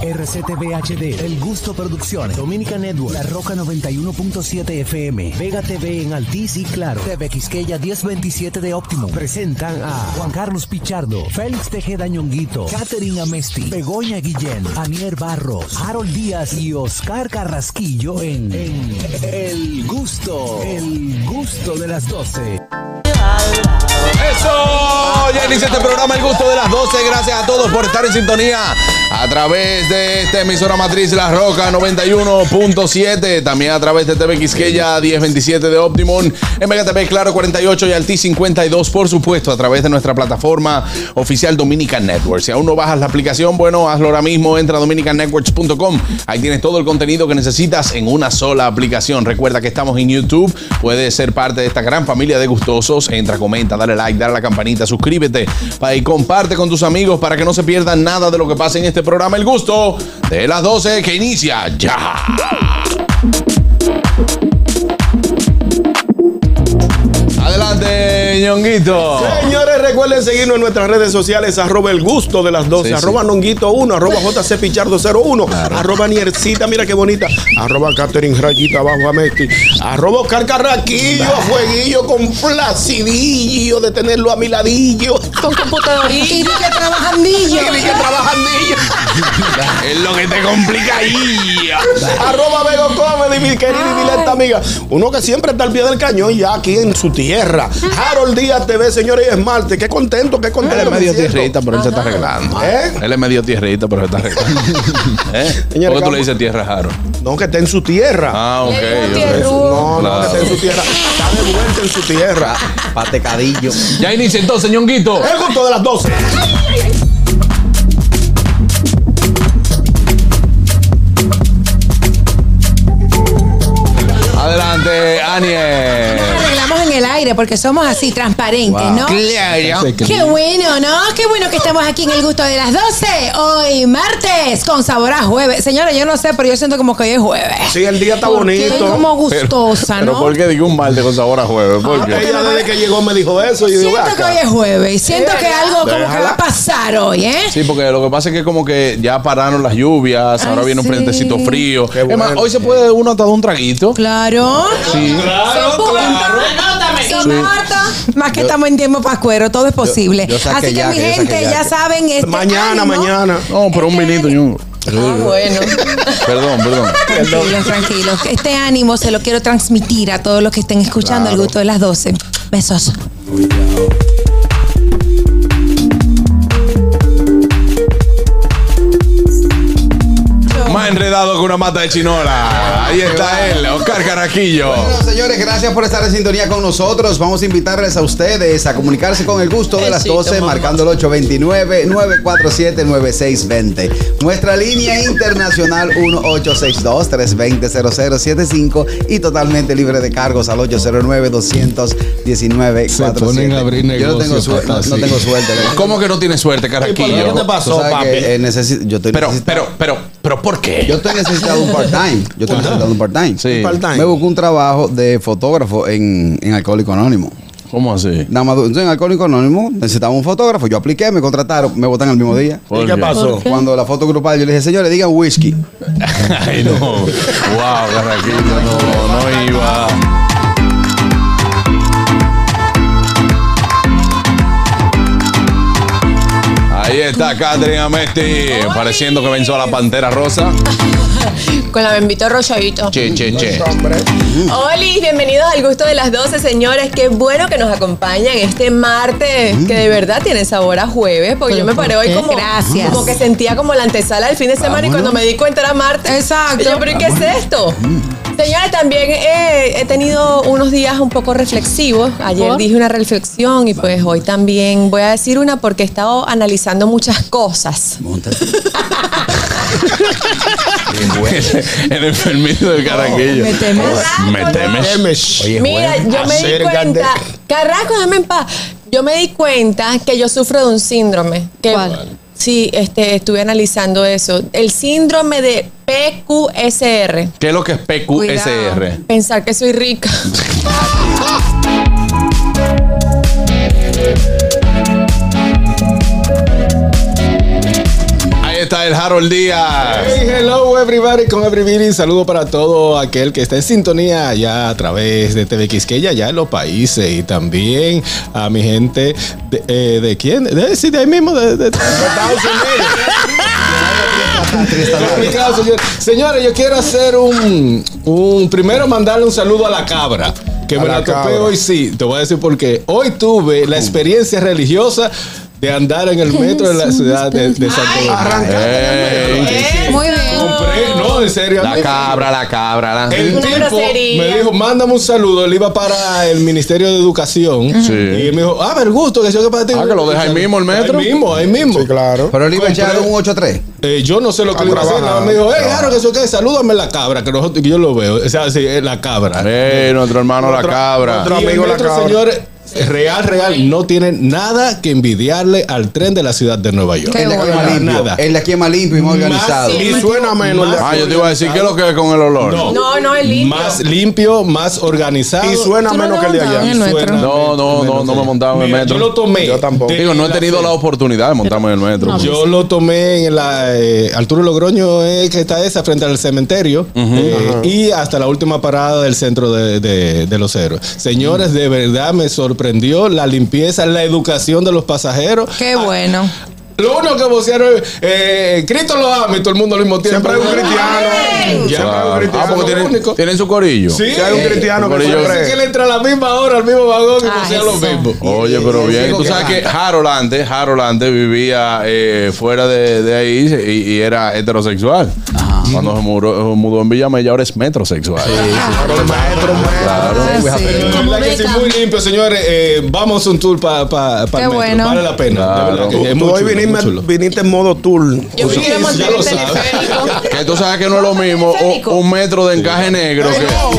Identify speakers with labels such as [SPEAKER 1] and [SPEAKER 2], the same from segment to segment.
[SPEAKER 1] RCTV HD, El Gusto Producciones, Dominica Network, La Roca 91.7 FM, Vega TV en Altiz y Claro, TV Quisqueya 1027 de Optimum. Presentan a Juan Carlos Pichardo, Félix Tejeda Ñonguito, Catherine Amesti, Begoña Guillén, Anier Barros, Harold Díaz y Oscar Carrasquillo en, en El Gusto, El Gusto de las 12.
[SPEAKER 2] Eso, ya inicia este programa El Gusto de las 12. Gracias a todos por estar en sintonía a través de esta emisora matriz La Roca 91.7. También a través de TV Quisqueya 1027 de Optimum. En Mega TV Claro 48 y Alti 52. Por supuesto, a través de nuestra plataforma oficial Dominican Network. Si aún no bajas la aplicación, bueno, hazlo ahora mismo. Entra a dominicannetworks.com. Ahí tienes todo el contenido que necesitas en una sola aplicación. Recuerda que estamos en YouTube. Puedes ser parte de esta gran familia de gustosos. Entra, comenta, dale like, dale a la campanita, suscríbete pa- y comparte con tus amigos para que no se pierdan nada de lo que pasa en este programa El Gusto de las 12 que inicia ya. Adelante, ñonguito.
[SPEAKER 3] Señores, recuerden seguirnos en nuestras redes sociales, arroba el gusto de las 12,
[SPEAKER 2] Sí, sí.
[SPEAKER 3] arroba nonguito1, arroba jcpichardo01, arroba niercita, mira qué bonita, arroba Catherine Rayita abajo a Messi, arroba Oscar Carraquillo, a Fueguillo, con placidillo de tenerlo a mi ladillo.
[SPEAKER 4] con computadorita.
[SPEAKER 5] Y di que trabajandillo.
[SPEAKER 3] Y que trabajandillo.
[SPEAKER 2] Es lo que te complica ahí.
[SPEAKER 3] Arroba Vego Comedy, mi querida y directa amiga. Uno que siempre está al pie del cañón ya aquí en su tierra. Harold Díaz TV, señores, y es martes. Qué contento, qué
[SPEAKER 2] Él
[SPEAKER 3] contento.
[SPEAKER 2] es
[SPEAKER 3] me
[SPEAKER 2] medio
[SPEAKER 3] siento.
[SPEAKER 2] tierrita, pero él se está arreglando.
[SPEAKER 3] ¿Eh?
[SPEAKER 2] Él es medio tierrita, pero se está arreglando. ¿Eh?
[SPEAKER 3] Señor
[SPEAKER 2] ¿Por qué tú
[SPEAKER 3] Campo.
[SPEAKER 2] le dices tierra, Jaro?
[SPEAKER 3] No, que está en su tierra.
[SPEAKER 2] Ah, ok.
[SPEAKER 4] Le digo
[SPEAKER 2] ok.
[SPEAKER 4] tierrugo.
[SPEAKER 3] No, no,
[SPEAKER 2] Claro.
[SPEAKER 3] que está en su tierra. Está de vuelta en su tierra.
[SPEAKER 6] Patecadillo.
[SPEAKER 2] Ya inicia entonces, ñonguito.
[SPEAKER 3] El gusto de las 12.
[SPEAKER 2] Adelante, Aniel.
[SPEAKER 5] Arreglamos en el aire porque somos así, transparentes, ¿no?
[SPEAKER 2] Claro.
[SPEAKER 5] Qué bueno, ¿no? Qué bueno que estamos aquí en el gusto de las 12. Hoy martes, con sabor a jueves. Señora, yo no sé, pero yo siento como que hoy es jueves.
[SPEAKER 3] Sí, el día está
[SPEAKER 5] Porque
[SPEAKER 3] bonito.
[SPEAKER 5] es como gustosa,
[SPEAKER 2] Pero
[SPEAKER 5] ¿no? Ah,
[SPEAKER 2] ¿por qué digo un martes con sabor a jueves? ¿Por qué?
[SPEAKER 3] Ella desde que llegó me dijo eso. Y yo digo,
[SPEAKER 5] Siento que
[SPEAKER 3] "Acá".
[SPEAKER 5] hoy es jueves y siento que algo como que
[SPEAKER 3] Déjala.
[SPEAKER 5] va a pasar hoy, ¿eh?
[SPEAKER 2] Sí, porque lo que pasa es que como que ya pararon las lluvias, ahora
[SPEAKER 5] Ay,
[SPEAKER 2] viene
[SPEAKER 5] sí.
[SPEAKER 2] un frentecito frío.
[SPEAKER 3] Qué
[SPEAKER 2] Es más,
[SPEAKER 3] bueno.
[SPEAKER 2] hoy se puede uno hasta de un traguito.
[SPEAKER 5] Claro.
[SPEAKER 2] Sí.
[SPEAKER 5] Claro, Más que estamos en tiempo pascuero, todo es posible.
[SPEAKER 6] yo saqué
[SPEAKER 5] Así que
[SPEAKER 6] ya,
[SPEAKER 5] mi
[SPEAKER 6] que yo
[SPEAKER 5] gente,
[SPEAKER 6] saqué ya,
[SPEAKER 5] ya
[SPEAKER 6] que-
[SPEAKER 5] saben este
[SPEAKER 3] Mañana,
[SPEAKER 5] ánimo.
[SPEAKER 3] mañana.
[SPEAKER 2] No, pero un vinito, ñongo.
[SPEAKER 5] Ah, bueno.
[SPEAKER 2] Perdón, perdón.
[SPEAKER 5] Tranquilos, tranquilos. Este ánimo se lo quiero transmitir a todos los que estén escuchando el gusto de las 12. Besos.
[SPEAKER 2] Más enredado que una mata de chinola. Ahí está él, Oscar Carraquillo.
[SPEAKER 6] Bueno, señores, gracias por estar en sintonía con nosotros. Vamos a invitarles a ustedes a comunicarse con el gusto de las 12, marcando el 829-947-9620. Nuestra línea internacional 1862-320-0075 y totalmente libre de cargos al 809-219-47.
[SPEAKER 7] Se ponen a abrir
[SPEAKER 6] Yo no tengo,
[SPEAKER 7] negocios,
[SPEAKER 6] suel- no,
[SPEAKER 7] papá,
[SPEAKER 6] no
[SPEAKER 7] sí.
[SPEAKER 6] tengo suerte.
[SPEAKER 2] ¿Cómo que no tiene suerte, Carraquillo?
[SPEAKER 3] ¿Qué te
[SPEAKER 6] Tú
[SPEAKER 3] pasó,
[SPEAKER 6] sabes
[SPEAKER 3] papi?
[SPEAKER 6] que, eh, necesi- yo estoy
[SPEAKER 2] Pero,
[SPEAKER 6] necesitado-
[SPEAKER 2] pero, pero, pero, ¿por qué?
[SPEAKER 6] Yo estoy necesitado un part-time. Yo estoy necesitado un part-time.
[SPEAKER 2] Sí.
[SPEAKER 3] Part-time.
[SPEAKER 6] Me busco un trabajo de fotógrafo en, en Alcohólico Anónimo.
[SPEAKER 2] ¿Cómo así?
[SPEAKER 6] Nada más, entonces, en Alcohólico Anónimo necesitaba un fotógrafo. Yo apliqué, me contrataron, me votaron el mismo día.
[SPEAKER 3] ¿Y qué pasó?
[SPEAKER 6] Cuando la foto grupal, yo le dije, señores, digan whisky.
[SPEAKER 2] Ay, no. Wow, Carraquillo, no, no iba. Ahí está Catherine Amesti, pareciendo que venció a la pantera rosa.
[SPEAKER 4] Con la bembito rolladito.
[SPEAKER 2] Che, che, che.
[SPEAKER 4] Oli, bienvenidos al gusto de las 12, señores. Qué bueno que nos acompañan este martes,
[SPEAKER 2] Mm.
[SPEAKER 4] que de verdad tiene sabor a jueves, porque yo me paré hoy como,
[SPEAKER 5] Gracias.
[SPEAKER 4] como que sentía como la antesala del fin de
[SPEAKER 2] Ah,
[SPEAKER 4] semana y cuando me di cuenta era martes.
[SPEAKER 5] Exacto.
[SPEAKER 4] Y yo, pero ¿y ¿qué es esto?
[SPEAKER 2] Mm.
[SPEAKER 4] Señores, también eh, he tenido unos días un poco reflexivos. Ayer dije una reflexión y pues hoy también voy a decir una porque he estado analizando muchas cosas.
[SPEAKER 2] El, el enfermito del Carraquillo.
[SPEAKER 5] Me temes.
[SPEAKER 2] Me temes.
[SPEAKER 3] Emes.
[SPEAKER 4] Mira, yo me di
[SPEAKER 3] Acércate.
[SPEAKER 4] cuenta, Carrasco, déjame en paz. Yo me di cuenta que yo sufro de un síndrome. Que,
[SPEAKER 5] ¿Cuál?
[SPEAKER 4] Sí, este, estuve analizando eso. El síndrome de PQSR.
[SPEAKER 2] ¿Qué es lo que es PQSR?
[SPEAKER 4] Pensar que soy rica.
[SPEAKER 2] Ahí Ahí está el Harold Díaz.
[SPEAKER 7] Hey, hello everybody con everybody. Saludo para todo aquel que está en sintonía ya a través de TV Quisqueya, ya en los países y también a mi gente de, eh, ¿de quién? De, sí, de ahí mismo, de, de-
[SPEAKER 3] Estados Unidos.
[SPEAKER 7] Mi claro, señor. Señores, yo quiero hacer un, un- Primero mandarle un saludo a la cabra. Que
[SPEAKER 3] A
[SPEAKER 7] me
[SPEAKER 3] la
[SPEAKER 7] la, topé
[SPEAKER 3] cabra.
[SPEAKER 7] hoy sí. Te voy a decir por qué. Hoy tuve la experiencia religiosa de andar en el metro de la ciudad de, de Santo Domingo.
[SPEAKER 2] Ey,
[SPEAKER 5] Muy bien.
[SPEAKER 7] Compré- No, en serio.
[SPEAKER 2] la cabra, la cabra. la-
[SPEAKER 7] El
[SPEAKER 4] Una
[SPEAKER 7] tipo
[SPEAKER 4] grosería.
[SPEAKER 7] me dijo, mándame un saludo. Él iba para el Ministerio de Educación.
[SPEAKER 2] Sí.
[SPEAKER 7] Y él me dijo, ah, ver gusto, que yo que para ti.
[SPEAKER 2] Ah, que lo deja ahí mismo el metro.
[SPEAKER 7] Ahí mismo, ahí mismo.
[SPEAKER 3] Sí, claro.
[SPEAKER 6] Pero él iba a echar
[SPEAKER 7] Compré-
[SPEAKER 6] un 8 a 3.
[SPEAKER 7] Eh, yo no sé lo que
[SPEAKER 3] Ah,
[SPEAKER 7] le iba a hacer.
[SPEAKER 3] trabaja,
[SPEAKER 7] nada más Me dijo, hey, claro, que yo que salúdame la cabra, que, nosotros- que yo lo veo. O sea, sí, eh, la cabra.
[SPEAKER 2] Ey, Eh, nuestro hermano Ah, la cabra.
[SPEAKER 3] otro-
[SPEAKER 7] Y el
[SPEAKER 3] amigo la
[SPEAKER 7] metro,
[SPEAKER 3] cabra.
[SPEAKER 7] señores, real, real, no tiene nada que envidiarle al tren de la ciudad de Nueva York.
[SPEAKER 5] Qué
[SPEAKER 6] El de aquí es
[SPEAKER 5] bueno.
[SPEAKER 6] más limpio.
[SPEAKER 7] Nada.
[SPEAKER 6] El de aquí es más limpio y más organizado.
[SPEAKER 7] Más
[SPEAKER 3] Y
[SPEAKER 7] limpio,
[SPEAKER 3] suena menos.
[SPEAKER 7] más
[SPEAKER 2] Ah, yo te iba a decir, ¿qué es lo que es con el olor?
[SPEAKER 7] No.
[SPEAKER 4] No, no, el limpio.
[SPEAKER 7] Más limpio, más organizado.
[SPEAKER 3] Y suena
[SPEAKER 8] Tú no
[SPEAKER 3] menos
[SPEAKER 8] lo
[SPEAKER 3] que el de
[SPEAKER 8] montabas
[SPEAKER 3] allá.
[SPEAKER 8] en el metro.
[SPEAKER 7] Suena-
[SPEAKER 2] No, no, no, no me he montado en el
[SPEAKER 7] Mira, Yo lo
[SPEAKER 2] metro.
[SPEAKER 7] tomé.
[SPEAKER 3] Yo tampoco.
[SPEAKER 7] de
[SPEAKER 2] Digo, no he
[SPEAKER 7] la
[SPEAKER 2] tenido la
[SPEAKER 7] fe.
[SPEAKER 2] oportunidad de montarme en el metro.
[SPEAKER 8] No.
[SPEAKER 7] Yo lo tomé en la eh, Arturo Logroño, eh, que está esa, frente al cementerio, eh, y hasta la última parada del centro de, de- de los héroes.
[SPEAKER 3] Mm.
[SPEAKER 7] Señores, de verdad me sorprendió la limpieza, la educación de los pasajeros.
[SPEAKER 8] Qué
[SPEAKER 7] Ah,
[SPEAKER 8] bueno.
[SPEAKER 7] Lo único que vocearon es, eh, Cristo lo ama y todo el mundo al mismo tiempo.
[SPEAKER 3] Siempre hay un cristiano. Siempre
[SPEAKER 7] Ya.
[SPEAKER 3] hay un
[SPEAKER 2] Claro. Ah, porque
[SPEAKER 7] lo
[SPEAKER 2] tienen,
[SPEAKER 7] único.
[SPEAKER 2] tienen su corillo.
[SPEAKER 7] Sí,
[SPEAKER 3] Si hay un
[SPEAKER 7] eh,
[SPEAKER 3] cristiano que
[SPEAKER 2] Pero yo-
[SPEAKER 7] parece que
[SPEAKER 3] siempre.
[SPEAKER 7] él entra a la misma hora, al mismo vagón y
[SPEAKER 8] Ah,
[SPEAKER 7] vocea lo
[SPEAKER 8] eso.
[SPEAKER 7] mismo.
[SPEAKER 2] Oye, pero bien. Tú sabes que Harold antes, Harold antes vivía eh, fuera de, de ahí y, y era heterosexual. Cuando se mudó, mudó en Villamella ahora es
[SPEAKER 8] Ah,
[SPEAKER 2] metrosexual. Claro.
[SPEAKER 8] sí.
[SPEAKER 7] Pero de verdad que sí, muy limpio, señores. Eh, vamos a un tour para pa, pa
[SPEAKER 8] Qué
[SPEAKER 7] el metro.
[SPEAKER 8] bueno.
[SPEAKER 7] Vale la pena.
[SPEAKER 2] Claro.
[SPEAKER 7] De verdad que
[SPEAKER 3] Tú,
[SPEAKER 7] es
[SPEAKER 3] tú
[SPEAKER 7] muy
[SPEAKER 3] hoy
[SPEAKER 7] chulo, muy
[SPEAKER 3] viniste,
[SPEAKER 7] chulo.
[SPEAKER 3] viniste en modo tour.
[SPEAKER 4] Yo me quiero
[SPEAKER 7] Sí,
[SPEAKER 4] montar
[SPEAKER 7] Pues, ya
[SPEAKER 4] en
[SPEAKER 7] lo sabe.
[SPEAKER 4] teleférico.
[SPEAKER 2] Que tú sabes que no es lo mismo un, un metro de encaje negro que.
[SPEAKER 3] Cuidado.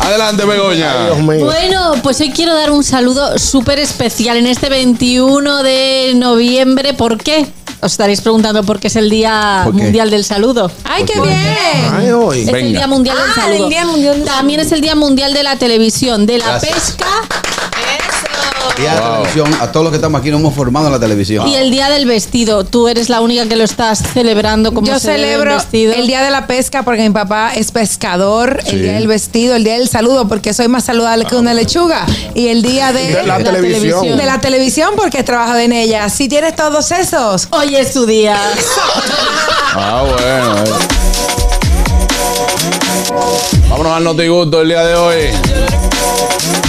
[SPEAKER 2] Adelante, Begoña.
[SPEAKER 3] Dios mío.
[SPEAKER 9] Bueno, pues hoy quiero dar un saludo súper especial en este 21 de noviembre. ¿Por qué? Os estaréis preguntando por qué es el Día
[SPEAKER 6] ¿Por qué?
[SPEAKER 9] Mundial del Saludo.
[SPEAKER 5] ¡Ay, qué bien!
[SPEAKER 3] Ay, hoy.
[SPEAKER 9] Es el
[SPEAKER 2] Venga.
[SPEAKER 9] Día Mundial del
[SPEAKER 4] Ah,
[SPEAKER 9] Saludo.
[SPEAKER 4] el Día Mundial del
[SPEAKER 9] También es el Día Mundial de la Televisión, de la pesca
[SPEAKER 6] Y a la
[SPEAKER 2] Wow.
[SPEAKER 6] televisión, a todos los que estamos aquí nos hemos formado en la televisión.
[SPEAKER 9] y el Día del Vestido. Tú eres la única que lo estás celebrando como
[SPEAKER 5] Yo
[SPEAKER 9] se debe el
[SPEAKER 5] celebro
[SPEAKER 9] vestido.
[SPEAKER 5] el día de la pesca porque mi papá es pescador,
[SPEAKER 2] Sí.
[SPEAKER 5] el día del vestido, el día del saludo porque soy más saludable que una lechuga y el día de,
[SPEAKER 3] De la
[SPEAKER 9] la
[SPEAKER 3] televisión.
[SPEAKER 9] televisión.
[SPEAKER 5] de la televisión porque trabajo en ella. Si tienes todos esos,
[SPEAKER 9] Hoy es tu día.
[SPEAKER 2] Ah, bueno. eh. Vámonos al notigusto el día de hoy.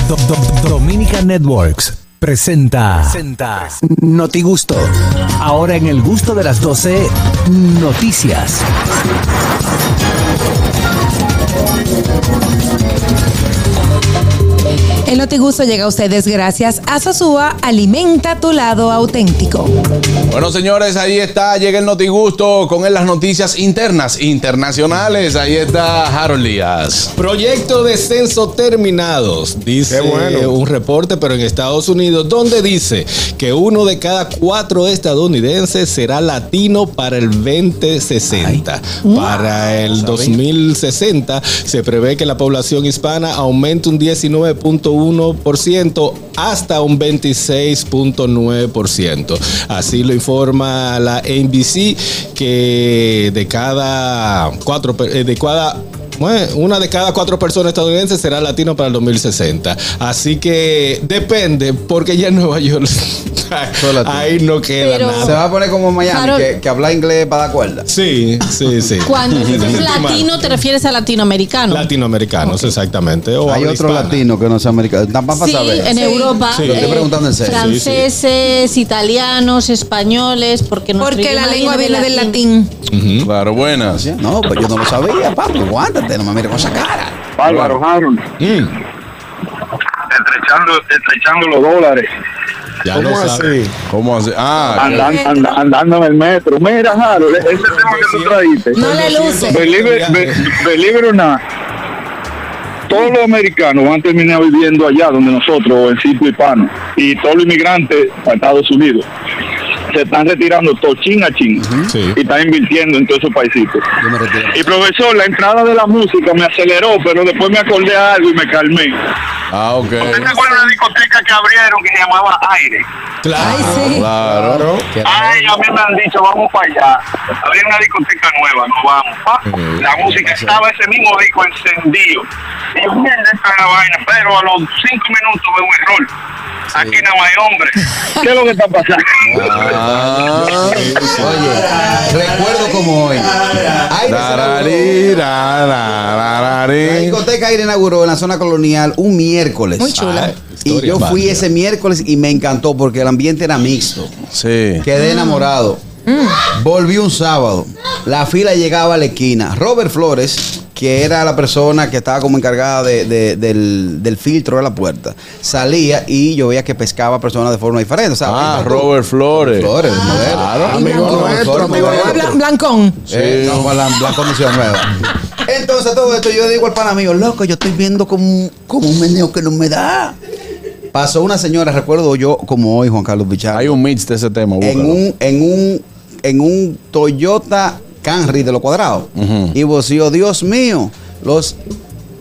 [SPEAKER 1] Do- do- Dominica Networks presenta, presenta Noti Gusto. Ahora en el gusto de las 12, noticias.
[SPEAKER 5] el Notigusto llega a ustedes gracias a Sosúa Alimenta tu lado auténtico.
[SPEAKER 2] Bueno, señores, ahí está. Llega el notigusto con él las noticias internas, internacionales. Ahí está Harold Díaz.
[SPEAKER 7] Proyecto de censo terminados, dice
[SPEAKER 3] Qué bueno.
[SPEAKER 7] un reporte, pero en Estados Unidos, donde dice que uno de cada cuatro estadounidenses será latino para el 2060. Para el 2060 se prevé que la población hispana aumente un 19.1% hasta un 26.9%. Así lo informa la NBC que de cada cuatro, per- eh, de cada bueno, una de cada cuatro personas estadounidenses será latino para el 2060. Así que depende, porque ya en Nueva York
[SPEAKER 6] latino.
[SPEAKER 7] ahí no queda
[SPEAKER 9] Pero-
[SPEAKER 6] Se
[SPEAKER 7] nada.
[SPEAKER 6] va a poner como Miami,
[SPEAKER 9] Harold.
[SPEAKER 6] que, que habla inglés para dar cuerda.
[SPEAKER 7] Sí, sí, sí.
[SPEAKER 9] Cuando
[SPEAKER 7] Sí, sí,
[SPEAKER 9] dices
[SPEAKER 7] sí,
[SPEAKER 9] latino te refieres a latinoamericano.
[SPEAKER 7] Latinoamericanos, exactamente. O
[SPEAKER 6] Hay
[SPEAKER 7] habla
[SPEAKER 6] otro
[SPEAKER 7] hispana.
[SPEAKER 6] latino que no es americano. Tampoco para
[SPEAKER 9] Sí,
[SPEAKER 6] saber.
[SPEAKER 9] en Europa. eh,
[SPEAKER 7] Sí. Lo estoy
[SPEAKER 6] preguntando en serio.
[SPEAKER 9] Franceses, italianos, españoles, porque nuestro
[SPEAKER 5] Porque la
[SPEAKER 9] idioma
[SPEAKER 5] lengua viene del latín.
[SPEAKER 2] Claro, buenas.
[SPEAKER 6] No, pues yo no lo sabía, papi. Aguántate, no me mires con esa cara.
[SPEAKER 10] Álvaro Harold,
[SPEAKER 7] Mm,
[SPEAKER 10] estrechando, estrechando los dólares,
[SPEAKER 7] ya lo
[SPEAKER 3] ¿Cómo
[SPEAKER 7] sabe.
[SPEAKER 3] así?
[SPEAKER 2] ¿Cómo así? Ah,
[SPEAKER 10] andan- anda- andando en el metro. Mira, Harold, ese tema que tú trajiste,
[SPEAKER 5] No le luce.
[SPEAKER 10] believe, be- believe it or not, todos los americanos van a terminar viviendo allá donde nosotros, o en sitio hispano, y todos los inmigrantes a Estados Unidos. se están retirando todo chin a chin
[SPEAKER 7] Sí.
[SPEAKER 10] y están invirtiendo en todos esos paisitos.
[SPEAKER 6] Yo me retiro.
[SPEAKER 10] Y profesor, la entrada de la música me aceleró, pero después me acordé a algo y me calmé.
[SPEAKER 2] Ah, ok.
[SPEAKER 10] ¿Usted se acuerda de una discoteca que abrieron que se llamaba Aire?
[SPEAKER 7] Claro.
[SPEAKER 2] Claro.
[SPEAKER 7] Claro.
[SPEAKER 10] Ay, a mí me han dicho, vamos para allá. Había una discoteca nueva, nos vamos. pa.
[SPEAKER 7] Mm,
[SPEAKER 10] La música estaba ese mismo disco encendido. Y yo, mierda, esta es la vaina, pero a los cinco minutos veo un error. Aquí no hay hombre. ¿Qué es lo que está pasando?
[SPEAKER 2] Ah.
[SPEAKER 6] Oye, recuerdo como hoy. Aire
[SPEAKER 2] Darari,
[SPEAKER 6] se inauguró.
[SPEAKER 2] ra, ra, ra,
[SPEAKER 6] La
[SPEAKER 2] ra, ri.
[SPEAKER 6] discoteca Aire inauguró en la zona colonial un miércoles.
[SPEAKER 5] Muy chula.
[SPEAKER 6] Y yo fui ese miércoles y me encantó porque el ambiente era mixto.
[SPEAKER 2] Sí.
[SPEAKER 5] Mm.
[SPEAKER 6] Quedé enamorado. Volví un sábado. La fila llegaba a la esquina. Robert Flores, que era la persona que estaba como encargada de- de- del, del filtro de la puerta, salía y yo veía que pescaba personas de forma diferente. O sea,
[SPEAKER 2] Ah,
[SPEAKER 6] fíjate tú.
[SPEAKER 2] Robert Flores.
[SPEAKER 6] Flores,
[SPEAKER 5] Ah.
[SPEAKER 6] modelo.
[SPEAKER 3] amigo
[SPEAKER 6] Robert
[SPEAKER 3] nuestro,
[SPEAKER 6] Flores,
[SPEAKER 3] amigo
[SPEAKER 6] modelo.
[SPEAKER 5] Blan- Blancón.
[SPEAKER 6] Eh, no, con la, la comisión nueva. Entonces, todo esto yo digo al pana mío, loco, yo estoy viendo como, como un meneo que no me da. Pasó una señora, recuerdo yo, como hoy, Juan Carlos Pichar,
[SPEAKER 2] Hay un mix de ese tema.
[SPEAKER 6] en
[SPEAKER 2] búscalo.
[SPEAKER 6] un, en un, en un Toyota Camry de los cuadrados. Y voció, Dios mío, los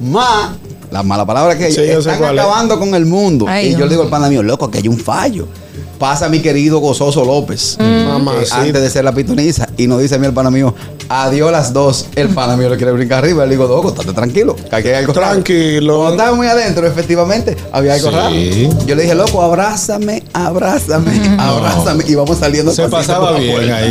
[SPEAKER 6] más, la mala palabra que
[SPEAKER 3] Sí, yo sé
[SPEAKER 6] están
[SPEAKER 3] cuál es.
[SPEAKER 6] acabando con el mundo.
[SPEAKER 5] Ay,
[SPEAKER 6] y yo
[SPEAKER 5] Dios.
[SPEAKER 6] le digo al pana mío, loco, que hay un fallo. Pasa mi querido Gozoso López
[SPEAKER 5] Mm.
[SPEAKER 6] eh,
[SPEAKER 3] Mamacita.
[SPEAKER 6] antes de ser la pitoniza y nos dice a mí el pana mío, adiós las dos. El pana mío le quiere brincar arriba. Le digo, Doco, estate tranquilo. que aquí hay algo raro".
[SPEAKER 3] Tranquilo.
[SPEAKER 6] Como estaba muy adentro, efectivamente, había algo
[SPEAKER 7] Sí.
[SPEAKER 6] raro. Yo le dije, loco, abrázame, abrázame,
[SPEAKER 5] Mm.
[SPEAKER 6] abrázame. Y vamos saliendo.
[SPEAKER 7] Se
[SPEAKER 6] pasito por
[SPEAKER 7] pasaba
[SPEAKER 6] la
[SPEAKER 7] bien
[SPEAKER 6] puerta.
[SPEAKER 7] ahí.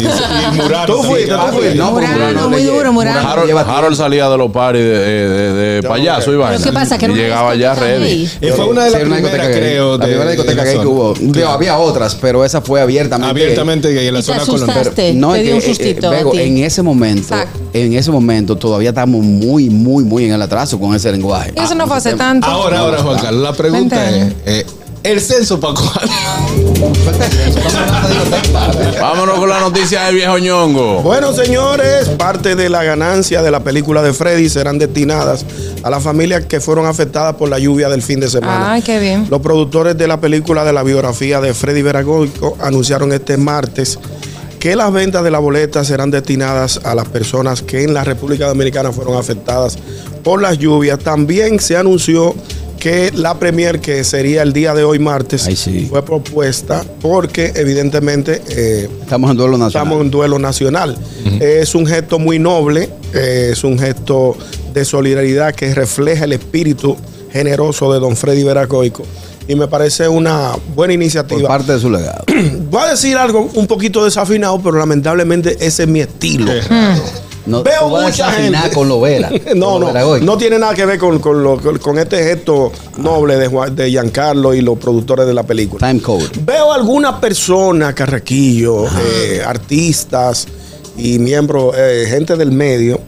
[SPEAKER 7] Y Murano
[SPEAKER 3] Tú fuiste, tú
[SPEAKER 7] también.
[SPEAKER 3] fuiste.
[SPEAKER 6] No, pues,
[SPEAKER 5] Murano,
[SPEAKER 6] Murano
[SPEAKER 5] muy
[SPEAKER 6] le
[SPEAKER 5] duro,
[SPEAKER 6] lleva-
[SPEAKER 5] Murano.
[SPEAKER 2] Harold,
[SPEAKER 6] lleva-
[SPEAKER 2] Harold salía de los paris de, de- de- de payaso y vaina.
[SPEAKER 9] ¿qué pasa? Que era
[SPEAKER 2] Y
[SPEAKER 9] una
[SPEAKER 2] llegaba ya
[SPEAKER 9] discoteca
[SPEAKER 2] ready.
[SPEAKER 9] gay.
[SPEAKER 7] Eh,
[SPEAKER 6] Sí, era
[SPEAKER 7] fue una de las
[SPEAKER 6] una
[SPEAKER 7] primeras,
[SPEAKER 6] discoteca gay.
[SPEAKER 7] creo.
[SPEAKER 6] La
[SPEAKER 7] de-
[SPEAKER 6] primera
[SPEAKER 7] de
[SPEAKER 6] discoteca
[SPEAKER 7] la
[SPEAKER 6] gay que
[SPEAKER 7] zona.
[SPEAKER 6] hubo. Digo, había otras, pero esa fue abiertamente. gay.
[SPEAKER 7] Abiertamente gay en la
[SPEAKER 9] Y te
[SPEAKER 7] zona colonial.
[SPEAKER 9] asustaste. Te- te dio un
[SPEAKER 6] eh, eh,
[SPEAKER 9] sustito
[SPEAKER 6] Bego,
[SPEAKER 9] a ti.
[SPEAKER 6] en ese momento,
[SPEAKER 4] Exacto.
[SPEAKER 6] en ese momento todavía estamos muy, muy, muy en el atraso con ese lenguaje.
[SPEAKER 5] Eso no fue hace
[SPEAKER 6] tema.
[SPEAKER 5] tanto.
[SPEAKER 7] Ahora, ahora, Juan Carlos, la pregunta es:
[SPEAKER 5] Vente.
[SPEAKER 7] eh, ¿el censo para cuándo?
[SPEAKER 2] Vámonos con la noticia de viejo ñongo.
[SPEAKER 3] Bueno, señores, parte de la ganancia de la película de Freddy serán destinadas a las familias que fueron afectadas por la lluvia del fin de semana.
[SPEAKER 5] Ay, qué bien.
[SPEAKER 3] Los productores de la película de la biografía de Freddy Veragoico anunciaron este martes que las ventas de la boleta serán destinadas a las personas que en la República Dominicana fueron afectadas por las lluvias. También se anunció que la premier que sería el día de hoy martes
[SPEAKER 6] Ay, sí.
[SPEAKER 3] fue propuesta porque evidentemente eh,
[SPEAKER 6] Estamos en duelo nacional.
[SPEAKER 3] Estamos en duelo nacional. Es un gesto muy noble, eh, es un gesto de solidaridad que refleja el espíritu generoso de don Freddy Veracoico. Y me parece una buena
[SPEAKER 6] por
[SPEAKER 3] iniciativa.
[SPEAKER 6] parte de su legado.
[SPEAKER 3] Voy a decir algo un poquito desafinado, pero lamentablemente ese es mi estilo.
[SPEAKER 6] No,
[SPEAKER 3] Veo
[SPEAKER 6] tú vas a
[SPEAKER 3] mucha
[SPEAKER 6] desafinar
[SPEAKER 3] gente.
[SPEAKER 6] con lo Vera.
[SPEAKER 3] No,
[SPEAKER 6] con lo Vera
[SPEAKER 3] no,
[SPEAKER 6] hoy.
[SPEAKER 3] no tiene nada que ver con, con lo- con- con este gesto
[SPEAKER 6] Ah.
[SPEAKER 3] noble de, Juan- de Giancarlo y los productores de la película.
[SPEAKER 6] Time code.
[SPEAKER 3] Veo algunas personas, Carraquillo, eh, artistas y miembros, eh, gente del medio,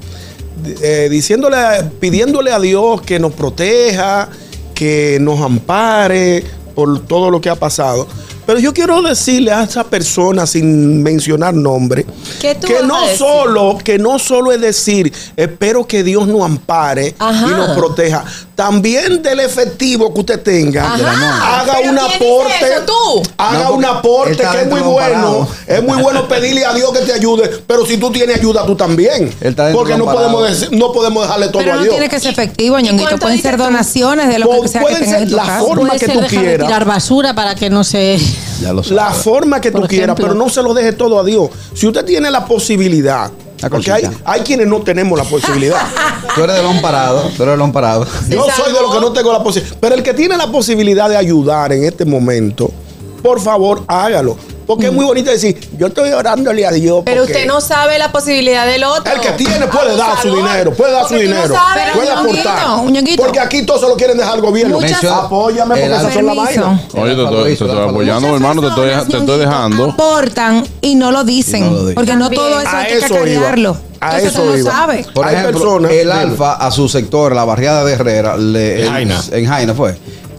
[SPEAKER 3] eh, diciéndole, a- pidiéndole a Dios que nos proteja, que nos ampare por todo lo que ha pasado. Pero yo quiero decirle a esa persona, sin mencionar nombre,
[SPEAKER 4] ¿Qué tú
[SPEAKER 3] que
[SPEAKER 4] vas
[SPEAKER 3] no
[SPEAKER 4] a decir?
[SPEAKER 3] solo, que no solo es decir, espero que Dios nos ampare
[SPEAKER 4] Ajá.
[SPEAKER 3] y nos proteja, también del efectivo que usted tenga,
[SPEAKER 4] Ajá.
[SPEAKER 3] haga
[SPEAKER 4] ¿Pero
[SPEAKER 3] un
[SPEAKER 4] quién dice
[SPEAKER 3] aporte,
[SPEAKER 4] eso, tú?
[SPEAKER 3] haga un
[SPEAKER 6] No, porque él
[SPEAKER 3] aporte
[SPEAKER 6] está
[SPEAKER 3] que es
[SPEAKER 6] dentro
[SPEAKER 3] muy
[SPEAKER 6] de un
[SPEAKER 3] bueno,
[SPEAKER 6] parado.
[SPEAKER 3] es muy bueno pedirle a Dios que te ayude, pero si tú tienes ayuda tú también,
[SPEAKER 6] Él está dentro
[SPEAKER 3] porque
[SPEAKER 6] de
[SPEAKER 3] no
[SPEAKER 6] un parado.
[SPEAKER 3] podemos decir- no podemos dejarle todo
[SPEAKER 5] Pero
[SPEAKER 3] a
[SPEAKER 5] no
[SPEAKER 3] Dios.
[SPEAKER 5] tiene que ser efectivo, ñonguito.
[SPEAKER 4] cuánto
[SPEAKER 5] Pueden
[SPEAKER 4] dices
[SPEAKER 5] ser
[SPEAKER 4] tú?
[SPEAKER 5] donaciones de lo
[SPEAKER 3] Pu-
[SPEAKER 5] que sea que
[SPEAKER 3] pueden
[SPEAKER 5] tengas
[SPEAKER 3] ser
[SPEAKER 5] en tu
[SPEAKER 3] la
[SPEAKER 5] casa.
[SPEAKER 3] forma
[SPEAKER 9] Puede
[SPEAKER 3] que
[SPEAKER 9] ser
[SPEAKER 3] tú
[SPEAKER 9] dejar de
[SPEAKER 3] quieras.
[SPEAKER 9] tirar basura para que no se.
[SPEAKER 6] Ya lo sabes.
[SPEAKER 3] La forma que tú
[SPEAKER 9] Por
[SPEAKER 3] quieras,
[SPEAKER 9] ejemplo.
[SPEAKER 3] pero no se lo deje todo a Dios. Si usted tiene la posibilidad,
[SPEAKER 6] La
[SPEAKER 3] porque hay,
[SPEAKER 6] cosita.
[SPEAKER 3] hay quienes no tenemos la posibilidad.
[SPEAKER 6] Tú eres de lo amparado. Tú eres de lo amparado.
[SPEAKER 3] Yo
[SPEAKER 4] Se
[SPEAKER 3] soy de
[SPEAKER 4] salvó.
[SPEAKER 3] los que no tengo la posibilidad. Pero el que tiene la posibilidad de ayudar en este momento, por favor, hágalo. Porque es muy bonito decir, yo estoy orándole a Dios.
[SPEAKER 4] Mm. Pero
[SPEAKER 3] porque
[SPEAKER 4] usted no sabe la posibilidad del otro.
[SPEAKER 3] El que tiene puede dar su
[SPEAKER 4] Abusador.
[SPEAKER 3] dinero, puede dar su
[SPEAKER 4] Porque tú no
[SPEAKER 3] dinero,
[SPEAKER 4] sabes.
[SPEAKER 5] Pero
[SPEAKER 3] puede
[SPEAKER 5] un ñonguito,
[SPEAKER 3] aportar.
[SPEAKER 5] un ñonguito.
[SPEAKER 3] Porque aquí todos se lo quieren dejar al gobierno.
[SPEAKER 5] Muchas-
[SPEAKER 6] Menciona-
[SPEAKER 3] Apóyame porque
[SPEAKER 6] el
[SPEAKER 3] esas son las
[SPEAKER 5] Permiso.
[SPEAKER 3] vainas.
[SPEAKER 2] Oye, te estoy, te estoy apoyando,
[SPEAKER 5] Muchas
[SPEAKER 2] hermano. Te estoy,
[SPEAKER 5] personas,
[SPEAKER 2] te estoy
[SPEAKER 5] ñonguito,
[SPEAKER 2] dejando.
[SPEAKER 5] Aportan y no lo dicen.
[SPEAKER 6] Y no lo dicen.
[SPEAKER 5] Porque no
[SPEAKER 4] También.
[SPEAKER 5] todo eso
[SPEAKER 3] A
[SPEAKER 5] hay que
[SPEAKER 3] eso iba.
[SPEAKER 5] cacarearlo.
[SPEAKER 3] A
[SPEAKER 5] Entonces
[SPEAKER 3] eso
[SPEAKER 5] tú no
[SPEAKER 3] iba.
[SPEAKER 5] sabes.
[SPEAKER 6] Por
[SPEAKER 3] Hay
[SPEAKER 6] ejemplo,
[SPEAKER 3] personas-
[SPEAKER 6] el
[SPEAKER 3] Dime.
[SPEAKER 6] Alfa a su sector, la barriada de Herrera, le-
[SPEAKER 7] En Jaina.
[SPEAKER 6] en Jaina fue.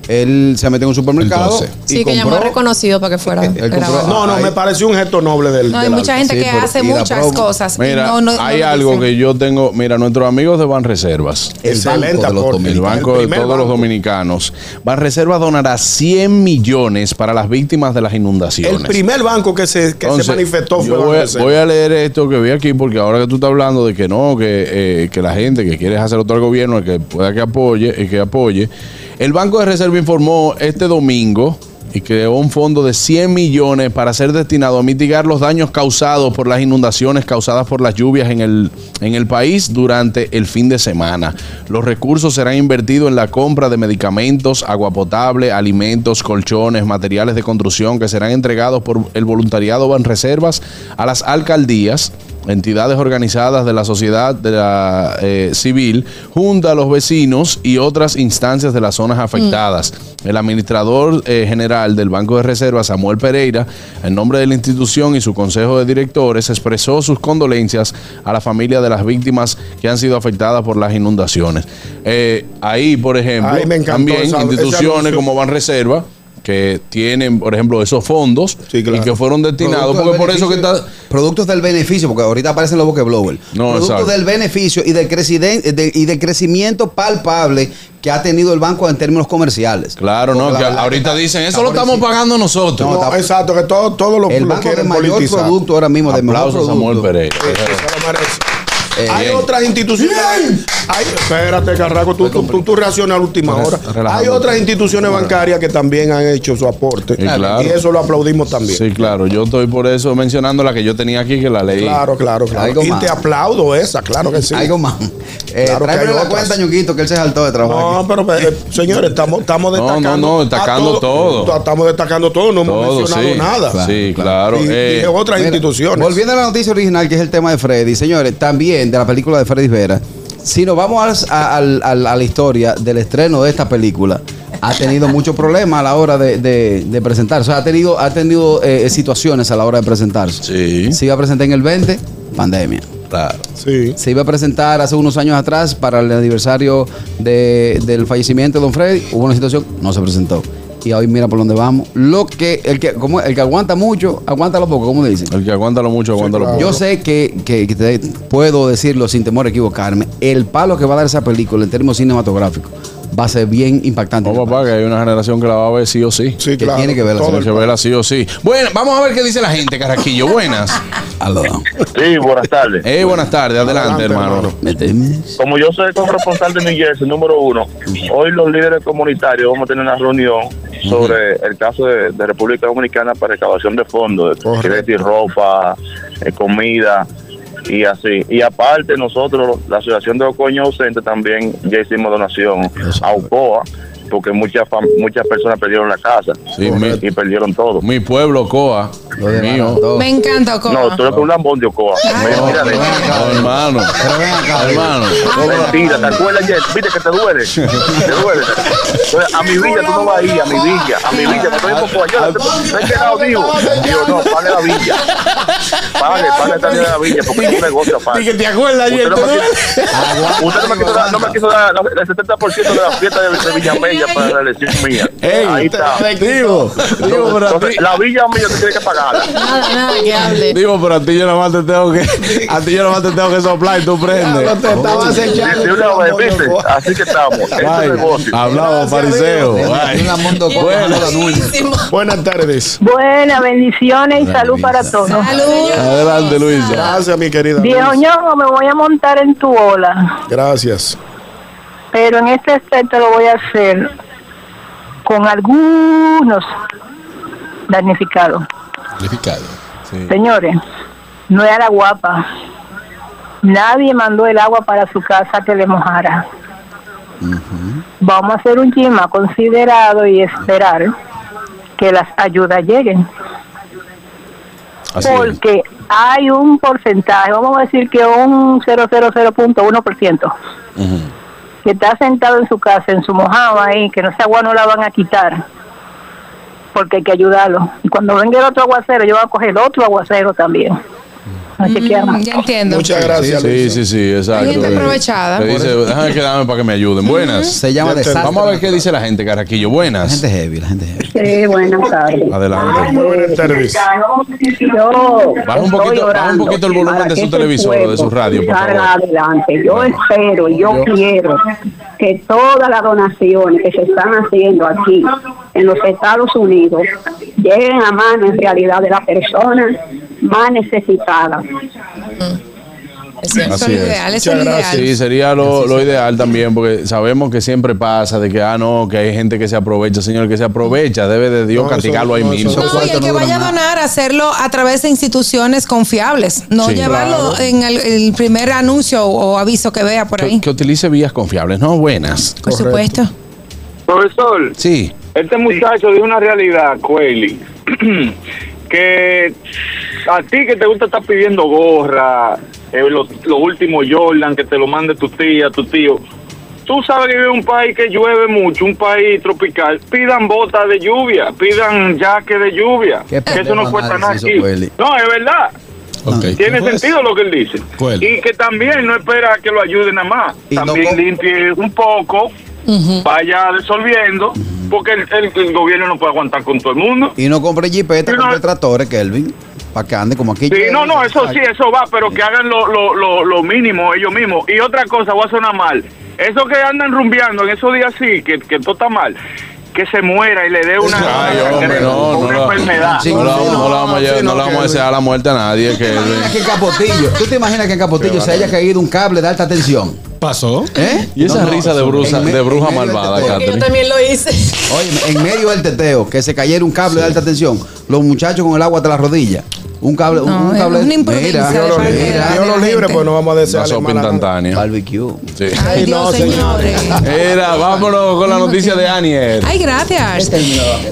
[SPEAKER 6] Él se metió en un supermercado.
[SPEAKER 7] Entonces.
[SPEAKER 6] y
[SPEAKER 4] Sí, que llamó
[SPEAKER 6] compró-
[SPEAKER 4] reconocido para que fuera.
[SPEAKER 6] Él compró- ah,
[SPEAKER 4] grabado.
[SPEAKER 3] No, no,
[SPEAKER 6] Ay.
[SPEAKER 3] me pareció un gesto noble del.
[SPEAKER 5] No, hay
[SPEAKER 3] del
[SPEAKER 5] mucha
[SPEAKER 3] álbum.
[SPEAKER 5] gente
[SPEAKER 6] Sí,
[SPEAKER 5] que
[SPEAKER 6] por-
[SPEAKER 5] hace
[SPEAKER 6] y la
[SPEAKER 5] muchas
[SPEAKER 6] promo.
[SPEAKER 5] cosas. y
[SPEAKER 2] Mira,
[SPEAKER 5] no- no- no
[SPEAKER 2] hay
[SPEAKER 5] lo
[SPEAKER 2] algo
[SPEAKER 5] dicen.
[SPEAKER 2] que yo tengo. Mira, nuestros amigos de Banreservas,
[SPEAKER 3] Excelente
[SPEAKER 6] banco de los
[SPEAKER 3] aporte.
[SPEAKER 6] dominicanos.
[SPEAKER 2] el banco de
[SPEAKER 3] primer
[SPEAKER 2] todos los
[SPEAKER 3] banco.
[SPEAKER 2] dominicanos, Banreservas donará 100 millones para las víctimas de las inundaciones.
[SPEAKER 3] El primer banco que se, que
[SPEAKER 2] Entonces,
[SPEAKER 3] se manifestó fue
[SPEAKER 2] yo voy,
[SPEAKER 3] Banco
[SPEAKER 2] a-
[SPEAKER 3] de Cero.
[SPEAKER 2] voy a leer esto que vi aquí porque ahora que tú estás hablando de que no, que, eh, que la gente que quiere hacer otro al gobierno el que pueda que apoye, y que apoye. El Banco de Reserva informó este domingo y creó un fondo de 100 millones para ser destinado a mitigar los daños causados por las inundaciones causadas por las lluvias en el, en el país durante el fin de semana. Los recursos serán invertidos en la compra de medicamentos, agua potable, alimentos, colchones, materiales de construcción que serán entregados por el voluntariado Banreservas a las alcaldías, entidades organizadas de la sociedad de la, eh, civil, junto a los vecinos y otras instancias de las zonas afectadas. El administrador eh, general del Banco de Reserva, Samuel Pereira, en nombre de la institución y su consejo de directores, expresó sus condolencias a la familia de las víctimas que han sido afectadas por las inundaciones. Eh, ahí, por ejemplo,
[SPEAKER 3] Ay, me encantó
[SPEAKER 2] también
[SPEAKER 3] esa- ese
[SPEAKER 2] instituciones
[SPEAKER 3] anuncio.
[SPEAKER 2] como Banreserva que tienen, por ejemplo, esos fondos
[SPEAKER 3] Sí, claro.
[SPEAKER 2] y que fueron destinados,
[SPEAKER 6] Productos
[SPEAKER 2] porque por
[SPEAKER 6] del
[SPEAKER 2] eso que está...
[SPEAKER 6] beneficio- Productos del beneficio, porque ahorita aparecen los blower
[SPEAKER 2] No,
[SPEAKER 6] productos
[SPEAKER 2] exacto.
[SPEAKER 6] del beneficio y del, creciden- de- y del crecimiento palpable que ha tenido el banco en términos comerciales.
[SPEAKER 2] Claro, no,
[SPEAKER 6] Porque la
[SPEAKER 2] que
[SPEAKER 6] verdad
[SPEAKER 2] ahorita
[SPEAKER 6] está-
[SPEAKER 2] dicen,
[SPEAKER 6] está
[SPEAKER 2] eso lo estamos
[SPEAKER 6] por encima.
[SPEAKER 2] pagando nosotros.
[SPEAKER 6] No,
[SPEAKER 3] No,
[SPEAKER 6] está-
[SPEAKER 3] exacto, que todo, todo lo,
[SPEAKER 6] El
[SPEAKER 3] lo
[SPEAKER 6] banco de
[SPEAKER 3] quieren
[SPEAKER 6] mayor
[SPEAKER 3] politizar.
[SPEAKER 6] producto ahora mismo, de mejor
[SPEAKER 2] Aplausos a
[SPEAKER 6] producto.
[SPEAKER 2] Samuel Pereira.
[SPEAKER 3] Sí, sí, se lo merece.
[SPEAKER 6] Eh,
[SPEAKER 3] hay
[SPEAKER 2] bien.
[SPEAKER 3] otras instituciones. Hay, espérate, Carraco, tú, tú, tú- tú reaccionas a la última
[SPEAKER 2] Re-
[SPEAKER 3] hora.
[SPEAKER 2] relajándote.
[SPEAKER 3] Hay otras instituciones bancarias que también han hecho su aporte.
[SPEAKER 2] Sí, claro.
[SPEAKER 3] Y eso lo aplaudimos también.
[SPEAKER 2] Sí, claro, yo estoy por eso mencionando la que yo tenía aquí que la leí.
[SPEAKER 3] Claro, claro,
[SPEAKER 6] Algo
[SPEAKER 3] claro. Y
[SPEAKER 6] más.
[SPEAKER 3] te aplaudo esa, claro que sí.
[SPEAKER 6] Algo más. Eh,
[SPEAKER 3] Claro que
[SPEAKER 6] tráeme
[SPEAKER 3] hay
[SPEAKER 6] la
[SPEAKER 3] otras.
[SPEAKER 6] cuenta, ñoquito, que él se saltó de trabajo.
[SPEAKER 3] No,
[SPEAKER 6] aquí.
[SPEAKER 3] pero eh, señores, estamos, estamos
[SPEAKER 2] No, no,
[SPEAKER 3] destacando.
[SPEAKER 2] no, destacando
[SPEAKER 3] a
[SPEAKER 2] todo.
[SPEAKER 3] Estamos destacando todo, no hemos
[SPEAKER 2] Todo,
[SPEAKER 3] mencionado
[SPEAKER 2] sí.
[SPEAKER 3] nada.
[SPEAKER 2] sí, claro.
[SPEAKER 3] Y- y
[SPEAKER 2] Eh,
[SPEAKER 3] de otras
[SPEAKER 6] Mira,
[SPEAKER 3] instituciones.
[SPEAKER 6] Volviendo a la noticia original, que es el tema de Freddy, señores, también de la película de Freddy Vera. Si nos vamos a, a- al- al- a la historia del estreno de esta película, ha tenido muchos problemas a la hora de, de- de presentarse. O sea, ha tenido, ha tenido eh, situaciones a la hora de presentarse.
[SPEAKER 2] Sí.
[SPEAKER 6] Se iba a presentar en el 20, pandemia.
[SPEAKER 2] claro.
[SPEAKER 3] Sí.
[SPEAKER 6] Se iba a presentar hace unos años atrás para el aniversario de- del fallecimiento de Don Freddy. Hubo una situación, no se presentó. Y hoy mira por dónde vamos. Lo que, el que, como, el que aguanta mucho, aguanta lo poco, como dicen.
[SPEAKER 2] El que aguántalo mucho, aguántalo
[SPEAKER 3] claro.
[SPEAKER 2] poco.
[SPEAKER 6] Yo sé que, que- que te- puedo decirlo sin temor a equivocarme. El palo que va a dar esa película en términos cinematográficos va a ser bien impactante.
[SPEAKER 2] No, papá, que hay una generación que la va a ver sí o sí.
[SPEAKER 3] Sí,
[SPEAKER 6] que
[SPEAKER 3] claro.
[SPEAKER 6] tiene que ver la
[SPEAKER 3] todo
[SPEAKER 2] Tiene que
[SPEAKER 3] el-
[SPEAKER 2] verla sí o sí. Bueno, vamos a ver qué dice la gente, Carraquillo. Buenas.
[SPEAKER 6] Aló.
[SPEAKER 10] Sí, buenas tardes.
[SPEAKER 2] Eh, buenas tardes. Adelante,
[SPEAKER 3] Adelante,
[SPEAKER 2] hermano.
[SPEAKER 3] hermano.
[SPEAKER 6] ¿Me temes?
[SPEAKER 10] Como yo soy corresponsal de New Jersey, número uno, hoy los líderes comunitarios vamos a tener una reunión sobre el caso de, de República Dominicana para recaudación de fondos, de- quiere decir ropa, eh, comida y así. Y aparte nosotros, la Asociación de Ocoño Ausente también ya hicimos donación a UCOA, porque muchas fam- muchas personas perdieron la casa
[SPEAKER 2] Sí, mi,
[SPEAKER 10] y perdieron todo.
[SPEAKER 2] mi pueblo, Coa.
[SPEAKER 6] Lo de
[SPEAKER 2] Mío.
[SPEAKER 6] Maratón.
[SPEAKER 5] Me encanta, Ocoa.
[SPEAKER 10] No, tú eres un lambón de Ocoa. Mira,
[SPEAKER 2] No,
[SPEAKER 10] mira,
[SPEAKER 2] no, hermano.
[SPEAKER 6] Pero ven acá,
[SPEAKER 2] Hermano.
[SPEAKER 10] Mentira, ¿te acuerdas, Jess? Viste que te duele. Te duele. Entonces, a mi villa tú no vas a ir, a mi villa, a mi villa. Me estoy poco allá. Me he quedado vivo. Digo, no, pague la villa. Pague, pague también la villa, porque es un negocio aparte.
[SPEAKER 3] te acuerdas,
[SPEAKER 10] Usted no me quiso- usted no me quiso dar, no me quiso dar la- el 70% de la fiesta de, de Villamella para la elección mía. Ahí está.
[SPEAKER 2] Digo, digo, para ti.
[SPEAKER 10] Entonces, la villa mía tú tienes que pagarla.
[SPEAKER 9] Nada, nada, que hable.
[SPEAKER 2] Digo, pero a ti yo nada más te tengo que. A ti yo nada más te tengo que soplar y tú prendes.
[SPEAKER 10] De una vez, ¿viste? Así que estamos. Este es
[SPEAKER 2] Ay,
[SPEAKER 10] el negocio.
[SPEAKER 2] hablamos fariseo. Ay.
[SPEAKER 3] Buenas tardes.
[SPEAKER 8] Buenas bendiciones y salud para todos.
[SPEAKER 5] Salud.
[SPEAKER 2] Adelante, Luisa.
[SPEAKER 3] Gracias, mi querida.
[SPEAKER 8] Viejo
[SPEAKER 3] Luis.
[SPEAKER 8] ñongo, me voy a montar en tu ola,
[SPEAKER 3] Gracias.
[SPEAKER 8] pero en este aspecto lo voy a hacer con algunos damnificados.
[SPEAKER 7] Amplificado.
[SPEAKER 8] Señores, no era guapa. Nadie mandó el agua para su casa que le mojara. Vamos a hacer un chima considerado y esperar que las ayudas lleguen.
[SPEAKER 2] Así es.
[SPEAKER 8] porque hay un porcentaje, vamos a decir que un 0,001% que está sentado en su casa, en su mojama ahí, que no esa agua no la van a quitar, porque hay que ayudarlo. Y cuando venga el otro aguacero, yo voy a coger el otro aguacero también. Nos chequeamos.
[SPEAKER 5] Mm, Ya entiendo.
[SPEAKER 3] Muchas gracias,
[SPEAKER 2] Sí,
[SPEAKER 3] Luisa.
[SPEAKER 2] sí, sí, exacto.
[SPEAKER 5] Hay gente aprovechada.
[SPEAKER 2] Le dice, déjame quedarme para que me ayuden. Buenas.
[SPEAKER 6] Se llama desastre.
[SPEAKER 2] Vamos a ver qué dice la gente, Carraquillo.
[SPEAKER 6] La
[SPEAKER 2] Buenas.
[SPEAKER 6] gente heavy, la gente heavy.
[SPEAKER 8] Sí, buenas tardes.
[SPEAKER 2] Adelante.
[SPEAKER 3] Muy buenas tardes.
[SPEAKER 8] Yo
[SPEAKER 2] Baja
[SPEAKER 8] estoy
[SPEAKER 2] un poquito- baja un
[SPEAKER 8] orando
[SPEAKER 2] poquito el volumen
[SPEAKER 8] para
[SPEAKER 2] de
[SPEAKER 8] que
[SPEAKER 2] su
[SPEAKER 8] este
[SPEAKER 2] televisor o de
[SPEAKER 8] pueblo
[SPEAKER 2] su radio, por
[SPEAKER 8] salga
[SPEAKER 2] favor.
[SPEAKER 8] adelante. Yo espero, y yo quiero que todas las donaciones que se están haciendo aquí en los Estados Unidos lleguen a mano en realidad de las personas más necesitadas.
[SPEAKER 4] Eso es
[SPEAKER 2] Así
[SPEAKER 4] lo
[SPEAKER 2] es.
[SPEAKER 4] ideal, eso
[SPEAKER 3] Muchas
[SPEAKER 4] es lo
[SPEAKER 3] gracias.
[SPEAKER 4] ideal.
[SPEAKER 2] Sí, sería lo, lo ideal también, porque sabemos que siempre pasa de que, ah, no, que hay gente que se aprovecha, señor, el que se aprovecha, debe de Dios
[SPEAKER 3] No, eso-
[SPEAKER 2] castigarlo ahí
[SPEAKER 3] no, eso-
[SPEAKER 2] mismo.
[SPEAKER 6] Esos
[SPEAKER 5] No, y
[SPEAKER 6] cuartos
[SPEAKER 5] el que
[SPEAKER 6] no duran
[SPEAKER 5] vaya a
[SPEAKER 6] nada.
[SPEAKER 5] donar, hacerlo a través de instituciones confiables. No
[SPEAKER 2] Sí.
[SPEAKER 5] llevarlo en el, el primer anuncio o, o aviso que vea por
[SPEAKER 2] Que,
[SPEAKER 5] ahí.
[SPEAKER 2] que utilice vías confiables, ¿no? Buenas.
[SPEAKER 5] Por supuesto.
[SPEAKER 10] Profesor,
[SPEAKER 2] Sí.
[SPEAKER 10] este muchacho dijo una realidad, Cueli, que a ti que te gusta estar pidiendo gorra, eh, los, los últimos Jordan, que te lo mande tu tía, tu tío. Tú sabes que vive en un país que llueve mucho, un país tropical. Pidan botas de lluvia, pidan jaque de lluvia. Que
[SPEAKER 6] Qué
[SPEAKER 10] eso
[SPEAKER 6] pendejo
[SPEAKER 10] no cuesta nada
[SPEAKER 6] análisis
[SPEAKER 10] aquí.
[SPEAKER 6] hizo Cueli.
[SPEAKER 10] No, es verdad.
[SPEAKER 7] Ok.
[SPEAKER 10] Tiene
[SPEAKER 7] Pues,
[SPEAKER 10] sentido lo que él dice.
[SPEAKER 7] Bueno.
[SPEAKER 10] Y que también no espera que lo ayuden nada más.
[SPEAKER 6] Y no
[SPEAKER 10] también
[SPEAKER 6] con-
[SPEAKER 10] limpie un poco, vaya resolviendo, porque el, el- el gobierno no puede aguantar con todo el mundo.
[SPEAKER 6] Y no compre jipeta,
[SPEAKER 10] Sí, no.
[SPEAKER 6] compre tractores, Kelvin. Para que ande como aquí.
[SPEAKER 10] Sí, no, no, eso sí, eso va, pero que hagan lo, lo, lo, lo mínimo ellos mismos. Y otra cosa, voy a sonar mal. Eso que andan rumbeando en esos días sí, que, que todo está mal, que se muera y le dé una,
[SPEAKER 2] Ay, hombre, no, no
[SPEAKER 10] una
[SPEAKER 2] la,
[SPEAKER 10] enfermedad.
[SPEAKER 6] Sí,
[SPEAKER 2] no la vamos- no la vamos a
[SPEAKER 3] sí,
[SPEAKER 2] llevar-
[SPEAKER 3] no,
[SPEAKER 2] no la vamos a
[SPEAKER 3] que-
[SPEAKER 2] desear la muerte a nadie.
[SPEAKER 6] ¿Tú te
[SPEAKER 2] que-
[SPEAKER 6] imaginas que en Capotillo, ¿tú te imaginas que en Capotillo se haya caído un cable de alta tensión?
[SPEAKER 7] ¿Pasó?
[SPEAKER 6] ¿Eh?
[SPEAKER 2] ¿Oh? Y esa risa de brusa-
[SPEAKER 6] en me-
[SPEAKER 2] de este bruja
[SPEAKER 6] en medio del
[SPEAKER 2] malvada,
[SPEAKER 6] teteo.
[SPEAKER 2] Kat.
[SPEAKER 4] Que yo también lo hice.
[SPEAKER 6] Oye, en medio del teteo, que se cayera un cable de alta tensión, los muchachos con el agua hasta las rodillas. Un cable, un-
[SPEAKER 5] No,
[SPEAKER 6] un
[SPEAKER 5] es
[SPEAKER 6] cable.
[SPEAKER 5] una imprudencia
[SPEAKER 6] mira,
[SPEAKER 5] de
[SPEAKER 3] Dios lo
[SPEAKER 5] parte
[SPEAKER 3] libre,
[SPEAKER 5] de la-
[SPEAKER 3] Dios lo
[SPEAKER 5] de la
[SPEAKER 3] libre,
[SPEAKER 5] gente.
[SPEAKER 3] pues no vamos a
[SPEAKER 2] Una
[SPEAKER 3] desearle
[SPEAKER 2] sopa
[SPEAKER 3] mal a nadie.
[SPEAKER 2] instantánea.
[SPEAKER 6] Barbecue.
[SPEAKER 2] Sí.
[SPEAKER 5] Ay,
[SPEAKER 3] Ay,
[SPEAKER 5] Dios,
[SPEAKER 3] no,
[SPEAKER 5] señores.
[SPEAKER 2] Era, vámonos con la noticia de Aniel.
[SPEAKER 5] Ay, gracias.
[SPEAKER 3] Este.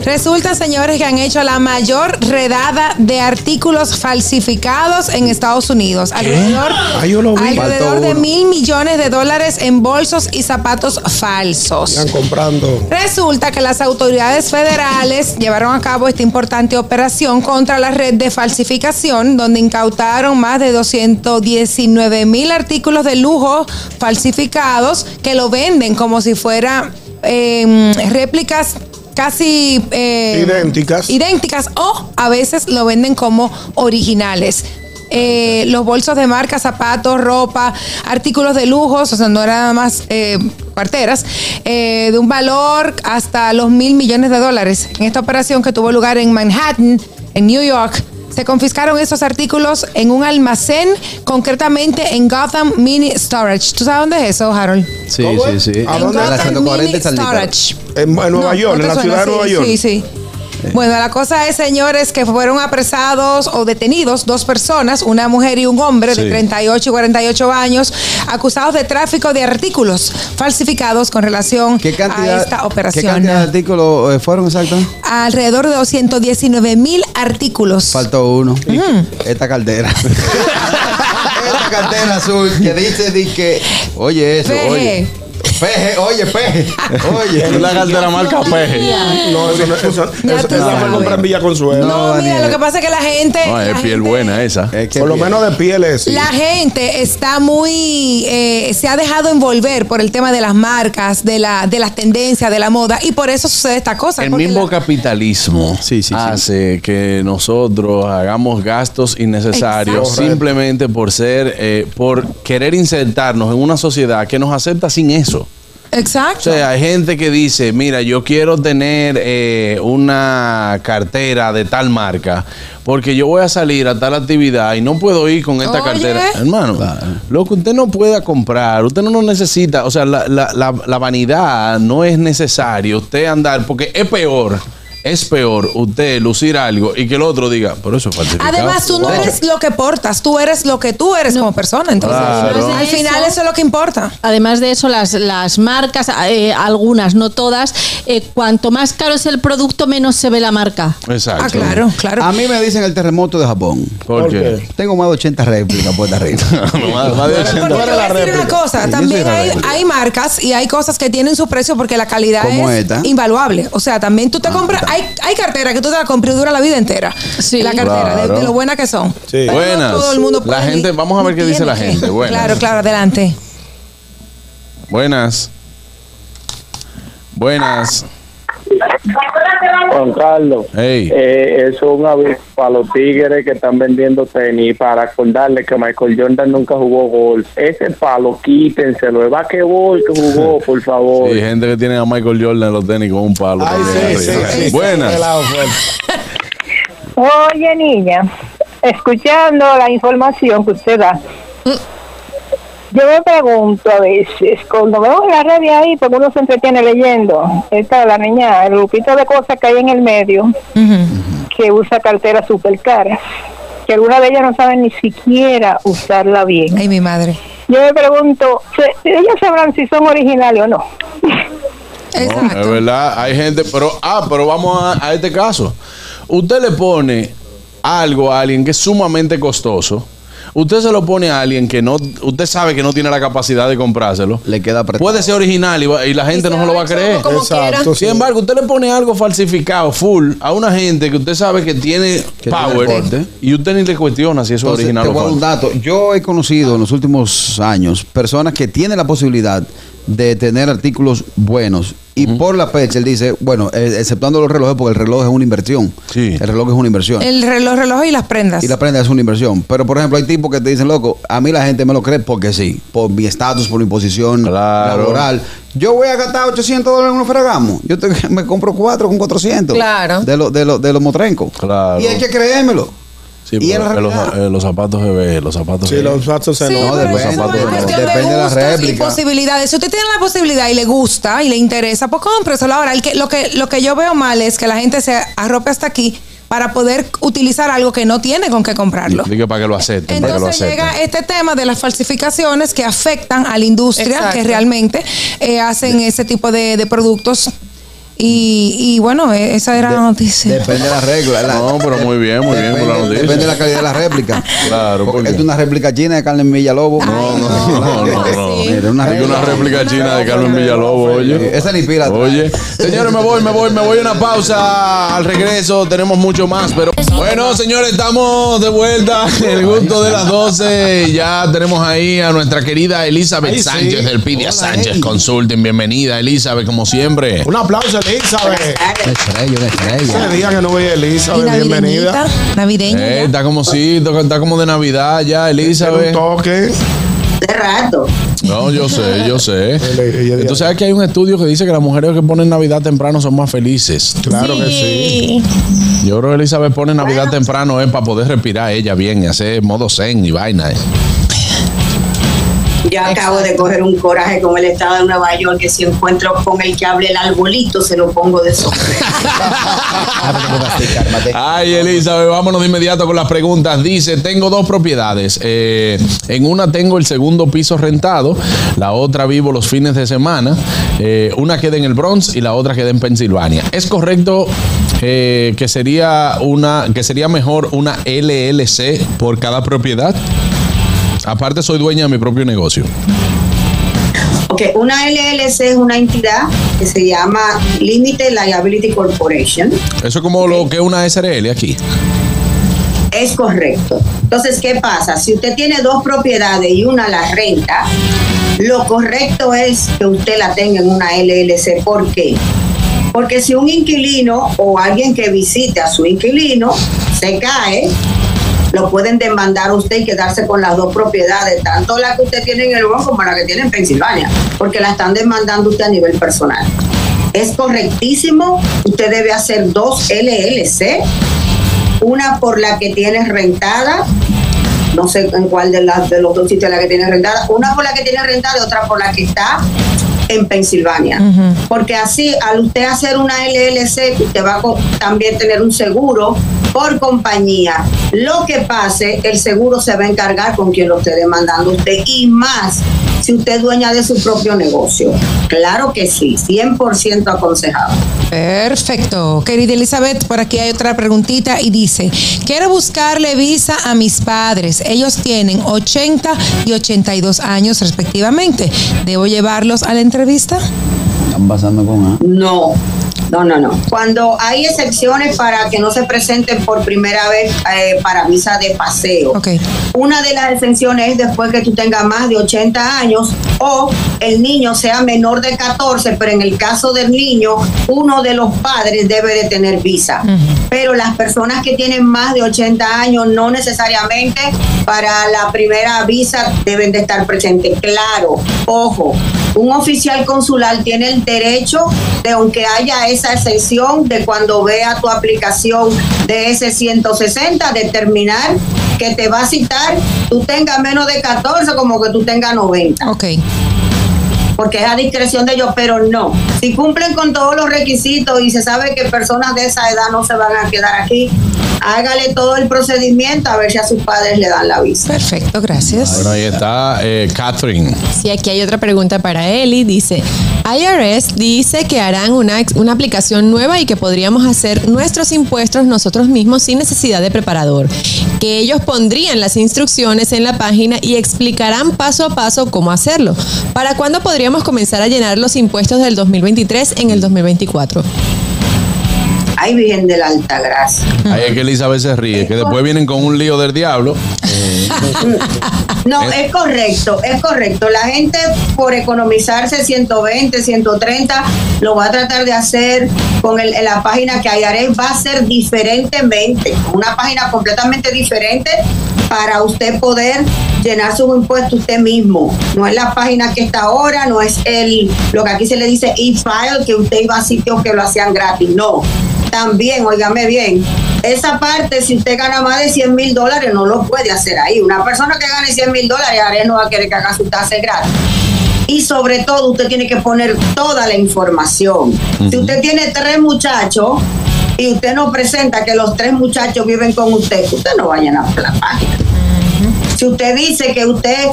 [SPEAKER 5] Resulta, señores, que han hecho la mayor redada de artículos falsificados en Estados Unidos. Alrededor,
[SPEAKER 3] Ah, yo lo vi.
[SPEAKER 5] alrededor
[SPEAKER 6] Faltó
[SPEAKER 5] de
[SPEAKER 6] uno.
[SPEAKER 5] mil millones de dólares en bolsos y zapatos falsos.
[SPEAKER 3] Están comprando.
[SPEAKER 5] Resulta que las autoridades federales llevaron a cabo esta importante operación contra la red de falsificación, donde incautaron más de 219 mil artículos de lujo falsificados que lo venden como si fuera eh, réplicas casi eh,
[SPEAKER 3] Idénticas.
[SPEAKER 5] idénticas o a veces lo venden como originales. Eh, los bolsos de marca, zapatos, ropa, artículos de lujos, o sea, no era nada más eh, carteras, eh, de un valor hasta los mil millones de dólares. En esta operación que tuvo lugar en Manhattan, en New York, se confiscaron esos artículos en un almacén, concretamente en Gotham Mini Storage. ¿Tú sabes dónde es eso, Harold?
[SPEAKER 6] Sí,
[SPEAKER 3] ¿Cómo es?
[SPEAKER 6] sí, sí.
[SPEAKER 3] ¿A
[SPEAKER 5] En
[SPEAKER 3] dónde?
[SPEAKER 6] Eh, La
[SPEAKER 5] Gotham
[SPEAKER 6] 140 y
[SPEAKER 5] Mini
[SPEAKER 6] San Nicolás.
[SPEAKER 5] Storage.
[SPEAKER 3] En, Pues en Nueva
[SPEAKER 5] No,
[SPEAKER 3] York,
[SPEAKER 5] no
[SPEAKER 3] en
[SPEAKER 5] te
[SPEAKER 3] la
[SPEAKER 5] suena,
[SPEAKER 3] ciudad de
[SPEAKER 5] sí,
[SPEAKER 3] Nueva York.
[SPEAKER 5] Sí, sí. Bueno, la cosa es, señores, que fueron apresados o detenidos dos personas, una mujer y un hombre de
[SPEAKER 2] Sí.
[SPEAKER 5] 38 y 48 años, acusados de tráfico de artículos falsificados con relación
[SPEAKER 6] ¿Qué cantidad,
[SPEAKER 5] a esta
[SPEAKER 6] ¿Qué
[SPEAKER 5] operación.
[SPEAKER 6] cantidad de artículos eh, fueron exactos?
[SPEAKER 5] Alrededor de 219 mil artículos.
[SPEAKER 6] Faltó uno.
[SPEAKER 5] Mm.
[SPEAKER 6] Esta cartera. Esta cartera azul que dice, di que, oye eso,
[SPEAKER 5] Peje.
[SPEAKER 6] oye. Peje, oye, peje. Oye.
[SPEAKER 2] La cartera marca peje.
[SPEAKER 3] No, eso no eso- eso-
[SPEAKER 5] Ya
[SPEAKER 3] Esa
[SPEAKER 5] tú
[SPEAKER 3] fue
[SPEAKER 5] sabes.
[SPEAKER 3] comprar en Villa Consuelo.
[SPEAKER 5] no, mira,
[SPEAKER 6] Daniel.
[SPEAKER 5] lo que pasa es que la gente...
[SPEAKER 2] No, es
[SPEAKER 5] la
[SPEAKER 2] piel
[SPEAKER 5] gente-
[SPEAKER 2] buena esa.
[SPEAKER 6] Es que
[SPEAKER 3] Por lo
[SPEAKER 6] bien.
[SPEAKER 3] menos de pieles. sí.
[SPEAKER 5] La gente está muy, eh, se ha dejado envolver por el tema de las marcas, de, la, de las tendencias, de la moda, y por eso sucede esta cosa.
[SPEAKER 2] El
[SPEAKER 5] porque
[SPEAKER 2] mismo
[SPEAKER 5] la-
[SPEAKER 2] capitalismo
[SPEAKER 6] Sí, sí, sí.
[SPEAKER 2] hace que nosotros hagamos gastos innecesarios
[SPEAKER 3] Exacto.
[SPEAKER 2] simplemente por ser, eh, por querer insertarnos en una sociedad que nos acepta sin eso. O
[SPEAKER 5] Exacto.
[SPEAKER 2] sea, hay gente que dice, mira, yo quiero tener eh, una cartera de tal marca, porque yo voy a salir a tal actividad y no puedo ir con esta
[SPEAKER 5] Oye.
[SPEAKER 2] cartera. Hermano, lo que usted no pueda comprar, usted no lo necesita, o sea, la, la- la- la vanidad no es necesario usted andar, porque es peor. Es peor usted lucir algo y que el otro diga, por eso es falsificado.
[SPEAKER 5] Además, tú no
[SPEAKER 2] Wow.
[SPEAKER 5] eres lo que portas, tú eres lo que tú eres como persona. Entonces,
[SPEAKER 2] Claro.
[SPEAKER 5] al final eso es lo que importa.
[SPEAKER 9] Además de eso, las, las marcas, eh, algunas, no todas, eh, cuanto más caro es el producto, menos se ve la marca.
[SPEAKER 2] Exacto.
[SPEAKER 5] Ah, claro, claro.
[SPEAKER 6] A mí me dicen el terremoto de Japón.
[SPEAKER 2] ¿Por,
[SPEAKER 3] ¿Por
[SPEAKER 2] qué?
[SPEAKER 6] Tengo más de 80 réplicas puesta arriba.
[SPEAKER 2] Más- más de
[SPEAKER 5] Porque
[SPEAKER 2] 80.
[SPEAKER 5] te voy
[SPEAKER 3] Fuera la
[SPEAKER 5] a decir una
[SPEAKER 3] réplica.
[SPEAKER 5] cosa,
[SPEAKER 6] Sí,
[SPEAKER 5] también
[SPEAKER 6] yo soy la
[SPEAKER 5] hay,
[SPEAKER 6] réplica.
[SPEAKER 5] hay marcas y hay cosas que tienen su precio porque la calidad
[SPEAKER 6] Como
[SPEAKER 5] es
[SPEAKER 6] esta.
[SPEAKER 2] Ah,
[SPEAKER 5] invaluable. O sea, también tú te compras, hay, hay cartera que tú te la compras y dura la vida entera.
[SPEAKER 9] Sí.
[SPEAKER 5] La cartera, de-
[SPEAKER 2] Claro.
[SPEAKER 5] de, lo buena que son.
[SPEAKER 3] Sí.
[SPEAKER 5] Pero no
[SPEAKER 2] Buenas.
[SPEAKER 5] todo el mundo
[SPEAKER 2] La
[SPEAKER 5] puede
[SPEAKER 2] gente-
[SPEAKER 5] ni-
[SPEAKER 2] vamos a ver
[SPEAKER 5] ni
[SPEAKER 2] qué dice
[SPEAKER 5] tiene
[SPEAKER 2] la
[SPEAKER 5] que-
[SPEAKER 2] gente. Buenas.
[SPEAKER 5] Claro, claro, adelante.
[SPEAKER 2] Buenas. Buenas.
[SPEAKER 10] Juan Carlos,
[SPEAKER 2] Hey.
[SPEAKER 10] eh, eso es un aviso para los tigres que están vendiendo tenis para acordarles que Michael Jordan nunca jugó golf. Ese palo, quítenselo. El basquetbol que jugó, por favor.
[SPEAKER 2] Sí, gente que tiene a Michael Jordan en los tenis con un palo.
[SPEAKER 3] Ay,
[SPEAKER 2] también
[SPEAKER 3] sí,
[SPEAKER 2] arriba.
[SPEAKER 3] sí, sí.
[SPEAKER 2] Buenas.
[SPEAKER 3] Pelado fuerte.
[SPEAKER 8] Oye, niña, escuchando la información que usted da,
[SPEAKER 5] Mm.
[SPEAKER 8] yo me pregunto a veces, cuando veo en la red de ahí, porque uno se entretiene leyendo, esta la niña, el grupito de cosas que hay en el medio, que usa carteras súper caras, que algunas de ellas no saben ni siquiera usarla bien.
[SPEAKER 5] Ay, mi madre.
[SPEAKER 8] Yo me pregunto, ¿se- ellas sabrán si son originales o no.
[SPEAKER 2] No, es
[SPEAKER 5] Exacto.
[SPEAKER 2] verdad, hay gente, pero ah, pero vamos a, a este caso. Usted le pone algo a alguien que es sumamente costoso. Usted se lo pone a alguien que no, usted sabe que no tiene la capacidad de comprárselo.
[SPEAKER 6] Le queda apretado.
[SPEAKER 2] Puede ser original y, va- y la gente
[SPEAKER 4] Y
[SPEAKER 2] no
[SPEAKER 4] se
[SPEAKER 2] se lo va a
[SPEAKER 4] abre el
[SPEAKER 2] creer.
[SPEAKER 4] chongo como
[SPEAKER 3] Exacto,
[SPEAKER 4] quiera.
[SPEAKER 3] sí.
[SPEAKER 2] Sin embargo, usted le pone algo falsificado, full, a una gente que usted sabe que tiene
[SPEAKER 6] Que tiene
[SPEAKER 2] power
[SPEAKER 6] porte.
[SPEAKER 2] y usted ni le cuestiona si eso
[SPEAKER 6] Entonces,
[SPEAKER 2] es original
[SPEAKER 6] te
[SPEAKER 2] o
[SPEAKER 6] voy a dar un
[SPEAKER 2] falso.
[SPEAKER 6] dato. Yo he conocido en los últimos años personas que tienen la posibilidad de tener artículos buenos. Y por la fecha, él dice, bueno, eh, exceptuando los relojes, porque el reloj es una inversión.
[SPEAKER 2] Sí.
[SPEAKER 6] El reloj es una inversión.
[SPEAKER 5] El reloj, reloj y las prendas.
[SPEAKER 6] Y la prenda es una inversión. Pero, por ejemplo, hay tipos que te dicen, loco, a mí la gente me lo cree porque sí. Por mi estatus, por mi posición
[SPEAKER 2] Claro.
[SPEAKER 6] laboral. Yo voy a gastar 800 dólares en unos fregamos. Yo te- me compro cuatro con 400.
[SPEAKER 4] Claro.
[SPEAKER 6] De los de lo, de los motrencos.
[SPEAKER 2] Claro.
[SPEAKER 6] Y hay que creérmelo.
[SPEAKER 2] Sí,
[SPEAKER 6] y
[SPEAKER 2] pero,
[SPEAKER 6] en
[SPEAKER 2] eh, los,
[SPEAKER 6] realidad-
[SPEAKER 2] eh, los zapatos se ve, los zapatos
[SPEAKER 3] Sí,
[SPEAKER 2] se ve.
[SPEAKER 3] los vasos se
[SPEAKER 5] Sí,
[SPEAKER 3] no.
[SPEAKER 6] no,
[SPEAKER 5] pero
[SPEAKER 6] depende,
[SPEAKER 5] eso es
[SPEAKER 6] depende,
[SPEAKER 5] cuestión
[SPEAKER 6] depende de la
[SPEAKER 5] gustos y
[SPEAKER 6] réplica.
[SPEAKER 5] posibilidades. Si usted tiene la posibilidad y le gusta y le interesa, pues cómpreselo. Ahora, el que, lo, que, lo que yo veo mal es que la gente se arrope hasta aquí para poder utilizar algo que no tiene con qué comprarlo.
[SPEAKER 2] Dije para que lo acepten, para que lo
[SPEAKER 5] Entonces
[SPEAKER 2] acepten.
[SPEAKER 5] llega este tema de las falsificaciones que afectan a la industria
[SPEAKER 4] Exacto.
[SPEAKER 5] que realmente eh, hacen ese tipo de, de productos. Y, y bueno, eh, esa era la noticia.
[SPEAKER 6] Depende de la regla. la-
[SPEAKER 2] No, pero muy bien, muy bien
[SPEAKER 6] depende,
[SPEAKER 2] por la noticia.
[SPEAKER 6] Depende de la calidad de la réplica.
[SPEAKER 2] Claro, ¿por
[SPEAKER 6] porque
[SPEAKER 2] qué?
[SPEAKER 6] es una réplica china de Carmen Villalobos.
[SPEAKER 2] No, no, no, no, no.
[SPEAKER 6] Mira, una
[SPEAKER 2] Hay una réplica china de Carmen Villalobos, oye.
[SPEAKER 6] Esa ni pila.
[SPEAKER 2] Oye, señores, me voy, me voy, me voy a una pausa. Al regreso tenemos mucho más, pero bueno, señores, estamos de vuelta. El gusto de las 12. Ya tenemos ahí a nuestra querida Elizabeth
[SPEAKER 3] Ahí sí.
[SPEAKER 2] Sánchez del Pidia
[SPEAKER 6] Hola,
[SPEAKER 2] Sánchez
[SPEAKER 6] ey.
[SPEAKER 2] Consulting. Bienvenida, Elizabeth, como siempre.
[SPEAKER 3] Un aplauso, Elizabeth.
[SPEAKER 6] Una estrella, una
[SPEAKER 3] Ese
[SPEAKER 6] estrella.
[SPEAKER 3] día que no veía a
[SPEAKER 5] Y
[SPEAKER 3] Elizabeth,
[SPEAKER 5] navideñita,
[SPEAKER 3] bienvenida.
[SPEAKER 5] navideña.
[SPEAKER 2] Eh,
[SPEAKER 5] ya.
[SPEAKER 2] está como sí, está como de Navidad ya,
[SPEAKER 3] Era Un
[SPEAKER 2] Elizabeth.
[SPEAKER 3] toque.
[SPEAKER 11] De rato.
[SPEAKER 2] No, yo sé, yo sé.
[SPEAKER 3] Ella- ella-
[SPEAKER 2] Entonces sabes que hay un estudio que dice que las mujeres que ponen Navidad temprano son más felices.
[SPEAKER 3] Claro que sí.
[SPEAKER 2] Yo creo que Elizabeth pone Navidad temprano es para poder respirar ella bien y hacer modo zen y vaina. eh.
[SPEAKER 11] Yo acabo de coger un coraje con el estado de Nueva York que si encuentro con el que hable el arbolito se lo pongo de sombrero.
[SPEAKER 2] Ay, Elizabeth, vámonos de inmediato con las preguntas. Dice, tengo dos propiedades. Eh, en una tengo el segundo piso rentado, la otra vivo los fines de semana. Eh, una queda en el Bronx y la otra queda en Pensilvania. ¿Es correcto eh, que sería una que sería mejor una LLC por cada propiedad? Aparte soy dueña de mi propio negocio.
[SPEAKER 11] Ok, una LLC es una entidad que se llama Limited Liability Corporation.
[SPEAKER 2] Eso es como lo que es una SRL aquí.
[SPEAKER 11] Es correcto. Entonces, ¿qué pasa? Si usted tiene dos propiedades y una la renta, lo correcto es que usted la tenga en una LLC. ¿Por qué? Porque si un inquilino o alguien que visite a su inquilino se cae, lo pueden demandar a usted y quedarse con las dos propiedades, tanto la que usted tiene en el banco como la que tiene en Pensilvania, porque la están demandando usted a nivel personal. Es correctísimo, usted debe hacer dos LLC una por la que tienes rentada, no sé en cuál de, las, de los dos sitios la que tienes rentada, una por la que tienes rentada y otra por la que está en Pensilvania. Porque así, al usted hacer una LLC, usted va a co- también tener un seguro por compañía. Lo que pase, el seguro se va a encargar con quien lo esté demandando usted y más si usted es dueña de su propio negocio. Claro que sí, 100% aconsejado.
[SPEAKER 5] Perfecto. Querida Elizabeth, por aquí hay otra preguntita y dice, quiero buscarle visa a mis padres. Ellos tienen 80 y 82 años respectivamente. ¿Debo llevarlos a la entrevista?
[SPEAKER 6] Están pasando con A.
[SPEAKER 11] No, No, no, no. Cuando hay excepciones para que no se presenten por primera vez eh, para visa de paseo. Una de las excepciones es después que tú tengas más de 80 años o el niño sea menor de 14, pero en el caso del niño, uno de los padres debe de tener visa. Pero las personas que tienen más de 80 años no necesariamente para la primera visa deben de estar presentes. Claro, ojo, un oficial consular tiene el derecho de, aunque haya esa excepción, de cuando vea tu aplicación de ese 160, determinar que te va a citar, tú tengas menos de 14 como que tú tengas 90.
[SPEAKER 5] Ok.
[SPEAKER 11] Porque es a discreción de ellos, pero no. Si cumplen con todos los requisitos y se sabe que personas de esa edad no se van a quedar aquí, hágale todo el procedimiento a ver si a sus padres le dan la visa.
[SPEAKER 5] Perfecto, gracias.
[SPEAKER 2] Bueno, ahí está eh, Catherine.
[SPEAKER 4] Sí, aquí hay otra pregunta para Eli. Dice, IRS dice que harán una, ex- una aplicación nueva y que podríamos hacer nuestros impuestos nosotros mismos sin necesidad de preparador. Que ellos pondrían las instrucciones en la página y explicarán paso a paso cómo hacerlo. ¿Para cuándo podríamos comenzar a llenar los impuestos del 2023 en el 2024?
[SPEAKER 11] Ay, Virgen de la Alta Gracia.
[SPEAKER 2] Ahí es que Elizabeth se ríe, que después vienen con un lío del diablo.
[SPEAKER 11] No, es correcto, es correcto. La gente por economizarse 120, 130, lo va a tratar de hacer con el- la página que IRS va a ser diferentemente, una página completamente diferente para usted poder llenar sus impuestos usted mismo. No es la página que está ahora, no es el lo que aquí se le dice e-file, que usted iba a sitios que lo hacían gratis. No, también, óigame bien, esa parte, si usted gana más de 100 mil dólares, no lo puede hacer ahí. Una persona que gane 100 mil dólares, Ares no va a querer que haga su tasa gratis. Y sobre todo, usted tiene que poner toda la información. Si usted tiene tres muchachos y usted nos presenta que los tres muchachos viven con usted, usted no va a llenar la página. Si usted dice que usted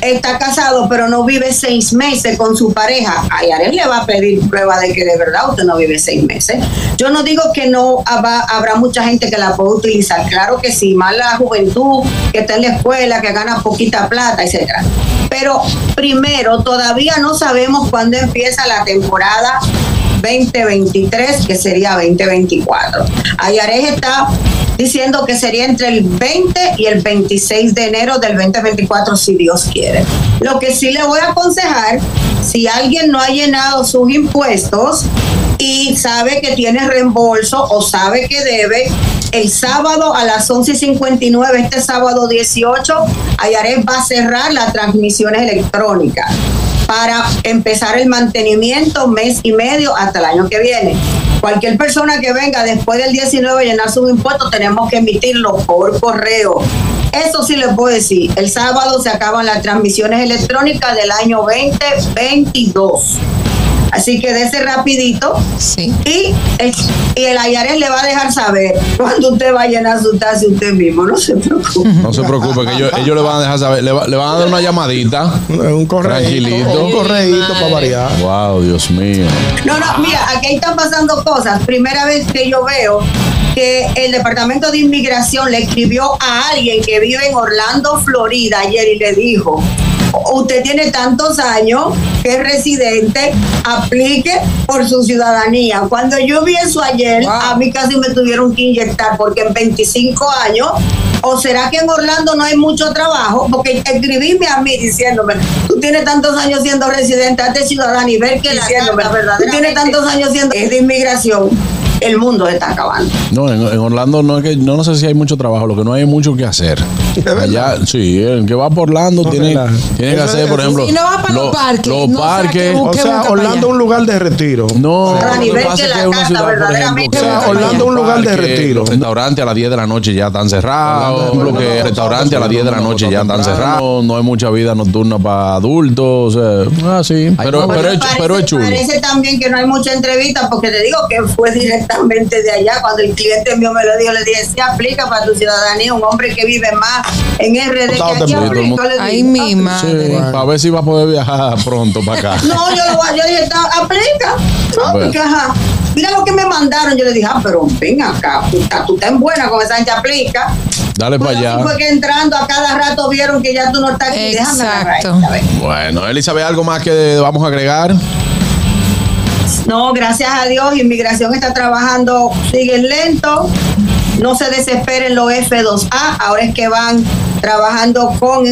[SPEAKER 11] está casado pero no vive seis meses con su pareja, a IARES le va a pedir prueba de que de verdad usted no vive seis meses. Yo no digo que no haba- habrá mucha gente que la pueda utilizar, claro que sí, más la juventud que está en la escuela, que gana poquita plata, etcétera. Pero primero, todavía no sabemos cuándo empieza la temporada 2023, que sería 2024. Ayares está diciendo que sería entre el 20 y el 26 de enero del 2024, si Dios quiere. Lo que sí le voy a aconsejar, si alguien no ha llenado sus impuestos y sabe que tiene reembolso o sabe que debe, el sábado a las 11.59, este sábado 18, Ayares va a cerrar las transmisiones electrónicas para empezar el mantenimiento mes y medio hasta el año que viene. Cualquier persona que venga después del 19 a llenar sus impuestos, tenemos que emitirlo por correo. Eso sí les puedo decir, el sábado se acaban las transmisiones electrónicas del año 2022. Así que dése rapidito. Y, el- y el IARES le va a dejar saber cuando usted va a llenar su tasa usted mismo. No se preocupe.
[SPEAKER 2] No se preocupe, que ellos, ellos le van a dejar saber, le, va- le van a dar una llamadita.
[SPEAKER 3] Un correíto.
[SPEAKER 2] Tranquilito.
[SPEAKER 3] Un correíto para variar.
[SPEAKER 2] Wow, Dios mío.
[SPEAKER 11] No, no, mira, aquí están pasando cosas. Primera vez que yo veo que el Departamento de Inmigración le escribió a alguien que vive en Orlando, Florida, ayer y le dijo, usted tiene tantos años que es residente, aplique por su ciudadanía. Cuando yo vi eso ayer, a mí casi me tuvieron que inyectar porque en 25 años... ¿O será que en Orlando no hay mucho trabajo? Porque escribíme a mí diciéndome, tú tienes tantos años siendo residente, hazte ciudadana y ver que la carta verdadera tiene tantos años siendo es de inmigración. El mundo se está acabando.
[SPEAKER 2] No, en, en Orlando no es que no, no sé si hay mucho trabajo, lo que no hay es mucho que hacer. Allá, sí, el que va por Orlando tiene, tiene que
[SPEAKER 3] Eso
[SPEAKER 2] hacer,
[SPEAKER 3] es-
[SPEAKER 2] eh, por ejemplo,
[SPEAKER 5] Y no va para los
[SPEAKER 2] lo-
[SPEAKER 5] parques,
[SPEAKER 2] los
[SPEAKER 5] no sabe que
[SPEAKER 2] parques.
[SPEAKER 3] O
[SPEAKER 5] Qué
[SPEAKER 3] sea,
[SPEAKER 5] bronca
[SPEAKER 3] Orlando
[SPEAKER 5] para
[SPEAKER 3] es un lugar de retiro.
[SPEAKER 2] No,
[SPEAKER 11] Para
[SPEAKER 2] lo
[SPEAKER 11] nivel
[SPEAKER 2] pasa
[SPEAKER 11] que
[SPEAKER 2] es
[SPEAKER 11] la
[SPEAKER 2] es una
[SPEAKER 11] carta
[SPEAKER 2] ciudad, por
[SPEAKER 11] verdaderamente
[SPEAKER 2] ejemplo, que
[SPEAKER 11] se
[SPEAKER 2] hay
[SPEAKER 3] Orlando es un lugar de
[SPEAKER 2] parque,
[SPEAKER 3] retiro.
[SPEAKER 2] Los restaurantes a las 10 de la noche ya están cerrados. Por ejemplo, que restaurantes a las 10 de la noche ya están cerrados. No hay mucha vida nocturna para adultos. eh, ah, sí. Pero, pero, es,
[SPEAKER 11] parece,
[SPEAKER 2] pero es chulo.
[SPEAKER 11] parece también que no hay mucha entrevista porque te digo que fue directamente de allá. Cuando el cliente mío me lo dijo, le dije, se aplica para tu ciudadanía un hombre que vive más en RD que aquí.
[SPEAKER 2] temprano.
[SPEAKER 11] aplica". Le dije,
[SPEAKER 5] Ay, mi
[SPEAKER 11] "Ah,
[SPEAKER 5] madre.
[SPEAKER 2] Para ver si va a poder viajar pronto para acá.
[SPEAKER 11] No, yo lo voy a, yo dije, "Está- aplica. No,
[SPEAKER 2] Bueno.
[SPEAKER 11] porque, ajá. Mira lo que me mandaron. Yo le dije, ah, pero ven acá, puta, tú estás en buena con esa gente, aplica.
[SPEAKER 2] Dale para
[SPEAKER 11] Así
[SPEAKER 2] allá.
[SPEAKER 11] fue que entrando a cada rato vieron que ya tú no estás aquí. Déjame agarrar
[SPEAKER 5] Exacto.
[SPEAKER 11] esta vez.
[SPEAKER 2] Bueno, Elizabeth, ¿algo más que vamos a agregar?
[SPEAKER 11] No, gracias a Dios, inmigración está trabajando, sigue lento. No se desesperen los F2A, ahora es que van trabajando con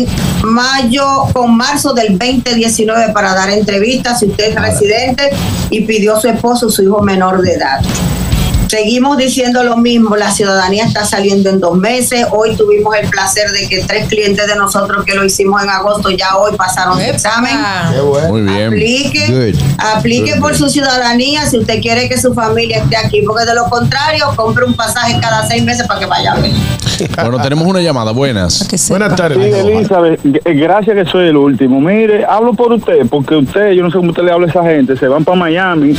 [SPEAKER 11] mayo, con marzo del 2019 para dar entrevistas si usted es residente y pidió su esposo, su hijo menor de edad. Seguimos diciendo lo mismo, la ciudadanía está saliendo en dos meses. Hoy tuvimos el placer de que tres clientes de nosotros que lo hicimos en agosto ya hoy pasaron el examen.
[SPEAKER 5] Ah.
[SPEAKER 2] Muy bien.
[SPEAKER 11] Aplique, aplique por su ciudadanía si usted quiere que su familia esté aquí, porque de lo contrario, compre un pasaje cada seis meses para que vaya a ver.
[SPEAKER 2] Bueno, tenemos una llamada. Buenas.
[SPEAKER 3] Buenas tardes.
[SPEAKER 10] Sí, Elizabeth, g- eh, gracias que soy el último. Mire, hablo por usted, porque usted, yo no sé cómo usted le habla a esa gente, se van para Miami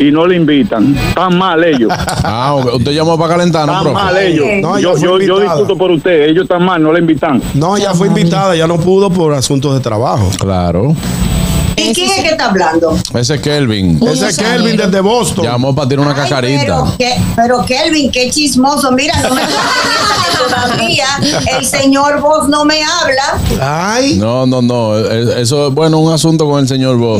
[SPEAKER 10] y no le invitan. Están mal ellos.
[SPEAKER 2] Ah, ok. usted llamó para calentar, ¿no,
[SPEAKER 10] Están mal
[SPEAKER 2] profe?
[SPEAKER 10] ellos.
[SPEAKER 3] No, ella
[SPEAKER 10] yo,
[SPEAKER 3] fue
[SPEAKER 10] yo, yo
[SPEAKER 3] invitada.
[SPEAKER 10] discuto por usted, ellos están mal, no le invitan.
[SPEAKER 3] No, ya fue invitada, ya no pudo por asuntos de trabajo.
[SPEAKER 2] Claro.
[SPEAKER 11] ¿Y quién es que está hablando?
[SPEAKER 2] Ese es Kelvin.
[SPEAKER 3] Ese es Kelvin desde Boston.
[SPEAKER 2] Llamó para tirar una
[SPEAKER 11] Ay,
[SPEAKER 2] cacarita.
[SPEAKER 11] Pero, que- pero Kelvin, qué chismoso. Mira, no me sorprende que todavía el señor vos no me habla.
[SPEAKER 3] Ay,
[SPEAKER 2] No, no, no. Eh, Eso es, bueno, un asunto con el señor Bo.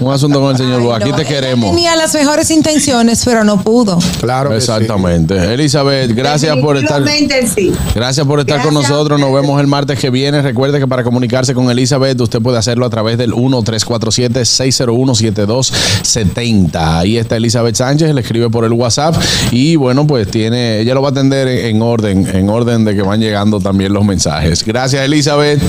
[SPEAKER 2] un asunto con el señor Bo. Aquí te queremos.
[SPEAKER 5] Tenía las mejores intenciones, pero no pudo.
[SPEAKER 3] claro. que sí.
[SPEAKER 2] Exactamente. Elizabeth, gracias por estar.
[SPEAKER 11] Definitivamente sí.
[SPEAKER 2] Gracias por estar con
[SPEAKER 11] Gracias.
[SPEAKER 2] nosotros. Nos vemos el martes que viene. Recuerde que para comunicarse con Elizabeth, usted puede hacerlo a través del 1-347-601-7270. Ahí está Elizabeth Sánchez, le escribe por el WhatsApp. Y bueno, pues tiene, ella lo va a atender en en orden, en orden de que van llegando también los mensajes. Gracias, Elizabeth.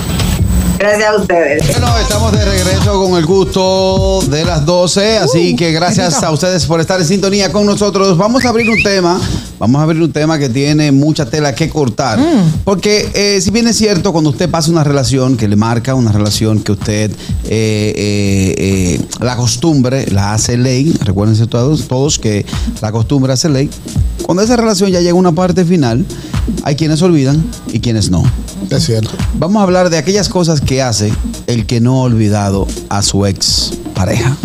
[SPEAKER 11] Gracias a ustedes.
[SPEAKER 6] Bueno, estamos de regreso con el gusto de las 12, así que gracias a ustedes por estar en sintonía con nosotros. Vamos a abrir un tema, vamos a abrir un tema que tiene mucha tela que cortar, porque eh, si bien es cierto, cuando usted pasa una relación que le marca, una relación que usted, eh, eh, eh, la costumbre la hace ley, recuérdense todos, todos que la costumbre hace ley, cuando esa relación ya llega a una parte final, hay quienes olvidan y quienes no.
[SPEAKER 3] Es cierto.
[SPEAKER 6] Vamos a hablar de aquellas cosas que hace el que no ha olvidado a su ex pareja.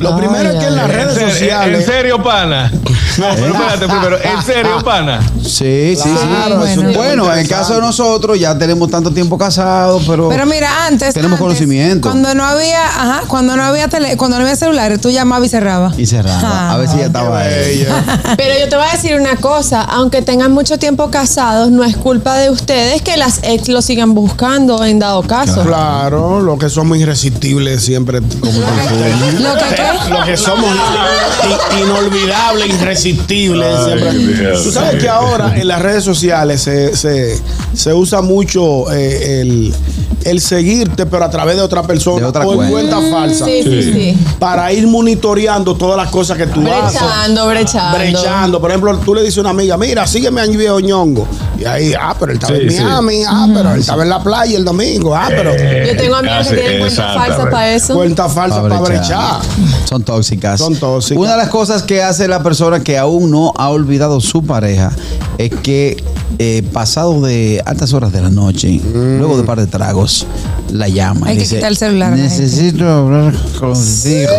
[SPEAKER 3] Lo primero es que en las redes sociales.
[SPEAKER 7] serio, pana? No, pero espérate primero. ¿En serio, pana?
[SPEAKER 6] ¿Eh? Ah, Sí, sí,
[SPEAKER 5] Claro, es un
[SPEAKER 6] Bueno,
[SPEAKER 5] tema
[SPEAKER 6] en el caso de nosotros ya tenemos tanto tiempo casados, pero,
[SPEAKER 5] Pero mira, antes.
[SPEAKER 6] Tenemos
[SPEAKER 5] antes,
[SPEAKER 6] conocimiento.
[SPEAKER 5] Cuando no había, ajá, cuando no había tele, cuando no había celulares, tú llamabas y cerrabas.
[SPEAKER 6] y cerraba. a ver si ya estaba ella.
[SPEAKER 4] Pero yo te voy a decir una cosa, aunque tengan mucho tiempo casados, no es culpa de ustedes que las ex lo sigan buscando en dado caso.
[SPEAKER 3] Claro, los que somos irresistibles siempre.
[SPEAKER 5] Lo que qué?
[SPEAKER 3] Los que somos in- inolvidables, irresistibles. siempre. Tú sabes que ahora en las redes sociales se, se- se usa mucho eh, el, el seguirte, pero a través de otra persona
[SPEAKER 6] De otra
[SPEAKER 3] o en
[SPEAKER 6] cuenta.
[SPEAKER 3] cuenta falsa.
[SPEAKER 4] Mm, Sí, sí, sí.
[SPEAKER 3] Para ir monitoreando todas las cosas que tú haces.
[SPEAKER 4] Brechando, brechando.
[SPEAKER 3] brechando. Por ejemplo, tú le dices a una amiga, mira, sígueme a mi viejo ñongo. Y ahí, ah, pero él estaba en
[SPEAKER 7] Sí, sí.
[SPEAKER 3] Miami, ah, pero él estaba en la playa el domingo, ah, pero
[SPEAKER 4] Mm. Yo tengo amigas que
[SPEAKER 7] Casi,
[SPEAKER 4] tienen cuentas
[SPEAKER 7] exacto,
[SPEAKER 4] falsas
[SPEAKER 7] bro.
[SPEAKER 4] para eso.
[SPEAKER 3] cuenta falsa para brechar.
[SPEAKER 6] Son tóxicas.
[SPEAKER 3] Son tóxicas.
[SPEAKER 6] Una de las cosas que hace la persona que aún no ha olvidado su pareja es que eh, pasado de altas horas de la noche,
[SPEAKER 3] Mm.
[SPEAKER 6] luego de un par de tragos, la llama. y
[SPEAKER 5] Hay que
[SPEAKER 6] dice,
[SPEAKER 5] quitar el celular a la gente.
[SPEAKER 6] Necesito hablar contigo.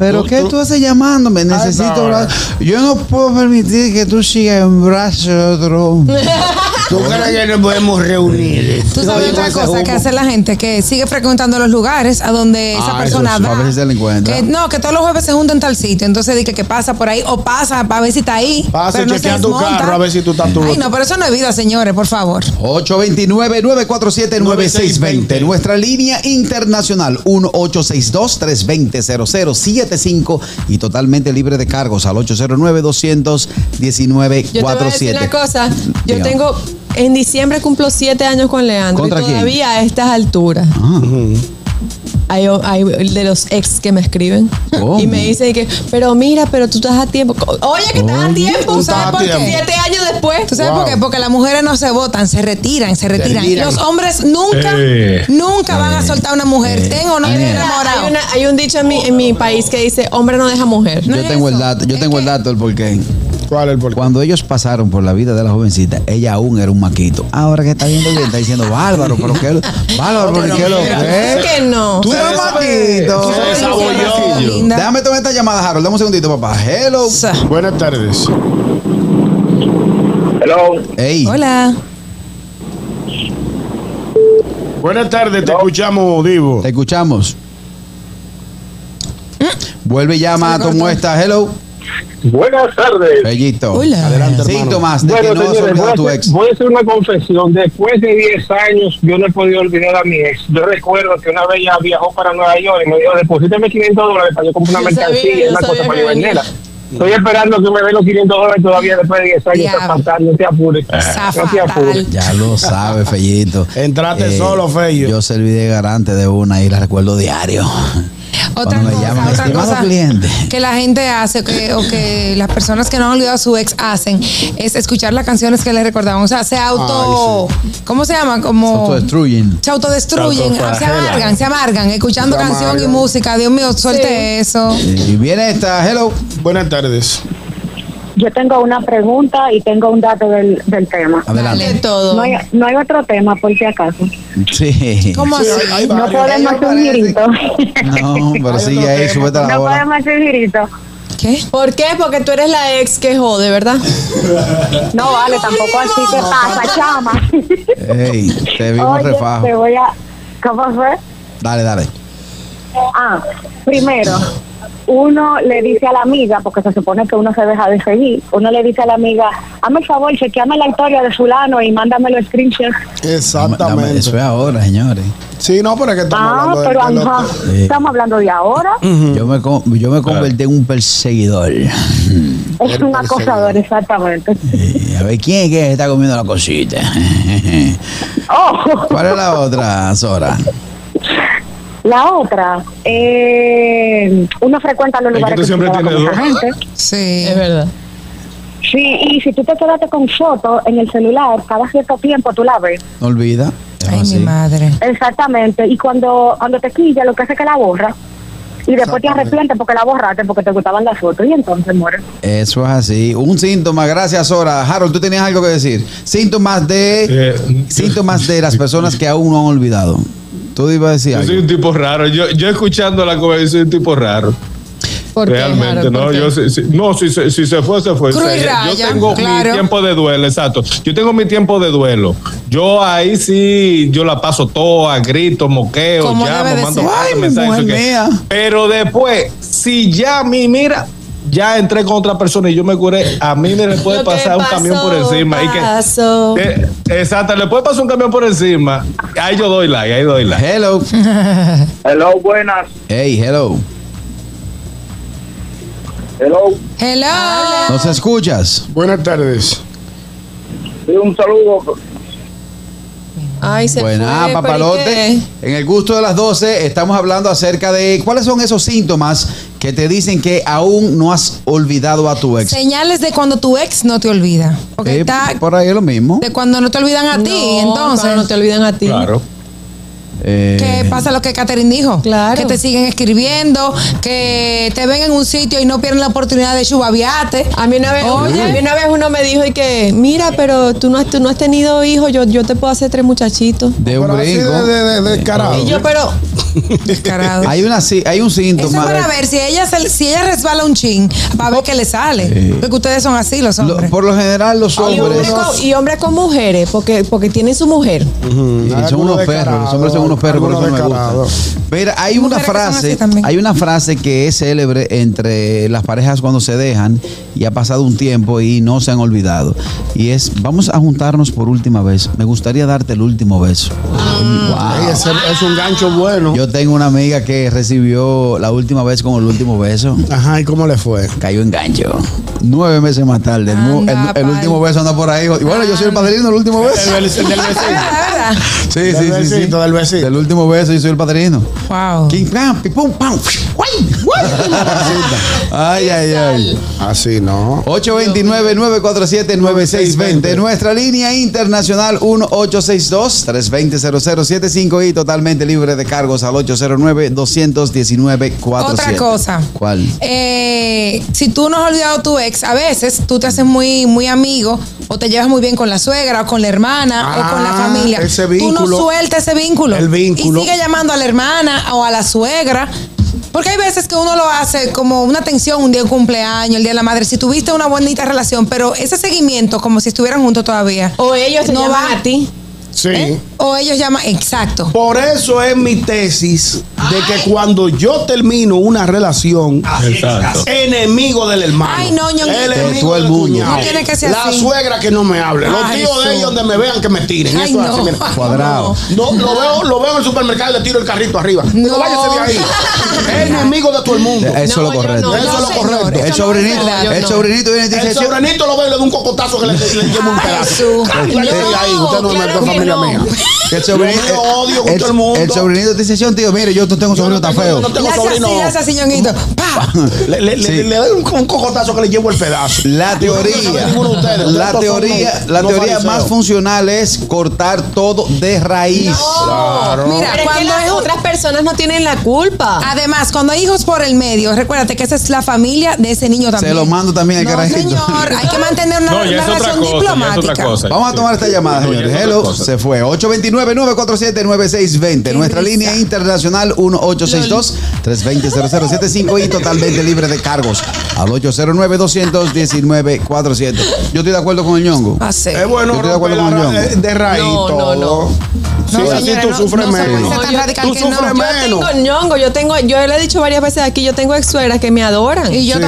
[SPEAKER 6] ¿Pero qué tú haces llamándome? Necesito hablar. Yo no puedo permitir que tú sigas en brazos de otro hombre.
[SPEAKER 3] ¿Tú crees que nos podemos reunir?
[SPEAKER 5] Tú sabes otra cosa que hace la gente que sigue frecuentando los lugares a donde esa
[SPEAKER 6] Ah,
[SPEAKER 5] persona
[SPEAKER 6] eso sí.
[SPEAKER 5] va.
[SPEAKER 6] A ver si se la encuentra.
[SPEAKER 5] Que, no, que todos los jueves se juntan en tal sitio. Entonces dice que pasa por ahí o pasa para ver si está ahí.
[SPEAKER 3] Pasa,
[SPEAKER 5] pero no se
[SPEAKER 3] chequea tu
[SPEAKER 5] desmonta.
[SPEAKER 3] carro a ver si tú estás tú.
[SPEAKER 5] Ay, no, pero eso no es vida, señores, por favor.
[SPEAKER 6] 829-947-9620. Nuestra línea internacional 1862-320-0075 y totalmente libre de cargos al
[SPEAKER 4] Yo te voy a decir una
[SPEAKER 6] 809-219-47.
[SPEAKER 4] cosa. Yo
[SPEAKER 6] Dígame.
[SPEAKER 4] tengo. En diciembre cumplo siete años con Leandro. Y
[SPEAKER 6] ¿Contra quién?
[SPEAKER 4] todavía a estas alturas.
[SPEAKER 6] Ah.
[SPEAKER 4] Hay, hay de los ex que me escriben
[SPEAKER 6] ¿Cómo?
[SPEAKER 4] y me dicen que, pero mira, pero tú estás a tiempo. Oye, que estás a tiempo,
[SPEAKER 3] tú
[SPEAKER 4] ¿sabes
[SPEAKER 3] estás a
[SPEAKER 4] por qué?
[SPEAKER 3] tiempo.
[SPEAKER 4] Siete años después.
[SPEAKER 5] ¿Tú sabes por qué? Porque las mujeres no se votan, se retiran, se retiran.
[SPEAKER 6] retiran.
[SPEAKER 5] Los hombres nunca,
[SPEAKER 7] Eh.
[SPEAKER 5] nunca van a soltar a una mujer, ten o no
[SPEAKER 6] Eh.
[SPEAKER 5] ten
[SPEAKER 4] Hay,
[SPEAKER 5] enamorado.
[SPEAKER 4] una- hay un dicho en mi, en mi país que dice, hombre no deja mujer.
[SPEAKER 5] No
[SPEAKER 6] Yo
[SPEAKER 5] es
[SPEAKER 6] tengo el
[SPEAKER 5] eso.
[SPEAKER 6] dato, yo
[SPEAKER 5] Es
[SPEAKER 6] tengo el
[SPEAKER 5] que-
[SPEAKER 6] dato del porqué.
[SPEAKER 3] ¿Cuál es el porqué?
[SPEAKER 6] Cuando ellos pasaron por la vida de la jovencita, ella aún era un maquito. Ahora que está viendo bien, está diciendo bárbaro, pero qué lo- bárbaro, pero qué lo ¿Eh?
[SPEAKER 4] Es que no.
[SPEAKER 6] Tú eres maquito.
[SPEAKER 3] Se desabolló.
[SPEAKER 5] Linda.
[SPEAKER 6] Déjame tomar esta llamada, Harold. Dame un segundito, papá. Hello.
[SPEAKER 5] Sa-
[SPEAKER 3] Buenas tardes.
[SPEAKER 10] Hello.
[SPEAKER 6] Ey.
[SPEAKER 5] Hola.
[SPEAKER 3] Buenas tardes, te escuchamos, Divo.
[SPEAKER 6] Te escuchamos. Vuelve y llama a tu muestra. Hello.
[SPEAKER 12] Buenas tardes.
[SPEAKER 6] Bellito.
[SPEAKER 12] Hola.
[SPEAKER 6] Adelante, hermano. Síntomas de
[SPEAKER 12] Bueno,
[SPEAKER 6] que no has
[SPEAKER 12] señores,
[SPEAKER 6] olvidado
[SPEAKER 12] voy,
[SPEAKER 6] a tu
[SPEAKER 12] hacer-
[SPEAKER 6] ex.
[SPEAKER 12] voy a hacer una confesión. Después de 10 años, yo no he podido olvidar a mi ex. Yo recuerdo que una vez ella viajó para Nueva York y me dijo, deposítame 500 dólares para yo comprar una
[SPEAKER 13] Yo sabía,
[SPEAKER 12] mercancía,
[SPEAKER 13] yo
[SPEAKER 12] una
[SPEAKER 13] sabía
[SPEAKER 12] cosa para
[SPEAKER 13] que
[SPEAKER 12] yo
[SPEAKER 13] venía.
[SPEAKER 12] venderla. Estoy esperando que me den los 500 dólares todavía después de 10 años. Está fatal, no te apures. No te apures.
[SPEAKER 6] Ya lo sabe, Fellito. Entraste
[SPEAKER 3] solo,
[SPEAKER 6] Fello. Yo serví de garante de una y la recuerdo diario.
[SPEAKER 5] Otra
[SPEAKER 6] Cuando me
[SPEAKER 5] cosa,
[SPEAKER 6] llaman,
[SPEAKER 5] otra
[SPEAKER 6] estimado
[SPEAKER 5] cosa
[SPEAKER 6] cliente.
[SPEAKER 5] que la gente hace o que, o que las personas que no han olvidado a su ex hacen es escuchar las canciones que les recordaban. O sea, se auto. ¿Cómo se llama? Como.
[SPEAKER 6] Autodestruyen.
[SPEAKER 5] Se autodestruyen,
[SPEAKER 6] Se
[SPEAKER 5] se
[SPEAKER 6] autoflagelan.
[SPEAKER 5] amargan, se amargan, escuchando
[SPEAKER 6] Se
[SPEAKER 5] canción
[SPEAKER 6] amargan.
[SPEAKER 5] y música. Dios mío, suelte eso.
[SPEAKER 6] Y viene esta, hello.
[SPEAKER 3] Buenas tardes.
[SPEAKER 14] Yo tengo una pregunta y tengo un dato del, del tema.
[SPEAKER 6] Adelante.
[SPEAKER 14] De todo. No hay, no hay otro tema, por si acaso.
[SPEAKER 6] Sí.
[SPEAKER 14] Sí, no podemos hacer un girito.
[SPEAKER 6] No, pero sigue ahí, súbete a la
[SPEAKER 14] No
[SPEAKER 6] bola.
[SPEAKER 14] podemos hacer un girito.
[SPEAKER 5] ¿Qué?
[SPEAKER 4] ¿Por qué? Porque tú eres la ex que jode, ¿verdad?
[SPEAKER 14] No, vale, tampoco así te pasa, chama.
[SPEAKER 6] Ey, te vimos
[SPEAKER 14] Oye,
[SPEAKER 6] refajo.
[SPEAKER 14] te voy a... ¿Cómo fue?
[SPEAKER 6] Dale, dale.
[SPEAKER 14] Ah, primero, uno le dice a la amiga, porque se supone que uno se deja de seguir, uno le dice a la amiga, hazme el favor, chequeame la historia de fulano y mándamelo screenshot.
[SPEAKER 6] Dame-
[SPEAKER 3] Exactamente.
[SPEAKER 6] Eso es ahora, señores. Eh,
[SPEAKER 3] Sí, no, pero es que estamos
[SPEAKER 14] Ah,
[SPEAKER 3] hablando de-
[SPEAKER 14] pero
[SPEAKER 3] de los-
[SPEAKER 14] ajá,
[SPEAKER 6] Sí.
[SPEAKER 14] estamos hablando de ahora.
[SPEAKER 6] Yo me, con- yo me convertí en un perseguidor.
[SPEAKER 14] Es un acosador, exactamente.
[SPEAKER 6] Y A ver, ¿quién es que está comiendo la cosita? ¿Cuál es la otra, Sora?
[SPEAKER 14] La otra, eh, uno frecuenta los
[SPEAKER 6] Es que
[SPEAKER 14] lugares
[SPEAKER 6] tú
[SPEAKER 14] que
[SPEAKER 6] siempre
[SPEAKER 14] se queda con
[SPEAKER 6] tienes
[SPEAKER 14] mucha
[SPEAKER 6] dos.
[SPEAKER 14] gente.
[SPEAKER 5] Sí.
[SPEAKER 4] Es verdad.
[SPEAKER 14] Sí, y si tú te quedaste con fotos en el celular, cada cierto tiempo tú la ves.
[SPEAKER 6] No olvida. Ay, mi
[SPEAKER 5] madre.
[SPEAKER 14] Exactamente. Y cuando, cuando te quilla, lo que hace es que la borra. Y después te arrepientes porque la borraste, porque te gustaban las fotos. Y entonces mueres.
[SPEAKER 6] Eso es así. Un síntoma, gracias Sora. Harold, tú tenías algo que decir. Síntomas de
[SPEAKER 3] Eh,
[SPEAKER 6] síntomas de las personas que aún no han olvidado. Tú ibas a decir
[SPEAKER 7] Yo
[SPEAKER 6] algo.
[SPEAKER 7] soy un tipo raro. Yo, yo escuchando la conversación soy un tipo raro.
[SPEAKER 5] ¿Por
[SPEAKER 6] qué,
[SPEAKER 7] Realmente,
[SPEAKER 6] Harold?
[SPEAKER 7] no,
[SPEAKER 6] ¿Por qué?
[SPEAKER 7] yo sí- sí- no, si, se- si se fue, se fue.
[SPEAKER 5] Cruz y
[SPEAKER 7] O sea,
[SPEAKER 5] raya,
[SPEAKER 7] yo tengo
[SPEAKER 5] claro.
[SPEAKER 7] mi tiempo de duelo, exacto. Yo tengo mi tiempo de duelo. Yo ahí sí, yo la paso toda, grito, moqueo,
[SPEAKER 5] Como debe
[SPEAKER 7] llamo,
[SPEAKER 5] de
[SPEAKER 7] mando
[SPEAKER 5] ser.
[SPEAKER 7] WhatsApp,
[SPEAKER 5] Ay, mi
[SPEAKER 7] mensajes,
[SPEAKER 5] mujer
[SPEAKER 7] eso que-
[SPEAKER 5] mía.
[SPEAKER 7] Pero después, si ya a mí, mira, ya entré con otra persona y yo me curé, a mí me le puede
[SPEAKER 4] Lo que
[SPEAKER 7] pasar un
[SPEAKER 4] pasó,
[SPEAKER 7] camión por encima. Y
[SPEAKER 4] pasó.
[SPEAKER 7] que, Eh, exacto, le puede pasar un camión por encima. Ahí yo doy like, ahí doy like.
[SPEAKER 6] Hello.
[SPEAKER 12] Hello, buenas.
[SPEAKER 6] Hey, hello.
[SPEAKER 12] Hello.
[SPEAKER 5] Hello.
[SPEAKER 6] ¿Nos escuchas?
[SPEAKER 3] Buenas tardes.
[SPEAKER 12] un saludo.
[SPEAKER 4] Ay, se
[SPEAKER 6] Buena,
[SPEAKER 4] fue, pero
[SPEAKER 6] papalote.
[SPEAKER 4] ¿y
[SPEAKER 6] En el gusto de las 12 estamos hablando acerca de cuáles son esos síntomas que te dicen que aún no has olvidado a tu ex.
[SPEAKER 5] Señales de cuando tu ex no te olvida. Porque
[SPEAKER 6] Eh,
[SPEAKER 5] está
[SPEAKER 6] por ahí es lo mismo.
[SPEAKER 5] de cuando no te olvidan a ti, entonces.
[SPEAKER 4] no te olvidan a ti.
[SPEAKER 7] Claro.
[SPEAKER 6] Eh,
[SPEAKER 5] Que pasa lo que Catherine dijo. Claro. Que te siguen escribiendo, que te ven en un sitio y no pierden la oportunidad de chubaviate.
[SPEAKER 4] A mí una vez, a mí
[SPEAKER 5] Oye.
[SPEAKER 4] una vez uno me dijo y que, mira, pero tú no has, tú no has tenido hijos, yo, yo te puedo hacer tres muchachitos.
[SPEAKER 6] de un brinco.
[SPEAKER 4] Y yo, pero
[SPEAKER 5] Descarado.
[SPEAKER 6] Hay, una, sí- hay un síntoma.
[SPEAKER 5] Eso es
[SPEAKER 6] de-
[SPEAKER 5] para ver si ella, se- si ella resbala un chin, para ver qué le sale. Porque ustedes son así los hombres.
[SPEAKER 6] por lo general los
[SPEAKER 4] y hombres con, y hombres con mujeres, porque, porque tienen su mujer.
[SPEAKER 6] Y son
[SPEAKER 3] Algunos
[SPEAKER 6] unos perros, los hombres son unos perros, por eso
[SPEAKER 3] algunos
[SPEAKER 6] no me gusta. Pero hay una
[SPEAKER 5] mujeres que son así
[SPEAKER 6] frase,
[SPEAKER 5] también.
[SPEAKER 6] hay una frase que es célebre entre las parejas cuando se dejan y ha pasado un tiempo y no se han olvidado. Y es, vamos a juntarnos por última vez. Me gustaría darte el último beso. Wow.
[SPEAKER 5] Ah.
[SPEAKER 3] Ey, ese es un gancho bueno.
[SPEAKER 6] Yo tengo una amiga que recibió la última vez con el último beso.
[SPEAKER 3] Ajá, ¿y cómo le fue?
[SPEAKER 6] Cayó en gancho. Nueve meses más tarde. El, nu- el nu- el último beso anda por ahí. Y bueno, yo soy el padrino del último beso.
[SPEAKER 3] Del bes- del besito.
[SPEAKER 6] Sí,
[SPEAKER 3] Del
[SPEAKER 6] sí, sí, sí.
[SPEAKER 3] besito, del besito.
[SPEAKER 6] Del último beso, yo soy el padrino.
[SPEAKER 5] Wow.
[SPEAKER 6] King Clan, pim, pum, pam. Guay, guay. Ay, ay, ay.
[SPEAKER 3] Así no.
[SPEAKER 6] 829-947-9620. Nuestra línea internacional 1862-320-0075 y totalmente libre de cargos al 809-219-47.
[SPEAKER 5] Otra cosa.
[SPEAKER 6] ¿Cuál?
[SPEAKER 5] Eh, si tú no has olvidado a tu ex, a veces tú te haces muy, muy amigo o te llevas muy bien con la suegra o con la hermana
[SPEAKER 3] Ah,
[SPEAKER 5] o con la familia.
[SPEAKER 3] ese
[SPEAKER 5] tú no
[SPEAKER 3] vínculo.
[SPEAKER 5] sueltas ese vínculo.
[SPEAKER 3] El vínculo.
[SPEAKER 5] Y sigue llamando a la hermana o a la suegra. Porque hay veces que uno lo hace como una tensión, un día de cumpleaños, el día de la madre. Si tuviste una bonita relación, pero ese seguimiento, como si estuvieran juntos todavía.
[SPEAKER 4] O ellos te
[SPEAKER 5] no
[SPEAKER 4] llaman
[SPEAKER 5] va.
[SPEAKER 4] a ti.
[SPEAKER 3] Sí.
[SPEAKER 5] O o ellos llaman. Exacto.
[SPEAKER 3] Por eso es mi tesis de que cuando yo termino una relación,
[SPEAKER 5] Exacto.
[SPEAKER 3] enemigo del hermano.
[SPEAKER 5] Ay, no, ñonguito.
[SPEAKER 3] El
[SPEAKER 5] De
[SPEAKER 3] enemigo
[SPEAKER 5] todo el
[SPEAKER 3] del
[SPEAKER 5] mundo.
[SPEAKER 3] cuñado.
[SPEAKER 5] No tiene que ser
[SPEAKER 3] La
[SPEAKER 5] así.
[SPEAKER 3] suegra que no me hable. Los
[SPEAKER 5] Ay,
[SPEAKER 3] tíos de
[SPEAKER 5] eso.
[SPEAKER 3] ellos donde me vean que me tiren.
[SPEAKER 5] Ay,
[SPEAKER 3] eso es
[SPEAKER 5] no.
[SPEAKER 3] así, mira.
[SPEAKER 5] Cuadrado.
[SPEAKER 3] No, lo veo, lo veo en el supermercado y le tiro el carrito arriba. Digo, váyase de ahí. Es enemigo de todo el mundo.
[SPEAKER 6] Eso es lo correcto.
[SPEAKER 3] eso es lo correcto.
[SPEAKER 6] el sobrinito, el sobrinito viene y te dice.
[SPEAKER 3] El sobrinito lo ve y le da un cocotazo que le, le lleva un pedazo. Cállate de ahí, usted no me
[SPEAKER 6] claro que
[SPEAKER 3] familia
[SPEAKER 6] no.
[SPEAKER 3] mía.
[SPEAKER 6] El sobrinito,
[SPEAKER 3] Yo me odio con
[SPEAKER 6] el-
[SPEAKER 3] todo el mundo.
[SPEAKER 6] el sobrinito te dice, "Señor, tío, mire, yo no tengo un sobrino tan feo.
[SPEAKER 3] tengo sobrino. Le, le, le-
[SPEAKER 6] Sí.
[SPEAKER 3] le doy un, un cocotazo que le llevo el pedazo.
[SPEAKER 6] La
[SPEAKER 3] Digo, no sabe
[SPEAKER 6] teoría,
[SPEAKER 3] ninguno de ustedes. Ustedes
[SPEAKER 6] la
[SPEAKER 3] todos son
[SPEAKER 6] teoría,
[SPEAKER 3] unos-
[SPEAKER 6] la
[SPEAKER 3] unos
[SPEAKER 6] teoría
[SPEAKER 3] fariseos.
[SPEAKER 6] más funcional es cortar todo de raíz.
[SPEAKER 3] Claro.
[SPEAKER 4] Mira, Pero es que las
[SPEAKER 5] otras personas no tienen la culpa. Además, cuando hay hijos por el medio, recuérdate que esa es la familia de ese niño también.
[SPEAKER 6] Se lo mando también al
[SPEAKER 5] No,
[SPEAKER 6] carajito.
[SPEAKER 5] señor, hay que mantener una,
[SPEAKER 6] No, ya
[SPEAKER 5] una
[SPEAKER 6] es otra
[SPEAKER 5] relación
[SPEAKER 6] cosa, ya es otra
[SPEAKER 5] diplomática.
[SPEAKER 6] cosa. Vamos a tomar esta llamada,
[SPEAKER 2] No, ya
[SPEAKER 6] señores.
[SPEAKER 2] es otra
[SPEAKER 6] Hello,
[SPEAKER 2] cosa.
[SPEAKER 6] se fue. 829-947-9620. Nuestra línea internacional 1862-320-0075 y totalmente libre de cargos al 809-219-47. Yo estoy de acuerdo con el ñongo.
[SPEAKER 5] Es
[SPEAKER 6] Yo
[SPEAKER 3] bueno
[SPEAKER 6] estoy de acuerdo con el
[SPEAKER 3] romper
[SPEAKER 6] ñongo.
[SPEAKER 3] la ra- de raíz
[SPEAKER 6] No,
[SPEAKER 3] todo. Sí,
[SPEAKER 6] No,
[SPEAKER 3] así
[SPEAKER 6] señora,
[SPEAKER 3] tú
[SPEAKER 6] no-
[SPEAKER 3] sufres
[SPEAKER 6] no se
[SPEAKER 3] menos.
[SPEAKER 6] puede ser
[SPEAKER 4] tan radical
[SPEAKER 3] tú
[SPEAKER 4] que
[SPEAKER 3] sufres
[SPEAKER 4] no. Yo
[SPEAKER 3] menos.
[SPEAKER 4] tengo ñongo, yo tengo, yo le he dicho varias veces aquí, yo tengo ex suegras que me adoran. Y
[SPEAKER 6] Sí.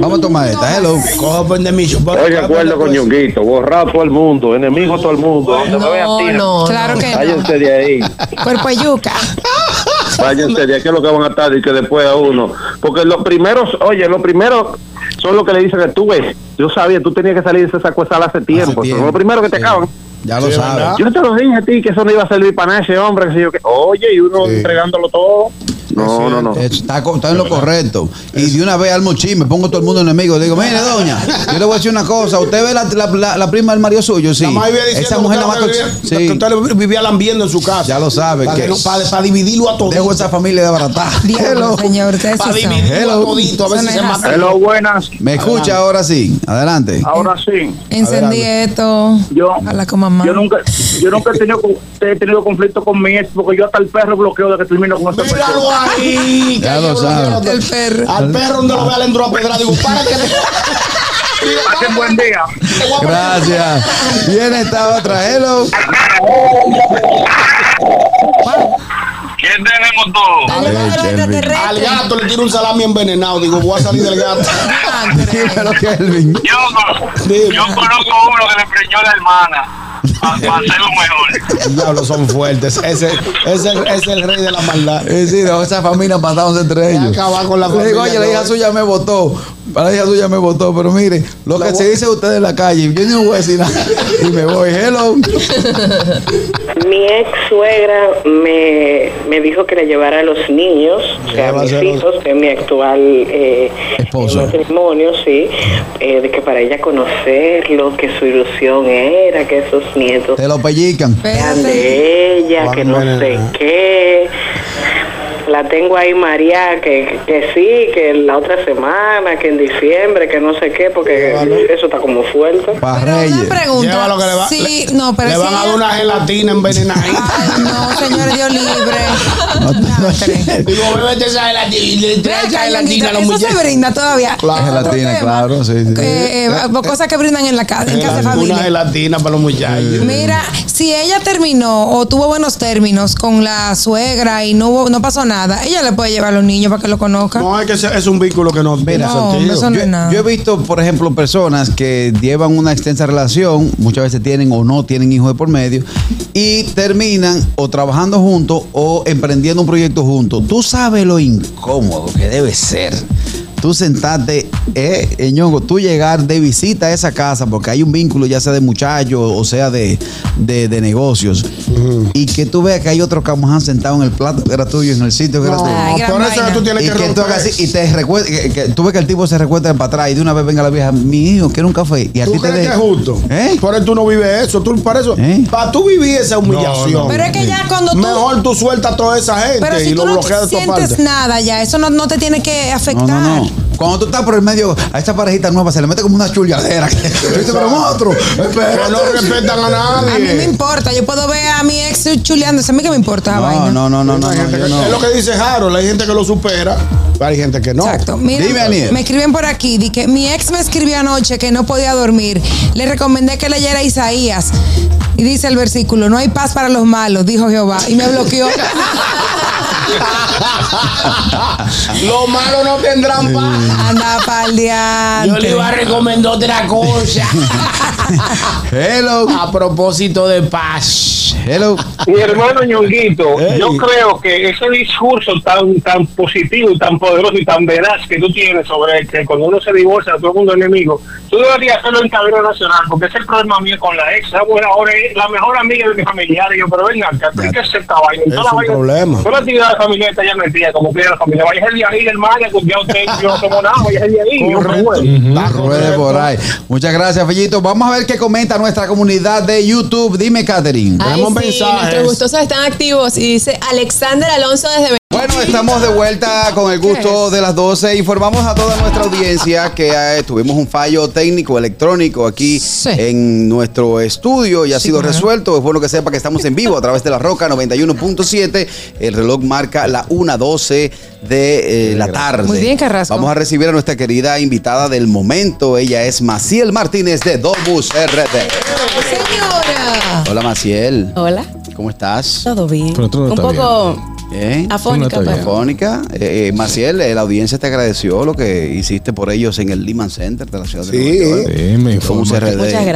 [SPEAKER 6] Vamos a tomar esta. Hello.
[SPEAKER 3] Cojo por de
[SPEAKER 10] Estoy de acuerdo con Ñonguito, borrar todo el mundo, enemigo todo el mundo. Donde me vean, tiren.
[SPEAKER 5] no, claro que no.
[SPEAKER 10] Váyanse de ahí.
[SPEAKER 5] Cuerpo de yuca.
[SPEAKER 10] Váyanse de aquí es lo que van a estar y que después a uno. Porque los primeros, oye, los primeros son los que le dicen que tú ves. Yo sabía, tú tenías que salir de esa cuesal hace tiempo. Son los primeros que te acaban.
[SPEAKER 6] Ya lo sabes.
[SPEAKER 10] Yo te lo dije a ti que eso no iba a servir para nada, ese hombre. Que sé yo, que, oye, y uno entregándolo todo. No, no, no.
[SPEAKER 6] Está, co- está en lo correcto. Y de una vez al chisme, pongo todo el mundo enemigo. Digo, mire, doña, yo le voy a decir una cosa. Usted ve la, la, la- la prima del marido suyo, sí.
[SPEAKER 3] Nada más iba diciendo
[SPEAKER 6] Esa
[SPEAKER 3] que
[SPEAKER 6] mujer
[SPEAKER 3] usted
[SPEAKER 6] nada más.
[SPEAKER 3] la vivía-
[SPEAKER 6] sí.
[SPEAKER 3] que usted le vivía lambiendo en su casa.
[SPEAKER 6] Ya lo sabe.
[SPEAKER 3] Para que no- para- para dividirlo a todos.
[SPEAKER 6] Dejo esa familia de abaratar.
[SPEAKER 5] Diablo, señor, ustedes
[SPEAKER 3] Pa'
[SPEAKER 5] sí saben.
[SPEAKER 3] dividirlo a todito, a ver
[SPEAKER 5] Eso
[SPEAKER 3] si
[SPEAKER 5] no
[SPEAKER 3] se
[SPEAKER 5] es
[SPEAKER 3] matan.
[SPEAKER 5] así.
[SPEAKER 10] Hello, buenas.
[SPEAKER 6] Me escucha ahora sí. Adelante.
[SPEAKER 10] Ahora sí.
[SPEAKER 5] Encendí esto.
[SPEAKER 10] Yo,
[SPEAKER 5] Habla con mamá.
[SPEAKER 10] yo nunca, yo nunca he tenido, con- he tenido conflicto con mi ex porque yo hasta el perro bloqueo de que termino con esta
[SPEAKER 3] Míralo
[SPEAKER 10] persona.
[SPEAKER 3] ahí. que
[SPEAKER 6] Ya
[SPEAKER 3] yo
[SPEAKER 6] lo
[SPEAKER 3] bloqueo
[SPEAKER 6] sabe.
[SPEAKER 3] Al perro. Al perro donde lo vea le entró a pedra. Digo, para que
[SPEAKER 10] Pasen buen día.
[SPEAKER 6] Gracias. Viene esta otra. Hello.
[SPEAKER 12] ¿Quién tenemos todos?
[SPEAKER 3] te... Al gato le tiro un salami envenenado. Digo, voy a salir del gato.
[SPEAKER 6] Dímelo, Kelvin.
[SPEAKER 12] Yo conozco uno que le preñó la hermana. Para hacerlo mejor.
[SPEAKER 3] Diablos son fuertes. Ese es el, es el rey de la maldad.
[SPEAKER 6] Eh, sí, no, esa familia pasándose entre ellos.
[SPEAKER 3] acabar con la
[SPEAKER 6] Le digo,
[SPEAKER 3] familia,
[SPEAKER 6] oye, la
[SPEAKER 3] no.
[SPEAKER 6] hija suya me votó. La hija suya me votó, pero mire, lo que se dice usted en la calle, yo no voy a decir nada. Y me voy, hello.
[SPEAKER 13] Mi ex suegra me, me dijo que le llevara a los niños, o sea, a mis hijos de mi actual eh, matrimonio, sí, eh, de que para ella conocerlo, que su ilusión era que esos nietos
[SPEAKER 6] Te lo pellican.
[SPEAKER 13] sean de ella, que no sé qué. La tengo ahí María, que, que sí, que la otra semana, que en diciembre, que no sé qué, porque eso está como fuerte.
[SPEAKER 5] Pregunta.
[SPEAKER 3] Lleva lo que le va-
[SPEAKER 5] sí, no, pero
[SPEAKER 3] Le
[SPEAKER 5] sí
[SPEAKER 3] van a dar una gelatina envenenada.
[SPEAKER 5] No, señor, Dios libre.
[SPEAKER 3] Digo, bébete esa gelatina. Le trae esa gelatina a la
[SPEAKER 5] Eso se
[SPEAKER 3] muchacha.
[SPEAKER 5] brinda todavía.
[SPEAKER 3] Claro.
[SPEAKER 5] Es otro
[SPEAKER 6] Gelatina,
[SPEAKER 5] tema.
[SPEAKER 6] claro, sí, sí.
[SPEAKER 5] Eh, eh, cosas que brindan en la casa, en casa de
[SPEAKER 3] eh, Una
[SPEAKER 5] familia.
[SPEAKER 3] gelatina para los muchachos.
[SPEAKER 5] Mira, si ella terminó o tuvo buenos términos con la suegra y no hubo- no pasó nada, ella le puede llevar a los niños para que lo conozcan.
[SPEAKER 3] No, es que ese es un vínculo que no tiene
[SPEAKER 5] No, hombre, eso no es nada.
[SPEAKER 6] Yo he visto, por ejemplo, personas que llevan una extensa relación, muchas veces tienen o no tienen hijos de por medio, y terminan o trabajando juntos o emprendiendo un proyecto juntos. Tú sabes lo incómodo que debe ser. Tú sentarte, eh, eh, ñongo, tú llegar de visita a esa casa, porque hay un vínculo ya sea de muchachos o sea de, de, de negocios, y que tú veas que hay otro camuján sentado en el plato que era tuyo, en el sitio que era
[SPEAKER 3] No,
[SPEAKER 6] tuyo.
[SPEAKER 3] Ay, gran por eso es que vaina. tú tienes
[SPEAKER 6] y
[SPEAKER 3] que
[SPEAKER 6] tú
[SPEAKER 3] romper
[SPEAKER 6] hagas
[SPEAKER 3] eso.
[SPEAKER 6] así, y te recuerda, que, que tú ves que el tipo se recuerda para atrás y de una vez venga la vieja, mi hijo, quiero un café. Y a
[SPEAKER 3] ¿Tú
[SPEAKER 6] ti te
[SPEAKER 3] crees que
[SPEAKER 6] de- ¿Eh?
[SPEAKER 3] es justo? Por eso tú no vives eso. Tú, para eso, para tú vivir esa humillación.
[SPEAKER 5] no. Pero es que ya cuando tú-
[SPEAKER 3] Mejor tú sueltas a toda esa gente
[SPEAKER 5] Pero si
[SPEAKER 3] y
[SPEAKER 5] tú
[SPEAKER 3] lo
[SPEAKER 5] no
[SPEAKER 3] bloqueas de tu
[SPEAKER 5] sientes
[SPEAKER 3] parte.
[SPEAKER 5] nada ya, eso no, no te tiene que afectar.
[SPEAKER 6] No, no, no. Cuando tú estás por el medio, a esta parejita nueva se le mete como una chulladera. Tú dices, pero monstruo, espérate.
[SPEAKER 3] Que no respetan a nadie.
[SPEAKER 5] A mí me importa, yo puedo ver a mi ex chuleándose, a mí que me importa esa vaina.
[SPEAKER 6] No, no, no, no, no, yo no.
[SPEAKER 3] Es lo que dice Harold, hay gente que lo supera, hay gente que no. Exacto.
[SPEAKER 5] Mira, me escriben por aquí, di que mi ex me escribió anoche que no podía dormir. Le recomendé que leyera Isaías. Y dice el versículo, no hay paz para los malos, dijo Jehová. Y me bloqueó.
[SPEAKER 3] Los malos no tendrán paz.
[SPEAKER 5] Anda pa'l diante.
[SPEAKER 15] Yo le iba a recomendar otra cosa.
[SPEAKER 6] Hello.
[SPEAKER 15] A propósito de paz.
[SPEAKER 6] Hello.
[SPEAKER 12] Mi hermano Ñonguito,
[SPEAKER 6] Ey.
[SPEAKER 12] yo creo que ese discurso tan tan positivo, y tan poderoso y tan veraz que tú tienes sobre que cuando uno se divorcia todo el mundo es enemigo, tú deberías hacerlo en cadena nacional, porque ese es el problema mío con la ex. La buena ahora es la mejor amiga de mi familia. Y yo, pero venga, acá, ¿por ¿qué es esta vaina?
[SPEAKER 3] Es un problema.
[SPEAKER 12] Toda la actividad familiar está ya metida, como que la familia. Vaya el día ahí, hermano, que ya usted y yo no somos nada, vaya el día ahí. y yo, pero bueno.
[SPEAKER 6] Ruede por ahí. Muchas gracias, Fellito. Vamos a ver qué comenta nuestra comunidad de YouTube. Dime, Catherine.
[SPEAKER 4] Ay, sí, nuestros gustosos están activos. Y dice Alexander Alonso desde
[SPEAKER 6] Bueno, estamos de vuelta con el gusto de las 12. Informamos a toda nuestra audiencia que eh, tuvimos un fallo técnico electrónico aquí en nuestro estudio y ha sido resuelto. Es bueno que sepa que estamos en vivo a través de la Roca 91.7. El reloj marca la 1.12 de eh, la tarde.
[SPEAKER 5] Muy bien, Carrasco.
[SPEAKER 6] Vamos a recibir a nuestra querida invitada del momento. Ella es Maciel Martínez de Dobus RD.
[SPEAKER 16] Señora.
[SPEAKER 6] Hola, Maciel.
[SPEAKER 16] Hola.
[SPEAKER 6] ¿Cómo estás?
[SPEAKER 16] Todo bien.
[SPEAKER 6] Pero tú no
[SPEAKER 16] Un
[SPEAKER 6] estás
[SPEAKER 16] poco.
[SPEAKER 6] Bien.
[SPEAKER 16] Afónica, pues. Tú no estás bien.
[SPEAKER 6] Afónica. Eh, eh, Maciel, eh, la audiencia te agradeció lo que hiciste por ellos en el Lehman Center de la ciudad de Nueva York. Sí, me
[SPEAKER 16] Muchas gracias.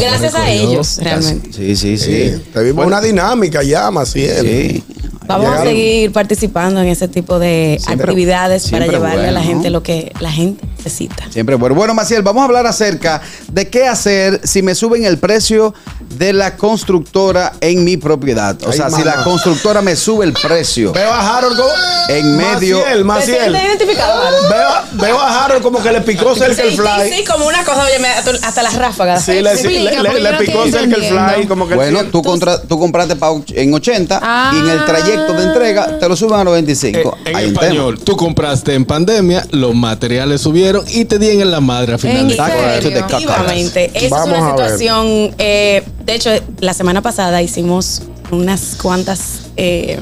[SPEAKER 16] gracias a ellos, realmente.
[SPEAKER 6] Sí, sí, sí.
[SPEAKER 3] te vimos una dinámica ya, Maciel.
[SPEAKER 6] Sí.
[SPEAKER 16] Vamos a
[SPEAKER 3] Llegaron.
[SPEAKER 16] seguir participando en ese tipo de
[SPEAKER 6] Siempre-
[SPEAKER 16] actividades para
[SPEAKER 6] siempre
[SPEAKER 16] llevarle a la
[SPEAKER 6] bueno,
[SPEAKER 16] gente
[SPEAKER 6] ¿no?
[SPEAKER 16] lo que la gente necesita.
[SPEAKER 6] Siempre bueno. Bueno, Maciel, vamos a hablar acerca de qué hacer si me suben el precio de la constructora en mi propiedad. O
[SPEAKER 3] Ay,
[SPEAKER 6] sea, si
[SPEAKER 3] mamá.
[SPEAKER 6] la constructora me sube el precio.
[SPEAKER 3] Veo a Harold
[SPEAKER 17] Ah,
[SPEAKER 3] como.
[SPEAKER 6] En medio-
[SPEAKER 3] Maciel, Maciel.
[SPEAKER 16] Te sientes identificado, Harold.
[SPEAKER 3] Veo, veo a Harold como que le picó cerca el
[SPEAKER 16] Sí,
[SPEAKER 3] fly.
[SPEAKER 16] sí, sí, como una cosa, oye, me- hasta las ráfagas.
[SPEAKER 3] Sí, le- le- le- le picó cerca el fly. Como que
[SPEAKER 6] bueno, tú, contra- tú compraste pa- en 80 y en
[SPEAKER 16] Ah.
[SPEAKER 6] el trayecto de entrega te lo suben a 95.
[SPEAKER 3] Eh,
[SPEAKER 7] En
[SPEAKER 6] Hay un tema.
[SPEAKER 7] español, tú compraste en pandemia, los materiales subieron y te dieron en la madre a final de
[SPEAKER 16] Exacto, efectivamente. Esa
[SPEAKER 7] Vamos
[SPEAKER 16] es una
[SPEAKER 7] a ver.
[SPEAKER 16] situación. eh, de hecho, la semana pasada hicimos unas cuantas eh,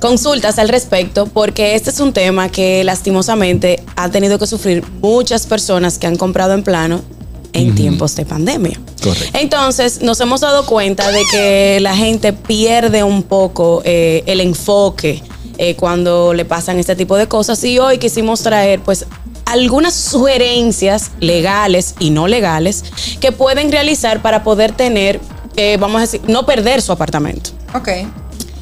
[SPEAKER 16] consultas al respecto, porque este es un tema que lastimosamente han tenido que sufrir muchas personas que han comprado en plano en tiempos de pandemia. Entonces, nos hemos dado cuenta de que la gente pierde un poco eh, el enfoque eh, cuando le pasan este tipo de cosas y hoy quisimos traer pues algunas sugerencias legales y no legales que pueden realizar para poder tener, eh, vamos a decir, no perder su apartamento.
[SPEAKER 5] Ok.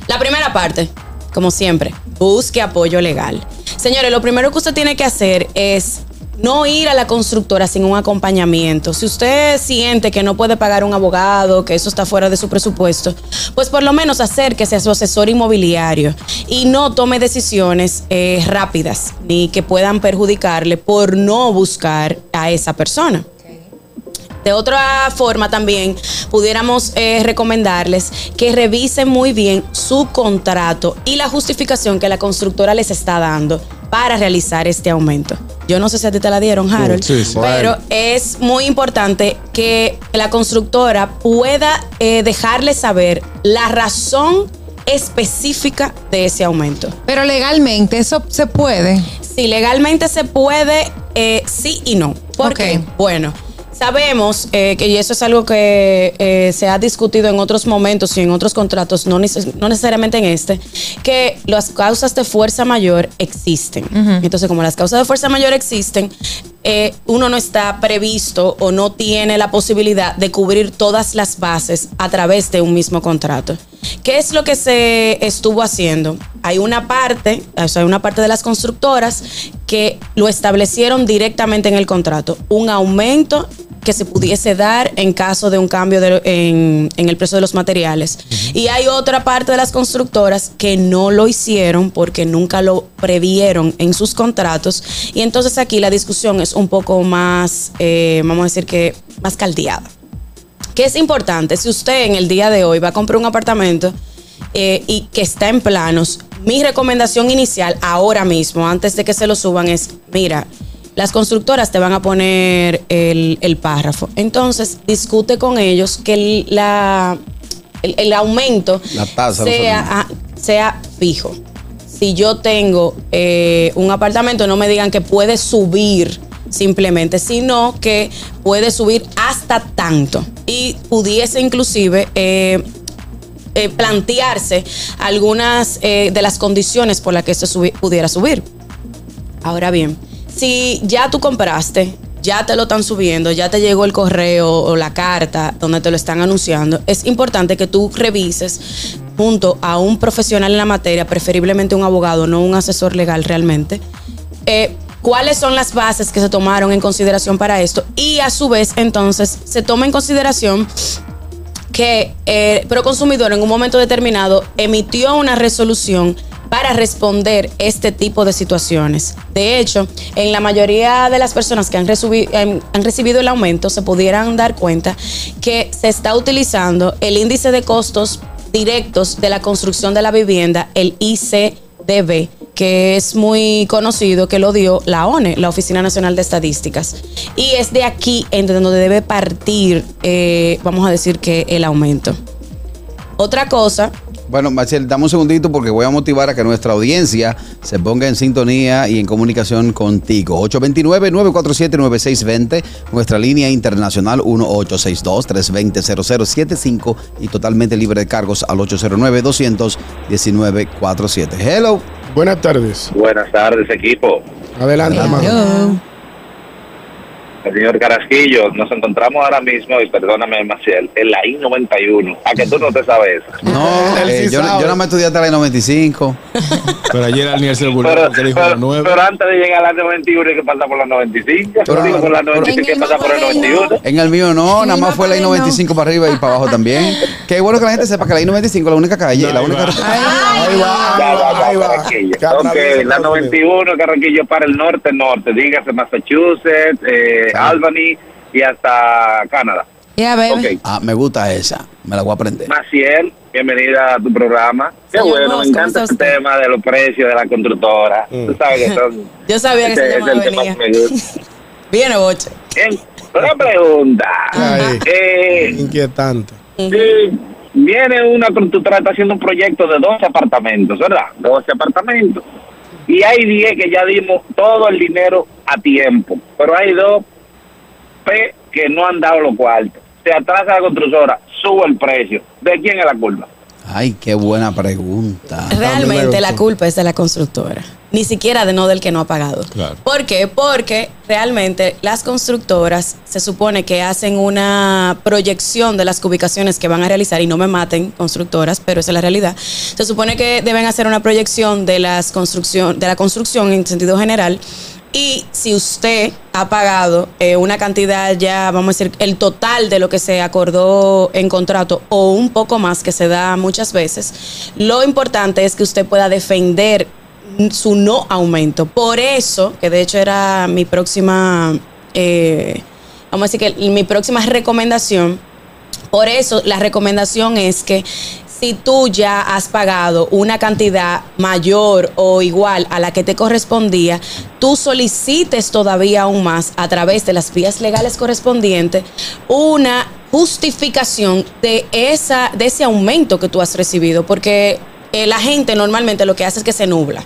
[SPEAKER 16] La primera parte, como siempre, busque apoyo legal. Señores, lo primero que usted tiene que hacer es no ir a la constructora sin un acompañamiento. Si usted siente que no puede pagar un abogado, que eso está fuera de su presupuesto, pues por lo menos acérquese a su asesor inmobiliario y no tome decisiones eh, rápidas ni que puedan perjudicarle por no buscar a esa persona. De otra forma también pudiéramos eh, recomendarles que revisen muy bien su contrato y la justificación que la constructora les está dando para realizar este aumento. Yo no sé si a ti te la dieron, Harold,
[SPEAKER 17] Uh, Sí, sí.
[SPEAKER 16] pero es muy importante que la constructora pueda eh, dejarles saber la razón específica de ese aumento.
[SPEAKER 5] Pero legalmente eso se puede.
[SPEAKER 16] Sí, legalmente se puede, eh, sí y no. ¿Por qué? Bueno, sabemos eh, que y eso es algo que eh, se ha discutido en otros momentos y en otros contratos, no, neces- no necesariamente en este, que las causas de fuerza mayor existen. Entonces, como las causas de fuerza mayor existen, eh, uno no está previsto o no tiene la posibilidad de cubrir todas las bases a través de un mismo contrato. ¿Qué es lo que se estuvo haciendo? Hay una parte, o sea, hay una parte de las constructoras que lo establecieron directamente en el contrato, un aumento que se pudiese dar en caso de un cambio de- en, en el precio de los materiales. Y hay otra parte de las constructoras que no lo hicieron porque nunca lo previeron en sus contratos. Y entonces aquí la discusión es un poco más, eh, vamos a decir que más caldeada que es importante, si usted en el día de hoy va a comprar un apartamento, eh, y que está en planos, mi recomendación inicial ahora mismo, antes de que se lo suban, es, mira, las constructoras te van a poner el, el párrafo. Entonces, discute con ellos que el- la, el, el aumento
[SPEAKER 6] La tasa,
[SPEAKER 16] sea,
[SPEAKER 6] Rosalía.
[SPEAKER 16] ah, sea fijo. Si yo tengo eh, un apartamento, no me digan que puede subir simplemente, sino que puede subir hasta tanto. Y pudiese inclusive... eh, eh, plantearse algunas eh, de las condiciones por las que esto subi- pudiera subir. Ahora bien, si ya tú compraste, ya te lo están subiendo, ya te llegó el correo o la carta donde te lo están anunciando, es importante que tú revises junto a un profesional en la materia, preferiblemente un abogado, no un asesor legal realmente, eh, cuáles son las bases que se tomaron en consideración para esto y a su vez entonces se toma en consideración que eh, Proconsumidor en un momento determinado emitió una resolución para responder este tipo de situaciones. De hecho, en la mayoría de las personas que han, resubi- em, han recibido el aumento se pudieran dar cuenta que se está utilizando el índice de costos directos de la construcción de la vivienda, el ICDB, que es muy conocido, que lo dio la ONE, la Oficina Nacional de Estadísticas. Y es de aquí en donde debe partir, eh, vamos a decir que el aumento. ah, Otra cosa,
[SPEAKER 6] Bueno, Maciel, dame un segundito porque voy a motivar a que nuestra audiencia se ponga en sintonía y en comunicación contigo. 829-947-9620, nuestra línea internacional 1862-320-0075 y totalmente libre de cargos al 809-219-47. Hello.
[SPEAKER 3] Buenas tardes.
[SPEAKER 17] Buenas tardes, equipo.
[SPEAKER 3] Adelante, hermano.
[SPEAKER 17] El señor Carasquillo, nos encontramos ahora mismo, y perdóname, Maciel, en la I-91. A que tú no te sabes.
[SPEAKER 6] No, eh, yo, yo nada más estudié hasta la 95.
[SPEAKER 7] Pero ayer Aniel se burló
[SPEAKER 17] Pero,
[SPEAKER 7] porque dijo
[SPEAKER 17] pero-
[SPEAKER 7] la nueve.
[SPEAKER 17] pero antes de llegar a la 91 hay que pasar por la 95. Yo digo por la 95 hay que pasar por la 91.
[SPEAKER 6] En el mío no, nada más fue la I-95 para arriba y para abajo también. Qué bueno que la gente sepa que la I-95 es la única calle, la única...
[SPEAKER 17] Ahí va, ahí va, Carraquillo. Ok, la 91, Carraquillo, para el norte-norte. Dígase Massachusetts, eh, Albany y hasta Canadá.
[SPEAKER 5] Ya,
[SPEAKER 17] baby.
[SPEAKER 6] Ah, me gusta esa. Me la voy a aprender.
[SPEAKER 17] Maciel, bienvenida a tu programa. Qué
[SPEAKER 6] Señor
[SPEAKER 17] bueno,
[SPEAKER 6] Bosch,
[SPEAKER 17] me encanta el tema de los precios de la constructora. Tú sabes que son.
[SPEAKER 16] Mm. Yo sabía que
[SPEAKER 17] ese
[SPEAKER 16] ese
[SPEAKER 17] es
[SPEAKER 16] tema
[SPEAKER 17] el tema
[SPEAKER 16] venía.
[SPEAKER 17] que me gusta.
[SPEAKER 16] viene boche.
[SPEAKER 17] Bien, una pregunta. Eh,
[SPEAKER 3] Inquietante.
[SPEAKER 17] sí, viene una constructora, está haciendo un proyecto de 12 apartamentos, ¿verdad? 12 apartamentos. Y hay 10 que ya dimos todo el dinero a tiempo. Pero hay dos P que no han dado los cuartos. Se atrasa la constructora, sube el precio. ¿De quién es la culpa?
[SPEAKER 6] Ay, qué buena pregunta.
[SPEAKER 16] Realmente la culpa es de la constructora, ni siquiera de no del que no ha pagado.
[SPEAKER 6] Claro.
[SPEAKER 16] ¿Por qué? Porque realmente las constructoras se supone que hacen una proyección de las ubicaciones que van a realizar y no me maten constructoras, pero esa es la realidad. Se supone que deben hacer una proyección de las construcción de la construcción en sentido general y si usted ha pagado eh, una cantidad ya, vamos a decir, el total de lo que se acordó en contrato o un poco más que se da muchas veces, lo importante es que usted pueda defender su no aumento. Por eso, que de hecho era mi próxima, eh, vamos a decir que mi próxima recomendación, por eso la recomendación es que si tú ya has pagado una cantidad mayor o igual a la que te correspondía, tú solicites todavía aún más a través de las vías legales correspondientes una justificación de esa de ese aumento que tú has recibido, porque eh, la gente normalmente lo que hace es que se nubla.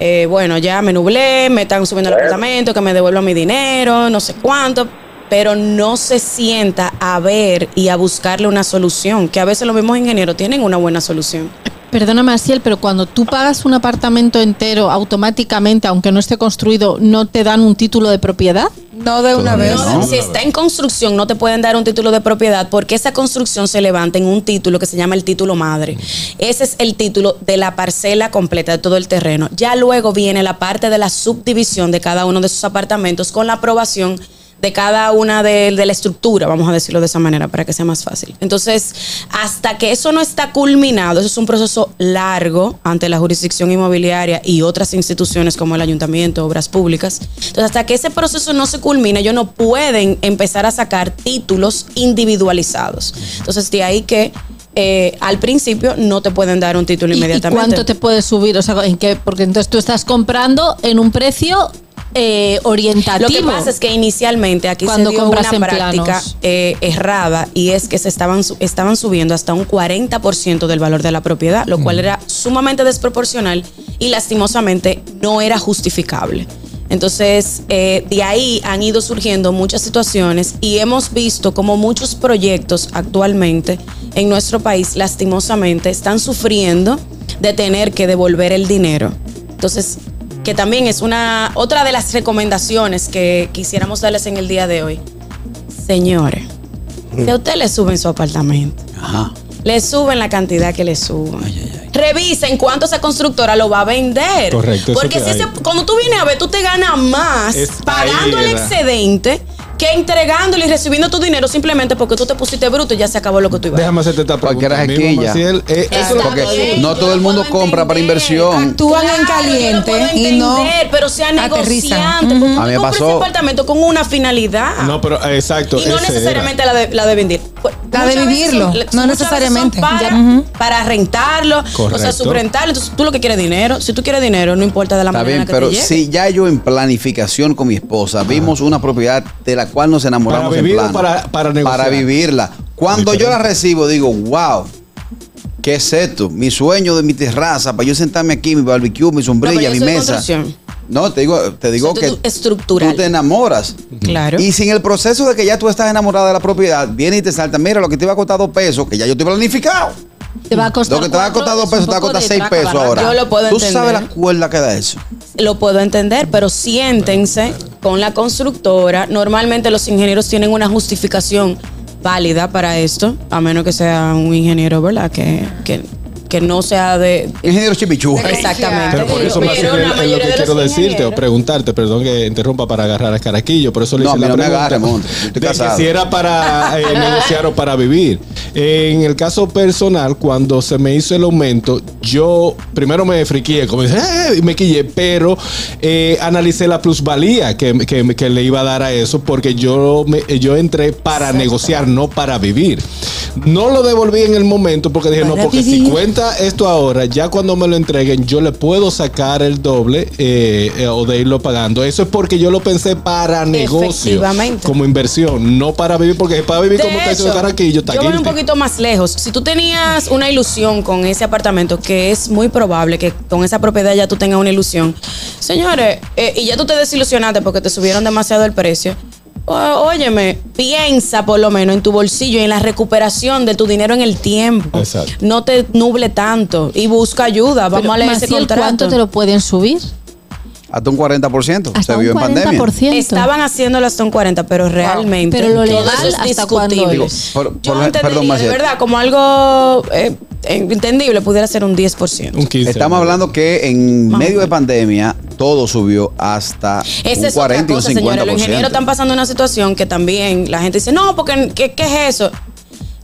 [SPEAKER 16] Eh, bueno, ya me nublé, me están subiendo el apartamento, que me devuelvan mi dinero, no sé cuánto, pero no se sienta a ver y a buscarle una solución, que a veces los mismos ingenieros tienen una buena solución.
[SPEAKER 9] Perdóname, Asiel, pero cuando tú pagas un apartamento entero, automáticamente, aunque no esté construido, ¿no te dan un título de propiedad?
[SPEAKER 5] No de
[SPEAKER 9] una vez.
[SPEAKER 16] No, si está en construcción, no te pueden dar un título de propiedad porque esa construcción se levanta en un título que se llama el título madre. Ese es el título de la parcela completa de todo el terreno. Ya luego viene la parte de la subdivisión de cada uno de esos apartamentos con la aprobación de cada una de, de la estructura, vamos a decirlo de esa manera para que sea más fácil. Entonces, hasta que eso no está culminado, eso es un proceso largo ante la jurisdicción inmobiliaria y otras instituciones como el ayuntamiento, obras públicas. Entonces, hasta que ese proceso no se culmine, ellos no pueden empezar a sacar títulos individualizados. Entonces, de ahí que eh, al principio no te pueden dar un título
[SPEAKER 9] ¿Y- ¿Y
[SPEAKER 16] inmediatamente.
[SPEAKER 9] cuánto te puede subir? O sea, ¿en qué? Porque entonces tú estás comprando en un precio eh, orientativo.
[SPEAKER 16] Lo que pasa es que inicialmente aquí
[SPEAKER 9] Cuando
[SPEAKER 16] se dio
[SPEAKER 9] compras
[SPEAKER 16] una
[SPEAKER 9] en
[SPEAKER 16] práctica
[SPEAKER 9] planos.
[SPEAKER 16] eh, errada y es que se estaban su- estaban subiendo hasta un 40% del valor de la propiedad, lo cual era sumamente desproporcional y lastimosamente no era justificable. Entonces, eh, de ahí han ido surgiendo muchas situaciones y hemos visto como muchos proyectos actualmente en nuestro país, lastimosamente, están sufriendo de tener que devolver el dinero. Entonces, que también es una otra de las recomendaciones que quisiéramos darles en el día de hoy. Señores,
[SPEAKER 14] Mm.
[SPEAKER 16] si a usted le suben su apartamento, le suben la cantidad que le suban. Revisen cuánto esa constructora lo va a vender.
[SPEAKER 13] Correcto, eso
[SPEAKER 16] Porque
[SPEAKER 13] que
[SPEAKER 16] si
[SPEAKER 13] hay.
[SPEAKER 16] ese- cuando tú vienes a ver, tú te ganas más
[SPEAKER 13] Es
[SPEAKER 16] pagando
[SPEAKER 13] ahí,
[SPEAKER 16] el
[SPEAKER 13] ¿verdad?
[SPEAKER 16] excedente que entregándolo y recibiendo tu dinero simplemente porque tú te pusiste bruto y ya se acabó lo que tú ibas a
[SPEAKER 7] Déjame hacerte esta pregunta.
[SPEAKER 6] Porque era
[SPEAKER 7] Mismo,
[SPEAKER 6] jequilla.
[SPEAKER 7] Maciel, eh, eso es lo
[SPEAKER 6] Porque
[SPEAKER 7] que-
[SPEAKER 6] no todo el mundo compra para inversión.
[SPEAKER 5] Actúan en caliente y no.
[SPEAKER 16] pero sea
[SPEAKER 5] aterrizan.
[SPEAKER 16] negociante. porque
[SPEAKER 7] Ujú.
[SPEAKER 16] tú
[SPEAKER 7] A mí me
[SPEAKER 16] compras ese
[SPEAKER 7] pasó-
[SPEAKER 16] apartamento con una finalidad.
[SPEAKER 7] No, pero eh, exacto.
[SPEAKER 16] Y no
[SPEAKER 7] ese era.
[SPEAKER 16] necesariamente la de, la de vender. Muchas
[SPEAKER 5] La de
[SPEAKER 16] veces
[SPEAKER 5] vivirlo,
[SPEAKER 16] son-
[SPEAKER 5] no
[SPEAKER 16] muchas veces son
[SPEAKER 5] necesariamente.
[SPEAKER 16] Para,
[SPEAKER 5] Ya.
[SPEAKER 16] para rentarlo, o sea,
[SPEAKER 6] Correcto.
[SPEAKER 16] subrentarlo. Entonces, tú lo que quieres es dinero. Si tú quieres dinero, no importa de la
[SPEAKER 6] Está
[SPEAKER 16] manera
[SPEAKER 6] bien,
[SPEAKER 16] en la que
[SPEAKER 6] pero
[SPEAKER 16] te llegue.
[SPEAKER 6] si ya yo en planificación con mi esposa vimos una propiedad de la cual nos enamoramos
[SPEAKER 7] ¿Para vivir
[SPEAKER 6] en
[SPEAKER 7] o
[SPEAKER 6] plano.
[SPEAKER 7] para- para negociar?
[SPEAKER 6] Para vivirla. Cuando yo la recibo, digo, wow. ¿Qué es esto? Mi sueño de mi terraza, para yo sentarme aquí, mi barbecue, mi sombrilla,
[SPEAKER 16] No, pero
[SPEAKER 6] mi
[SPEAKER 16] eso es
[SPEAKER 6] mesa.
[SPEAKER 16] construcción.
[SPEAKER 6] No, te digo, te digo
[SPEAKER 16] tú-
[SPEAKER 6] que
[SPEAKER 16] tú- estructural.
[SPEAKER 6] tú te enamoras.
[SPEAKER 16] Claro.
[SPEAKER 6] Y si en el proceso de que ya tú estás enamorada de la propiedad, viene y te salta, mira, lo que te iba a costar dos pesos, que ya yo estoy planificado.
[SPEAKER 9] Te va a costar
[SPEAKER 6] Lo que te va a
[SPEAKER 9] cuatro,
[SPEAKER 6] costar dos
[SPEAKER 9] es un
[SPEAKER 6] pesos, te va a
[SPEAKER 9] poco
[SPEAKER 6] costar
[SPEAKER 9] de
[SPEAKER 6] seis
[SPEAKER 9] traca
[SPEAKER 6] pesos
[SPEAKER 9] barata.
[SPEAKER 6] ahora.
[SPEAKER 16] Yo lo puedo
[SPEAKER 6] Tú
[SPEAKER 16] entender.
[SPEAKER 6] sabes la cuerda que da eso.
[SPEAKER 16] Lo puedo entender, pero siéntense con la constructora. Normalmente los ingenieros tienen una justificación válida para esto, a menos que sea un ingeniero, ¿verdad? Que, que, que no sea de...
[SPEAKER 6] Ingeniero Chipichúa.
[SPEAKER 16] Exactamente.
[SPEAKER 7] Pero por eso, Maciel,
[SPEAKER 16] la
[SPEAKER 7] es lo
[SPEAKER 16] mayoría
[SPEAKER 7] que
[SPEAKER 16] de
[SPEAKER 7] quiero
[SPEAKER 16] los
[SPEAKER 7] decirte o preguntarte, perdón que interrumpa para agarrar a Caraquillo, por eso le
[SPEAKER 6] No,
[SPEAKER 7] hice
[SPEAKER 6] a mí no
[SPEAKER 7] la
[SPEAKER 6] me
[SPEAKER 7] pregunta.
[SPEAKER 6] agarre, monte. Estoy
[SPEAKER 7] de que
[SPEAKER 6] casado.
[SPEAKER 7] si era para eh, negociar o para vivir. En el caso personal, cuando se me hizo el aumento, yo primero me friqué, como dije, "Eh", y me quillé, pero eh, analicé la plusvalía que, que- que le iba a dar a eso, porque yo, me- yo entré para negociar, no para vivir. No lo devolví en el momento porque dije, Eh, no,
[SPEAKER 18] Para
[SPEAKER 7] porque si
[SPEAKER 18] vivir.
[SPEAKER 7] cuenta esto ahora, ya cuando me lo entreguen, yo le puedo sacar el doble eh, eh, o de irlo pagando. Eso es porque yo lo pensé para negocio,
[SPEAKER 16] Efectivamente.
[SPEAKER 7] como inversión, no para vivir, porque para vivir como te dice Caraquillo, está
[SPEAKER 16] yo voy un
[SPEAKER 7] guilty.
[SPEAKER 16] poquito más lejos. Si tú tenías una ilusión con ese apartamento, que es muy probable que con esa propiedad ya tú tengas una ilusión, señores, eh, y ya tú te desilusionaste porque te subieron demasiado el precio. o- Óyeme, piensa por lo menos en tu bolsillo y en la recuperación de tu dinero en el tiempo.
[SPEAKER 7] Exacto.
[SPEAKER 16] No te nuble tanto y busca ayuda. Vamos
[SPEAKER 9] Pero,
[SPEAKER 16] a leer ese
[SPEAKER 9] Maciel,
[SPEAKER 16] contrato.
[SPEAKER 9] ¿cuánto te lo pueden subir?
[SPEAKER 6] Hasta un 40%.
[SPEAKER 9] Hasta
[SPEAKER 6] se
[SPEAKER 9] un
[SPEAKER 6] vio en pandemia.
[SPEAKER 9] 40%.
[SPEAKER 16] Estaban haciéndolo hasta un 40, pero realmente.
[SPEAKER 9] Pero lo
[SPEAKER 16] todo
[SPEAKER 9] legal,
[SPEAKER 16] eso es
[SPEAKER 9] ¿hasta cuándo
[SPEAKER 16] discutible.
[SPEAKER 6] Digo, por- por-
[SPEAKER 16] Yo
[SPEAKER 6] Ah, perdón,
[SPEAKER 16] entendería, de
[SPEAKER 6] Maciel.
[SPEAKER 16] verdad, como algo eh, entendible, pudiera ser un 10%.
[SPEAKER 6] Estamos hablando que en medio de pandemia todo subió hasta
[SPEAKER 16] Esa
[SPEAKER 6] un
[SPEAKER 16] es otra
[SPEAKER 6] 40 y un
[SPEAKER 16] cosa, señores. Los ingenieros
[SPEAKER 6] 50%.
[SPEAKER 16] están pasando una situación que también la gente dice, no, porque ¿qué, qué es eso?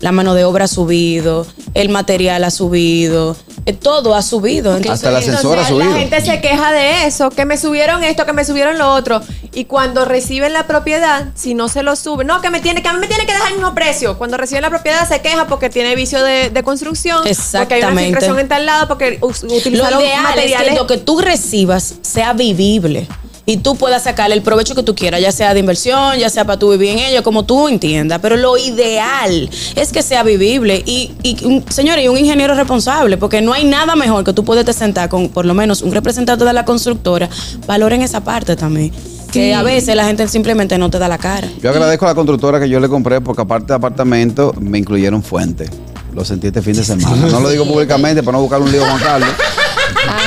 [SPEAKER 16] La mano de obra ha subido, el material ha subido, eh, todo ha subido.
[SPEAKER 6] Hasta el ascensor ha
[SPEAKER 16] entonces,
[SPEAKER 6] subido.
[SPEAKER 16] la gente-
[SPEAKER 4] gente se queja de eso, que me subieron esto, que me subieron lo otro. Y cuando reciben la propiedad, si no se lo suben, no, que me tiene, que a mí me tiene que dejar el mismo precio. Cuando reciben la propiedad se queja porque tiene vicio de, de construcción, porque hay una
[SPEAKER 16] Exactamente.
[SPEAKER 4] filtración en tal lado, porque us-
[SPEAKER 16] Lo
[SPEAKER 4] utilizaron
[SPEAKER 16] ideal es
[SPEAKER 4] materiales.
[SPEAKER 16] que lo que tú recibas sea vivible y tú puedas sacar el provecho que tú quieras, ya sea de inversión, ya sea para tú vivir en ello, como tú entiendas. Pero lo ideal es que sea vivible y, y un- señores, y un ingeniero responsable, porque no hay nada mejor que tú puedas sentar con por lo menos un representante de la constructora. Valoren esa parte también, que a veces la gente simplemente no te da la cara.
[SPEAKER 6] Yo agradezco a la constructora que yo le compré porque aparte de apartamento me incluyeron fuente. Lo sentí este fin de semana. No lo digo públicamente para no buscar un lío a Juan Carlos,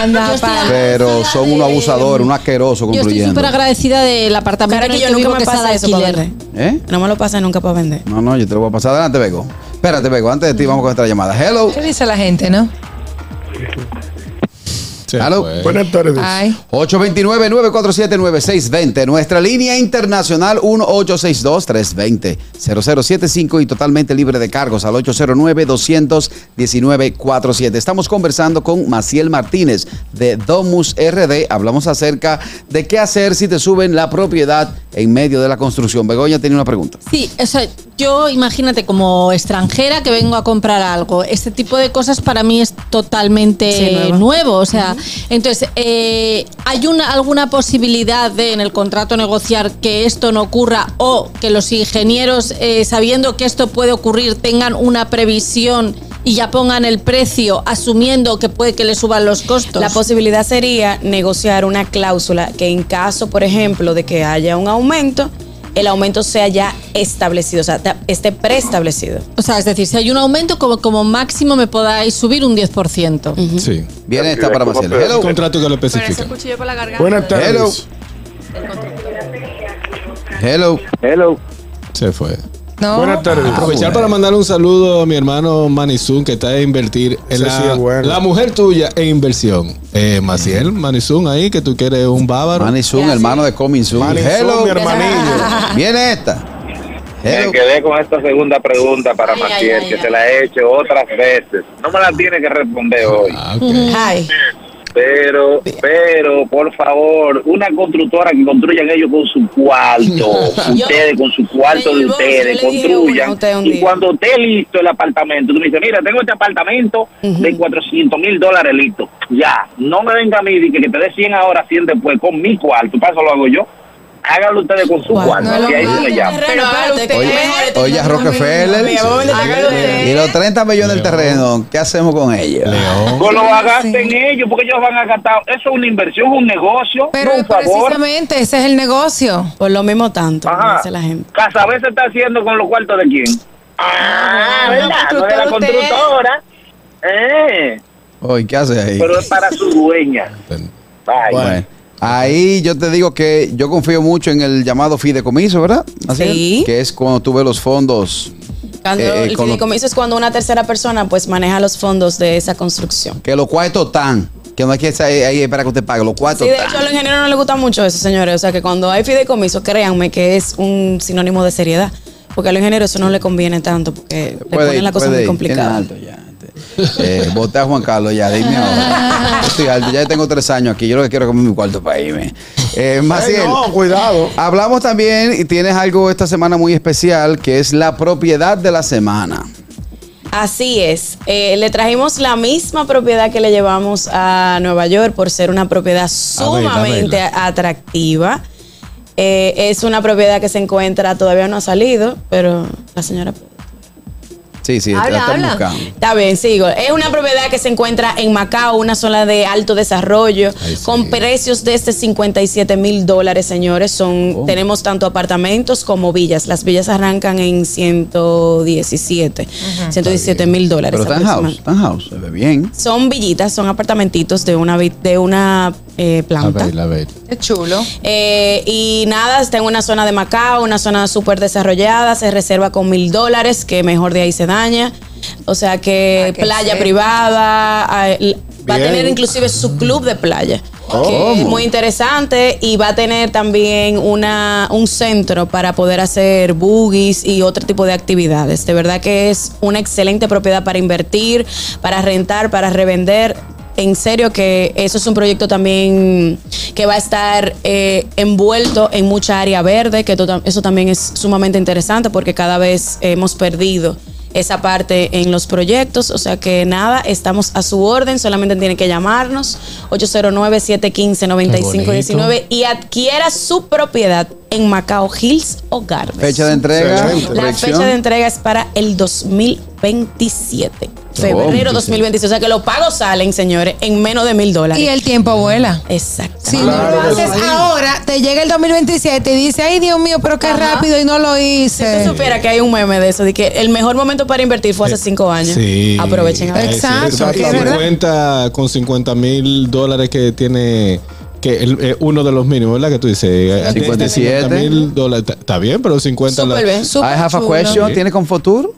[SPEAKER 5] Anda, para.
[SPEAKER 6] pero son unos abusadores, unos asquerosos
[SPEAKER 9] Yo estoy
[SPEAKER 6] concluyendo.
[SPEAKER 9] súper agradecida del apartamento en el
[SPEAKER 16] Caraquillo,
[SPEAKER 9] que
[SPEAKER 16] nunca
[SPEAKER 9] vivo
[SPEAKER 16] me
[SPEAKER 9] que está
[SPEAKER 16] pasa
[SPEAKER 9] de
[SPEAKER 16] eso para
[SPEAKER 9] alquiler.
[SPEAKER 6] ¿Eh?
[SPEAKER 16] No me lo pasa nunca para vender.
[SPEAKER 6] No, no, yo te lo voy a pasar. Adelante, Bego. Espérate, Bego. Antes de ti vamos con otra llamada. Hello.
[SPEAKER 5] ¿Qué dice la gente, no?
[SPEAKER 6] Hello.
[SPEAKER 3] Buenas tardes.
[SPEAKER 5] Ay.
[SPEAKER 6] 829-947-9620. Nuestra línea internacional 1862-320-0075 y totalmente libre de cargos al 809-219-47. Estamos conversando con Maciel Martínez de Domus RD. Hablamos acerca de qué hacer si te suben la propiedad en medio de la construcción. Begoña tiene una pregunta.
[SPEAKER 9] Sí, o sea, yo imagínate como extranjera que vengo a comprar algo. Este tipo de cosas para mí es totalmente
[SPEAKER 16] Sí, nuevo.
[SPEAKER 9] nuevo. O sea, entonces, eh, ¿hay una, alguna posibilidad de en el contrato negociar que esto no ocurra o que los ingenieros, eh, sabiendo que esto puede ocurrir, tengan una previsión? Y ya pongan el precio asumiendo que puede que le suban los costos.
[SPEAKER 16] La posibilidad sería negociar una cláusula que en caso, por ejemplo, de que haya un aumento, el aumento sea ya establecido, o sea, ta- esté preestablecido.
[SPEAKER 9] O sea, es decir, si hay un aumento, como, como máximo me podáis subir un 10%.
[SPEAKER 7] Sí.
[SPEAKER 6] Viene esta para Marcela. Hello.
[SPEAKER 7] El contrato que lo especifica.
[SPEAKER 9] cuchillo por la garganta.
[SPEAKER 6] Buenas tardes. Hello. Hello.
[SPEAKER 17] Hello.
[SPEAKER 7] Se fue.
[SPEAKER 5] No.
[SPEAKER 7] Buenas tardes. Aprovechar para mandarle un saludo a mi hermano Manizun que está a invertir en
[SPEAKER 3] Ese
[SPEAKER 7] la,
[SPEAKER 3] sí es bueno.
[SPEAKER 7] la mujer tuya en inversión. Eh, Maciel, Manizun ahí, que tú quieres un bávaro.
[SPEAKER 6] Manizun, hermano de Cominsun.
[SPEAKER 7] Manizun,
[SPEAKER 6] Hello.
[SPEAKER 7] mi hermanillo.
[SPEAKER 6] Viene esta.
[SPEAKER 17] Me quedé con esta segunda pregunta para
[SPEAKER 6] Ay,
[SPEAKER 17] Maciel,
[SPEAKER 6] ay, ay,
[SPEAKER 17] que
[SPEAKER 6] ay.
[SPEAKER 17] se la he hecho otras veces. No me la tiene que responder hoy. Pero, pero, por favor, una constructora que construyan ellos con su cuarto,
[SPEAKER 16] Yo-
[SPEAKER 17] ustedes con su cuarto de
[SPEAKER 16] Señor,
[SPEAKER 17] ustedes,
[SPEAKER 16] yo le dije una
[SPEAKER 17] construyan.
[SPEAKER 16] a usted un
[SPEAKER 17] y
[SPEAKER 16] día.
[SPEAKER 17] cuando esté listo el apartamento, tú me dices, mira, tengo este apartamento de 400 mil dólares listo. Ya, no me venga a mí y que, que te dé 100 ahora, 100 después, con mi cuarto. Para eso lo hago yo. Háganlo ustedes con su cuarto. y ahí se le llama.
[SPEAKER 16] Pero espérate, este
[SPEAKER 6] Oye, oye, a Rockefeller.
[SPEAKER 16] Mi amor, le sacaron de-
[SPEAKER 6] Y los 30 millones del terreno, ¿qué hacemos con ellos?
[SPEAKER 17] No lo gasten ellos, porque ellos van a gastar. Eso es una inversión, un negocio.
[SPEAKER 5] Pero
[SPEAKER 17] no un favor.
[SPEAKER 5] precisamente ese es el negocio.
[SPEAKER 16] Por lo mismo tanto,
[SPEAKER 17] Ajá. Casabé se está haciendo con los cuartos de quién? Ah, ¿verdad? No de la constructora. Eh,
[SPEAKER 6] Oye, ¿qué haces ahí?
[SPEAKER 17] pero es para su dueña. Bye.
[SPEAKER 6] Bueno, Ahí yo te digo que yo confío mucho en el llamado fideicomiso, ¿verdad? Maciel?
[SPEAKER 16] Sí.
[SPEAKER 6] Que es cuando tú ves los fondos.
[SPEAKER 16] Cuando
[SPEAKER 6] eh, eh,
[SPEAKER 16] el
[SPEAKER 6] con lo-
[SPEAKER 16] fideicomiso es cuando una tercera persona pues maneja los fondos de esa construcción.
[SPEAKER 6] que los cuartos están. Que no hay que estar ahí, ahí para que usted pague. Los cuartos
[SPEAKER 16] Sí, de
[SPEAKER 6] están.
[SPEAKER 16] hecho a los ingenieros no les gusta mucho eso, señores. O sea que cuando hay fideicomiso, créanme que es un sinónimo de seriedad. Porque a los ingenieros eso no le conviene tanto, porque le
[SPEAKER 6] Puede
[SPEAKER 16] ponen
[SPEAKER 6] ir,
[SPEAKER 16] la cosa
[SPEAKER 6] puede
[SPEAKER 16] muy
[SPEAKER 6] ir. Tiene
[SPEAKER 16] complicada.
[SPEAKER 6] alto ya. Eh, voté a Juan Carlos ya, dime ahora. Yo Estoy alto, ya tengo tres años aquí. Yo lo que quiero es comer mi cuarto para irme. Eh, Maciel,
[SPEAKER 3] Ey, no, cuidado.
[SPEAKER 6] Hablamos también y tienes algo esta semana muy especial que es la propiedad de la semana.
[SPEAKER 16] Así es. Eh, le trajimos la misma propiedad que le llevamos a Nueva York por ser una propiedad
[SPEAKER 18] verla, a
[SPEAKER 16] sumamente atractiva. Eh, es una propiedad que se encuentra, todavía no ha salido, pero la señora
[SPEAKER 6] Sí, sí,
[SPEAKER 16] Habla,
[SPEAKER 6] la están
[SPEAKER 16] habla.
[SPEAKER 6] buscando.
[SPEAKER 16] Está bien, sigo. Es una propiedad que se encuentra en Macao, una zona de alto desarrollo, con precios de este 57 mil dólares, señores. Son,
[SPEAKER 6] Oh.
[SPEAKER 16] Tenemos tanto apartamentos como villas. Las villas arrancan en 117, 117 mil dólares.
[SPEAKER 6] Pero está en house,
[SPEAKER 16] aproximadamente.
[SPEAKER 6] está en house, se ve bien.
[SPEAKER 16] Son villitas, son apartamentitos de una, vi- de una eh, planta.
[SPEAKER 5] Qué chulo.
[SPEAKER 16] Eh, y nada, está en una zona de Macao, una zona súper desarrollada, se reserva con mil dólares, que mejor de ahí se daña. O sea que
[SPEAKER 18] Ah, que
[SPEAKER 16] playa
[SPEAKER 18] sí.
[SPEAKER 16] privada, ah, l- va a
[SPEAKER 18] Bien.
[SPEAKER 16] tener inclusive su club de playa.
[SPEAKER 18] ¿Cómo?
[SPEAKER 16] Que es muy interesante y va a tener también una, un centro para poder hacer boogies y otro tipo de actividades. De verdad que es una excelente propiedad para invertir, para rentar, para revender. En serio que eso es un proyecto también que va a estar eh, envuelto en mucha área verde, que to- eso también es sumamente interesante porque cada vez hemos perdido esa parte en los proyectos. O sea que nada, estamos a su orden, solamente tienen que llamarnos 809-715-9519 y adquiera su propiedad en Macao Hills o Gardens.
[SPEAKER 6] Fecha de entrega,
[SPEAKER 16] La
[SPEAKER 6] proyección.
[SPEAKER 16] fecha de entrega es para el 2027. Febrero
[SPEAKER 6] Oh,
[SPEAKER 16] 2027. O sea que los pagos salen, señores, en menos de mil dólares.
[SPEAKER 5] Y el tiempo vuela.
[SPEAKER 16] Exacto.
[SPEAKER 5] Si no lo haces ahora, te llega el 2027 y dice, ay Dios mío, pero qué rápido y no lo hice.
[SPEAKER 16] Si supiera que hay un meme de eso, de que el mejor momento para invertir fue hace cinco años.
[SPEAKER 7] Sí.
[SPEAKER 16] Aprovechen. ahora.
[SPEAKER 7] Exacto.
[SPEAKER 16] Es verdad.
[SPEAKER 7] 50, con 50 mil dólares que tiene. Que el- eh, uno de los mínimos, ¿verdad? Que tú dices. eh,
[SPEAKER 6] 57.
[SPEAKER 7] mil dólares. Está- Está bien, pero 50.
[SPEAKER 16] Súper bien, súper
[SPEAKER 6] I have a
[SPEAKER 16] chulo.
[SPEAKER 6] question.
[SPEAKER 7] Sí.
[SPEAKER 6] ¿Tiene con Fotur?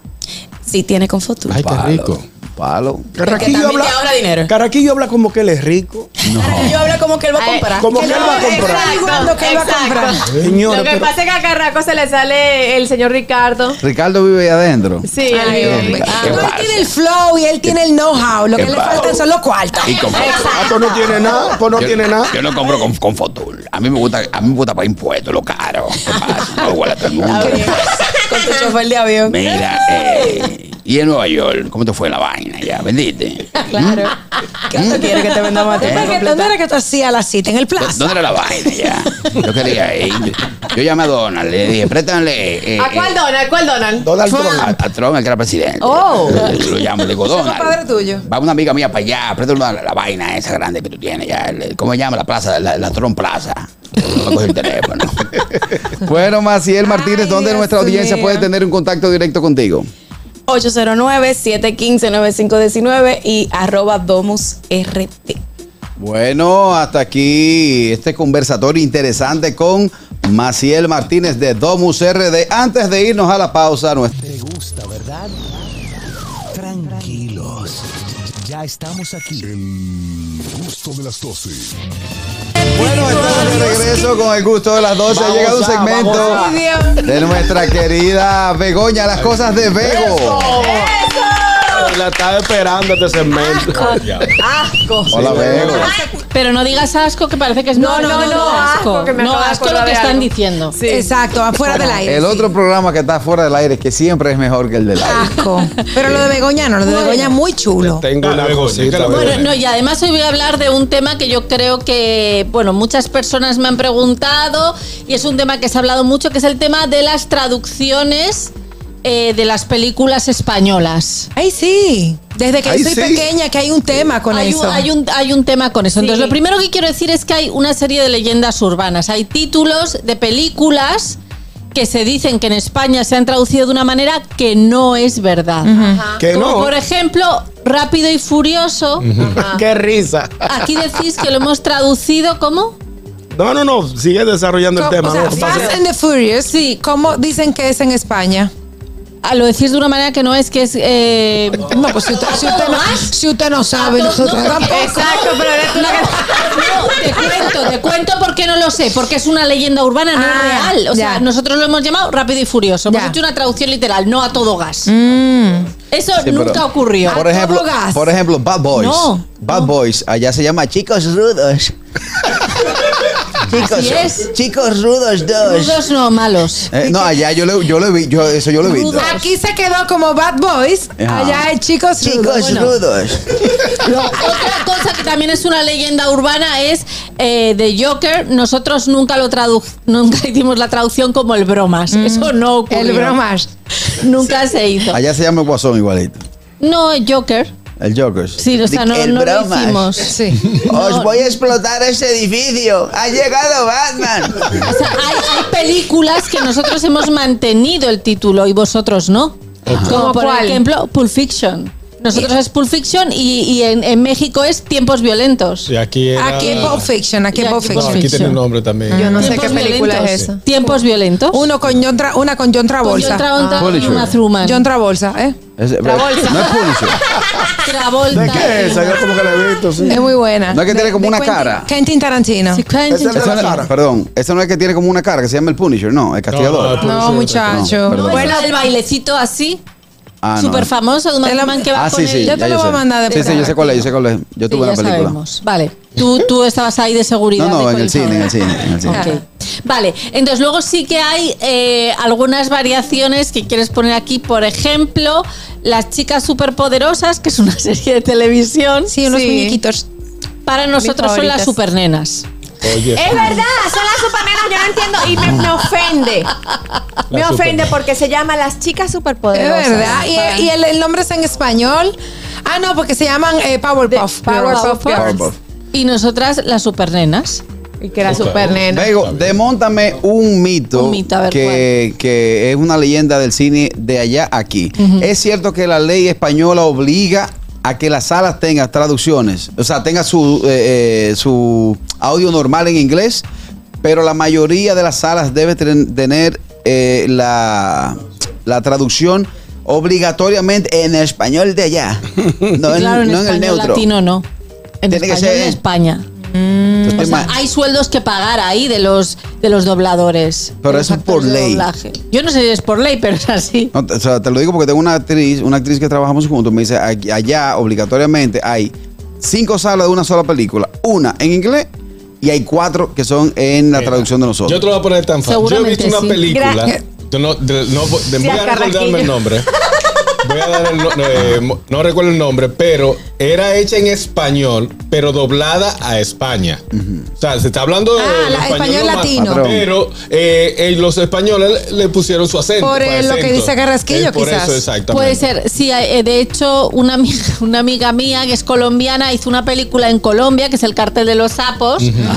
[SPEAKER 16] Sí, tiene con Fotur.
[SPEAKER 7] Ay, qué rico.
[SPEAKER 6] palos.
[SPEAKER 3] Carraquillo
[SPEAKER 16] también
[SPEAKER 3] habla,
[SPEAKER 16] te ahorra dinero.
[SPEAKER 3] Carraquillo habla como que él es rico.
[SPEAKER 16] Yo hablo como que él va a comprar.
[SPEAKER 3] Como que él va a comprar.
[SPEAKER 16] Exacto,
[SPEAKER 3] que él va a comprar.
[SPEAKER 16] exacto.
[SPEAKER 6] Señores,
[SPEAKER 4] Lo que
[SPEAKER 6] pero-
[SPEAKER 4] pasa es que a Carraco se le sale el señor Ricardo.
[SPEAKER 6] Ricardo vive ahí adentro.
[SPEAKER 4] Sí,
[SPEAKER 5] Ay,
[SPEAKER 6] ¿Qué
[SPEAKER 5] hombre.
[SPEAKER 6] pasa?
[SPEAKER 5] No, él tiene el flow y él tiene el know-how. Lo
[SPEAKER 6] qué
[SPEAKER 5] que le
[SPEAKER 6] pasa?
[SPEAKER 5] faltan son los cuartos.
[SPEAKER 18] Y con foto.
[SPEAKER 5] Exacto.
[SPEAKER 3] Ah, no tiene nada, pues no tiene nada.
[SPEAKER 18] Yo no compro con, con Fotul. A mí me gusta, a mí me gusta pagar impuestos, lo caro. ¿Qué pasa? No igual a todo el mundo.
[SPEAKER 16] Con tu chofer de avión.
[SPEAKER 18] Mira, eh, y en Nueva York, ¿cómo te fue la vaina? Ya, vendiste.
[SPEAKER 16] Claro. ¿Qué tú quieres que te vendamos a ti?
[SPEAKER 5] ¿Dónde era que- ¿Dónde era que tú hacías la cita? En el plaza.
[SPEAKER 18] Mm. ¿Eh? ¿Dónde era la vaina? Ya. Yo quería ir. Yo llamé a Donald, le dije, préstale. eh,
[SPEAKER 4] ¿A cuál
[SPEAKER 18] eh,
[SPEAKER 4] Donald? ¿A cuál Donald?
[SPEAKER 18] A, a Trump, el que era presidente.
[SPEAKER 4] Oh.
[SPEAKER 18] Yo lo llamo, le digo, Donald.
[SPEAKER 4] compadre tuyo.
[SPEAKER 18] Va una amiga mía para allá, préstale una- la, vaina esa grande que tú tienes ya. el- ¿Cómo se llama la plaza? La, la Trump Plaza. No me coge el teléfono.
[SPEAKER 6] Bueno, Maciel Martínez, ¿dónde
[SPEAKER 16] Dios
[SPEAKER 6] nuestra audiencia
[SPEAKER 16] mío.
[SPEAKER 6] puede tener un contacto directo contigo?
[SPEAKER 16] 809-715-9519 y arroba domusrt.
[SPEAKER 6] Bueno, hasta aquí este conversatorio interesante con Maciel Martínez de Domus RD. Antes de irnos a la pausa, nuestra...
[SPEAKER 1] Te gusta, ¿verdad? Tranquilos. Ya estamos aquí. El gusto de las 12.
[SPEAKER 6] Bueno, estamos de regreso con el gusto de las 12. Ha llegado un segmento de nuestra querida Begoña, las cosas de Bego.
[SPEAKER 3] La estaba esperando este segmento.
[SPEAKER 9] Asco.
[SPEAKER 3] Hola, Vero.
[SPEAKER 9] Pero no digas asco, que parece que es
[SPEAKER 4] No, no, no, asco,
[SPEAKER 9] asco.
[SPEAKER 4] que me
[SPEAKER 9] no,
[SPEAKER 4] acabo de
[SPEAKER 9] asco lo
[SPEAKER 4] acordar
[SPEAKER 9] que
[SPEAKER 4] de
[SPEAKER 9] están
[SPEAKER 4] algo.
[SPEAKER 9] diciendo.
[SPEAKER 5] Exacto, afuera del aire.
[SPEAKER 6] El otro programa que está fuera del aire, que siempre es mejor que el del
[SPEAKER 9] Ah,
[SPEAKER 6] aire.
[SPEAKER 5] Asco. Pero lo de Begoña no, lo de Begoña muy chulo.
[SPEAKER 6] Tengo
[SPEAKER 3] una cosita,
[SPEAKER 9] Bueno, no, y además hoy voy a hablar de un tema que yo creo que, bueno, muchas personas me han preguntado y es un tema que se ha hablado mucho, que es el tema de las traducciones eh, de las películas españolas.
[SPEAKER 5] Ay, sí. Desde que
[SPEAKER 9] Ay,
[SPEAKER 5] soy
[SPEAKER 9] sí.
[SPEAKER 5] pequeña que hay un tema con
[SPEAKER 9] hay
[SPEAKER 5] eso.
[SPEAKER 9] Un, hay, un, hay un tema con eso. Entonces, lo primero que quiero decir es que hay una serie de leyendas urbanas. Hay títulos de películas que se dicen que en España se han traducido de una manera que no es verdad.
[SPEAKER 15] Ajá. Que
[SPEAKER 9] Como
[SPEAKER 15] no.
[SPEAKER 9] por ejemplo, Rápido y Furioso.
[SPEAKER 5] Ah.
[SPEAKER 3] Qué risa.
[SPEAKER 9] Aquí decís que lo hemos traducido como...
[SPEAKER 3] No, no, no. Sigue desarrollando el tema.
[SPEAKER 5] o sea,
[SPEAKER 3] no, pasa-
[SPEAKER 5] Fast and the Furious. Sí. ¿Cómo dicen que es en España?
[SPEAKER 9] Ah, lo decís de una manera que no es que es... eh,
[SPEAKER 5] No, pues si usted, si usted no, si usted no sabe,
[SPEAKER 9] A todos,
[SPEAKER 5] nosotros
[SPEAKER 9] no,
[SPEAKER 5] tampoco.
[SPEAKER 9] Exacto, pero eres tú la que- No, te cuento, te cuento porque no lo sé, porque es una leyenda urbana, no
[SPEAKER 5] Ah,
[SPEAKER 9] es real. O
[SPEAKER 5] ya.
[SPEAKER 9] sea, nosotros lo hemos llamado rápido y furioso. Hemos
[SPEAKER 5] Ya. Mm.
[SPEAKER 9] hecho una traducción literal, no a todo gas. Eso
[SPEAKER 6] Sí, pero,
[SPEAKER 9] nunca ocurrió.
[SPEAKER 6] Por ejemplo, por ejemplo, Bad Boys.
[SPEAKER 9] No,
[SPEAKER 6] Bad Boys, allá se llama Chicos Rudos. chicos,
[SPEAKER 9] Así es.
[SPEAKER 6] chicos rudos dos.
[SPEAKER 9] Rudos no, malos.
[SPEAKER 6] Eh, no, allá yo lo, yo lo vi, yo, eso yo lo he visto.
[SPEAKER 5] Aquí se quedó como Bad Boys.
[SPEAKER 6] Ajá.
[SPEAKER 5] Allá hay chicos rudos.
[SPEAKER 6] Chicos
[SPEAKER 5] Bueno.
[SPEAKER 6] rudos.
[SPEAKER 9] Otra cosa que también es una leyenda urbana es eh, de Joker. Nosotros nunca lo tradu nunca hicimos la traducción como el bromas. Eso no ocurrió.
[SPEAKER 5] Mm. el bromas.
[SPEAKER 9] Nunca se hizo.
[SPEAKER 6] Allá se llama el Guasón igualito.
[SPEAKER 9] No, Joker.
[SPEAKER 6] El Joker.
[SPEAKER 9] Sí, o sea, no,
[SPEAKER 6] El
[SPEAKER 9] no lo
[SPEAKER 6] bromas.
[SPEAKER 9] hicimos.
[SPEAKER 6] Os voy a explotar ese edificio. Ha llegado Batman.
[SPEAKER 9] O sea, hay, hay películas que nosotros hemos mantenido el título y vosotros no. Como
[SPEAKER 5] ¿Cómo
[SPEAKER 9] por
[SPEAKER 5] cuál?
[SPEAKER 9] ejemplo, Pulp Fiction. Nosotros es Pulp Fiction y, y en, en México es Tiempos Violentos.
[SPEAKER 7] Y aquí era-
[SPEAKER 5] Aquí Pulp Fiction, aquí
[SPEAKER 9] Y
[SPEAKER 5] Pulp
[SPEAKER 9] aquí Pulp
[SPEAKER 7] No,
[SPEAKER 5] Fiction.
[SPEAKER 7] aquí tiene un nombre también.
[SPEAKER 5] Yo no sé qué
[SPEAKER 9] Tiempos
[SPEAKER 5] película es
[SPEAKER 9] violentos.
[SPEAKER 5] esa.
[SPEAKER 9] Tiempos violentos.
[SPEAKER 5] Uno con John Tra- una con John Travolta.
[SPEAKER 9] John Travolta
[SPEAKER 6] Ah. y Uma
[SPEAKER 9] Thurman.
[SPEAKER 5] John Travolta, ¿eh?
[SPEAKER 6] Es- No es Punisher.
[SPEAKER 9] Travolta.
[SPEAKER 3] ¿De qué es esa? Yo como que la he visto, sí.
[SPEAKER 5] Es muy buena.
[SPEAKER 6] No es que tiene como
[SPEAKER 5] de
[SPEAKER 6] una
[SPEAKER 5] Quentin-
[SPEAKER 6] cara.
[SPEAKER 5] Quentin Tarantino.
[SPEAKER 6] Ese no es- Perdón, ese no es que tiene como una cara que se llama el Punisher, no, el castigador.
[SPEAKER 5] no, No, muchacho.
[SPEAKER 6] perdón.
[SPEAKER 9] Bueno, el bailecito así,
[SPEAKER 6] Ah, no.
[SPEAKER 9] súper famoso, de un man que va
[SPEAKER 6] ah,
[SPEAKER 9] con
[SPEAKER 6] sí, sí,
[SPEAKER 9] el-
[SPEAKER 6] ya yo sé. Sí, sí, yo sé cuál es, yo sé cuál es. Yo
[SPEAKER 9] Sí,
[SPEAKER 6] tuve la
[SPEAKER 9] ya
[SPEAKER 6] película.
[SPEAKER 9] sabemos. Vale. Tú, tú estabas ahí de seguridad.
[SPEAKER 6] No,
[SPEAKER 9] de
[SPEAKER 6] no, en el
[SPEAKER 9] coliflor.
[SPEAKER 6] cine, en el cine, en el cine.
[SPEAKER 9] Ok. Vale, entonces luego sí que hay eh, algunas variaciones que quieres poner aquí. Por ejemplo, Las chicas superpoderosas, que es una serie de televisión. Sí,
[SPEAKER 5] unos muñequitos.
[SPEAKER 9] Para nosotros son las
[SPEAKER 4] favoritas.
[SPEAKER 9] supernenas.
[SPEAKER 7] Oye,
[SPEAKER 4] Es verdad, son las supernenas, yo no entiendo y me, me ofende. Me
[SPEAKER 7] Las
[SPEAKER 4] ofende
[SPEAKER 7] supernenas.
[SPEAKER 4] porque se llama las chicas
[SPEAKER 5] Es
[SPEAKER 4] superpoderosas.
[SPEAKER 5] verdad. Y, y el, el nombre es en español. Ah, no, porque se llaman eh, Powerpuff.
[SPEAKER 4] Powerpuff Girls.
[SPEAKER 6] Powerpuff.
[SPEAKER 9] Y nosotras las supernenas.
[SPEAKER 4] Y que era supernena.
[SPEAKER 6] Vego, demóntame un mito,
[SPEAKER 9] Un mito, a ver,
[SPEAKER 6] que, que es una leyenda del cine de allá aquí. ¿Es cierto que la ley española obliga a que las salas tengan traducciones? O sea, tenga su, eh, eh, su audio normal en inglés, pero la mayoría de las salas debe ten- tener eh, la, la traducción obligatoriamente en español de allá. No en,
[SPEAKER 9] claro, en
[SPEAKER 6] no en el
[SPEAKER 9] español
[SPEAKER 6] neutro.
[SPEAKER 9] latino no. En
[SPEAKER 6] Tiene que
[SPEAKER 9] español
[SPEAKER 6] ser-
[SPEAKER 9] de España.
[SPEAKER 6] Entonces,
[SPEAKER 9] O sea,
[SPEAKER 6] ma-
[SPEAKER 9] hay sueldos que pagar ahí de los de los dobladores.
[SPEAKER 6] Pero eso es por
[SPEAKER 9] de
[SPEAKER 6] ley.
[SPEAKER 9] doblaje. Yo no sé si es por ley, pero es así.
[SPEAKER 6] No, te- o sea, te lo digo porque tengo una actriz, una actriz que trabajamos juntos, me dice, "Aquí- allá obligatoriamente hay cinco salas de una sola película, una en inglés y hay cuatro que son en la traducción de
[SPEAKER 7] Yo
[SPEAKER 6] nosotros.
[SPEAKER 7] te lo voy a poner tan fácil. Yo he
[SPEAKER 6] Seguramente
[SPEAKER 7] visto una
[SPEAKER 6] sí.
[SPEAKER 7] película.
[SPEAKER 6] Gra-
[SPEAKER 7] Yo no, de- no- de-
[SPEAKER 6] Sí,
[SPEAKER 7] voy
[SPEAKER 6] a
[SPEAKER 7] a
[SPEAKER 6] Carraquillo.
[SPEAKER 7] recordarme el nombre. Voy a dar el no, eh, mo- no recuerdo el nombre, pero era hecha en español, pero doblada a España. O sea, se está hablando de
[SPEAKER 5] Ah,
[SPEAKER 7] del
[SPEAKER 5] la- español
[SPEAKER 7] romano,
[SPEAKER 5] latino.
[SPEAKER 7] Pero eh, eh, los españoles le pusieron su acento.
[SPEAKER 5] Por, eh, lo que
[SPEAKER 7] acento.
[SPEAKER 5] dice Carrasquillo,
[SPEAKER 7] Es por
[SPEAKER 5] quizás.
[SPEAKER 7] eso, exactamente.
[SPEAKER 9] Puede ser, sí, eh, de hecho, una amiga, una amiga mía que es colombiana hizo una película en Colombia, que es El Cartel de los Sapos,
[SPEAKER 6] Ah,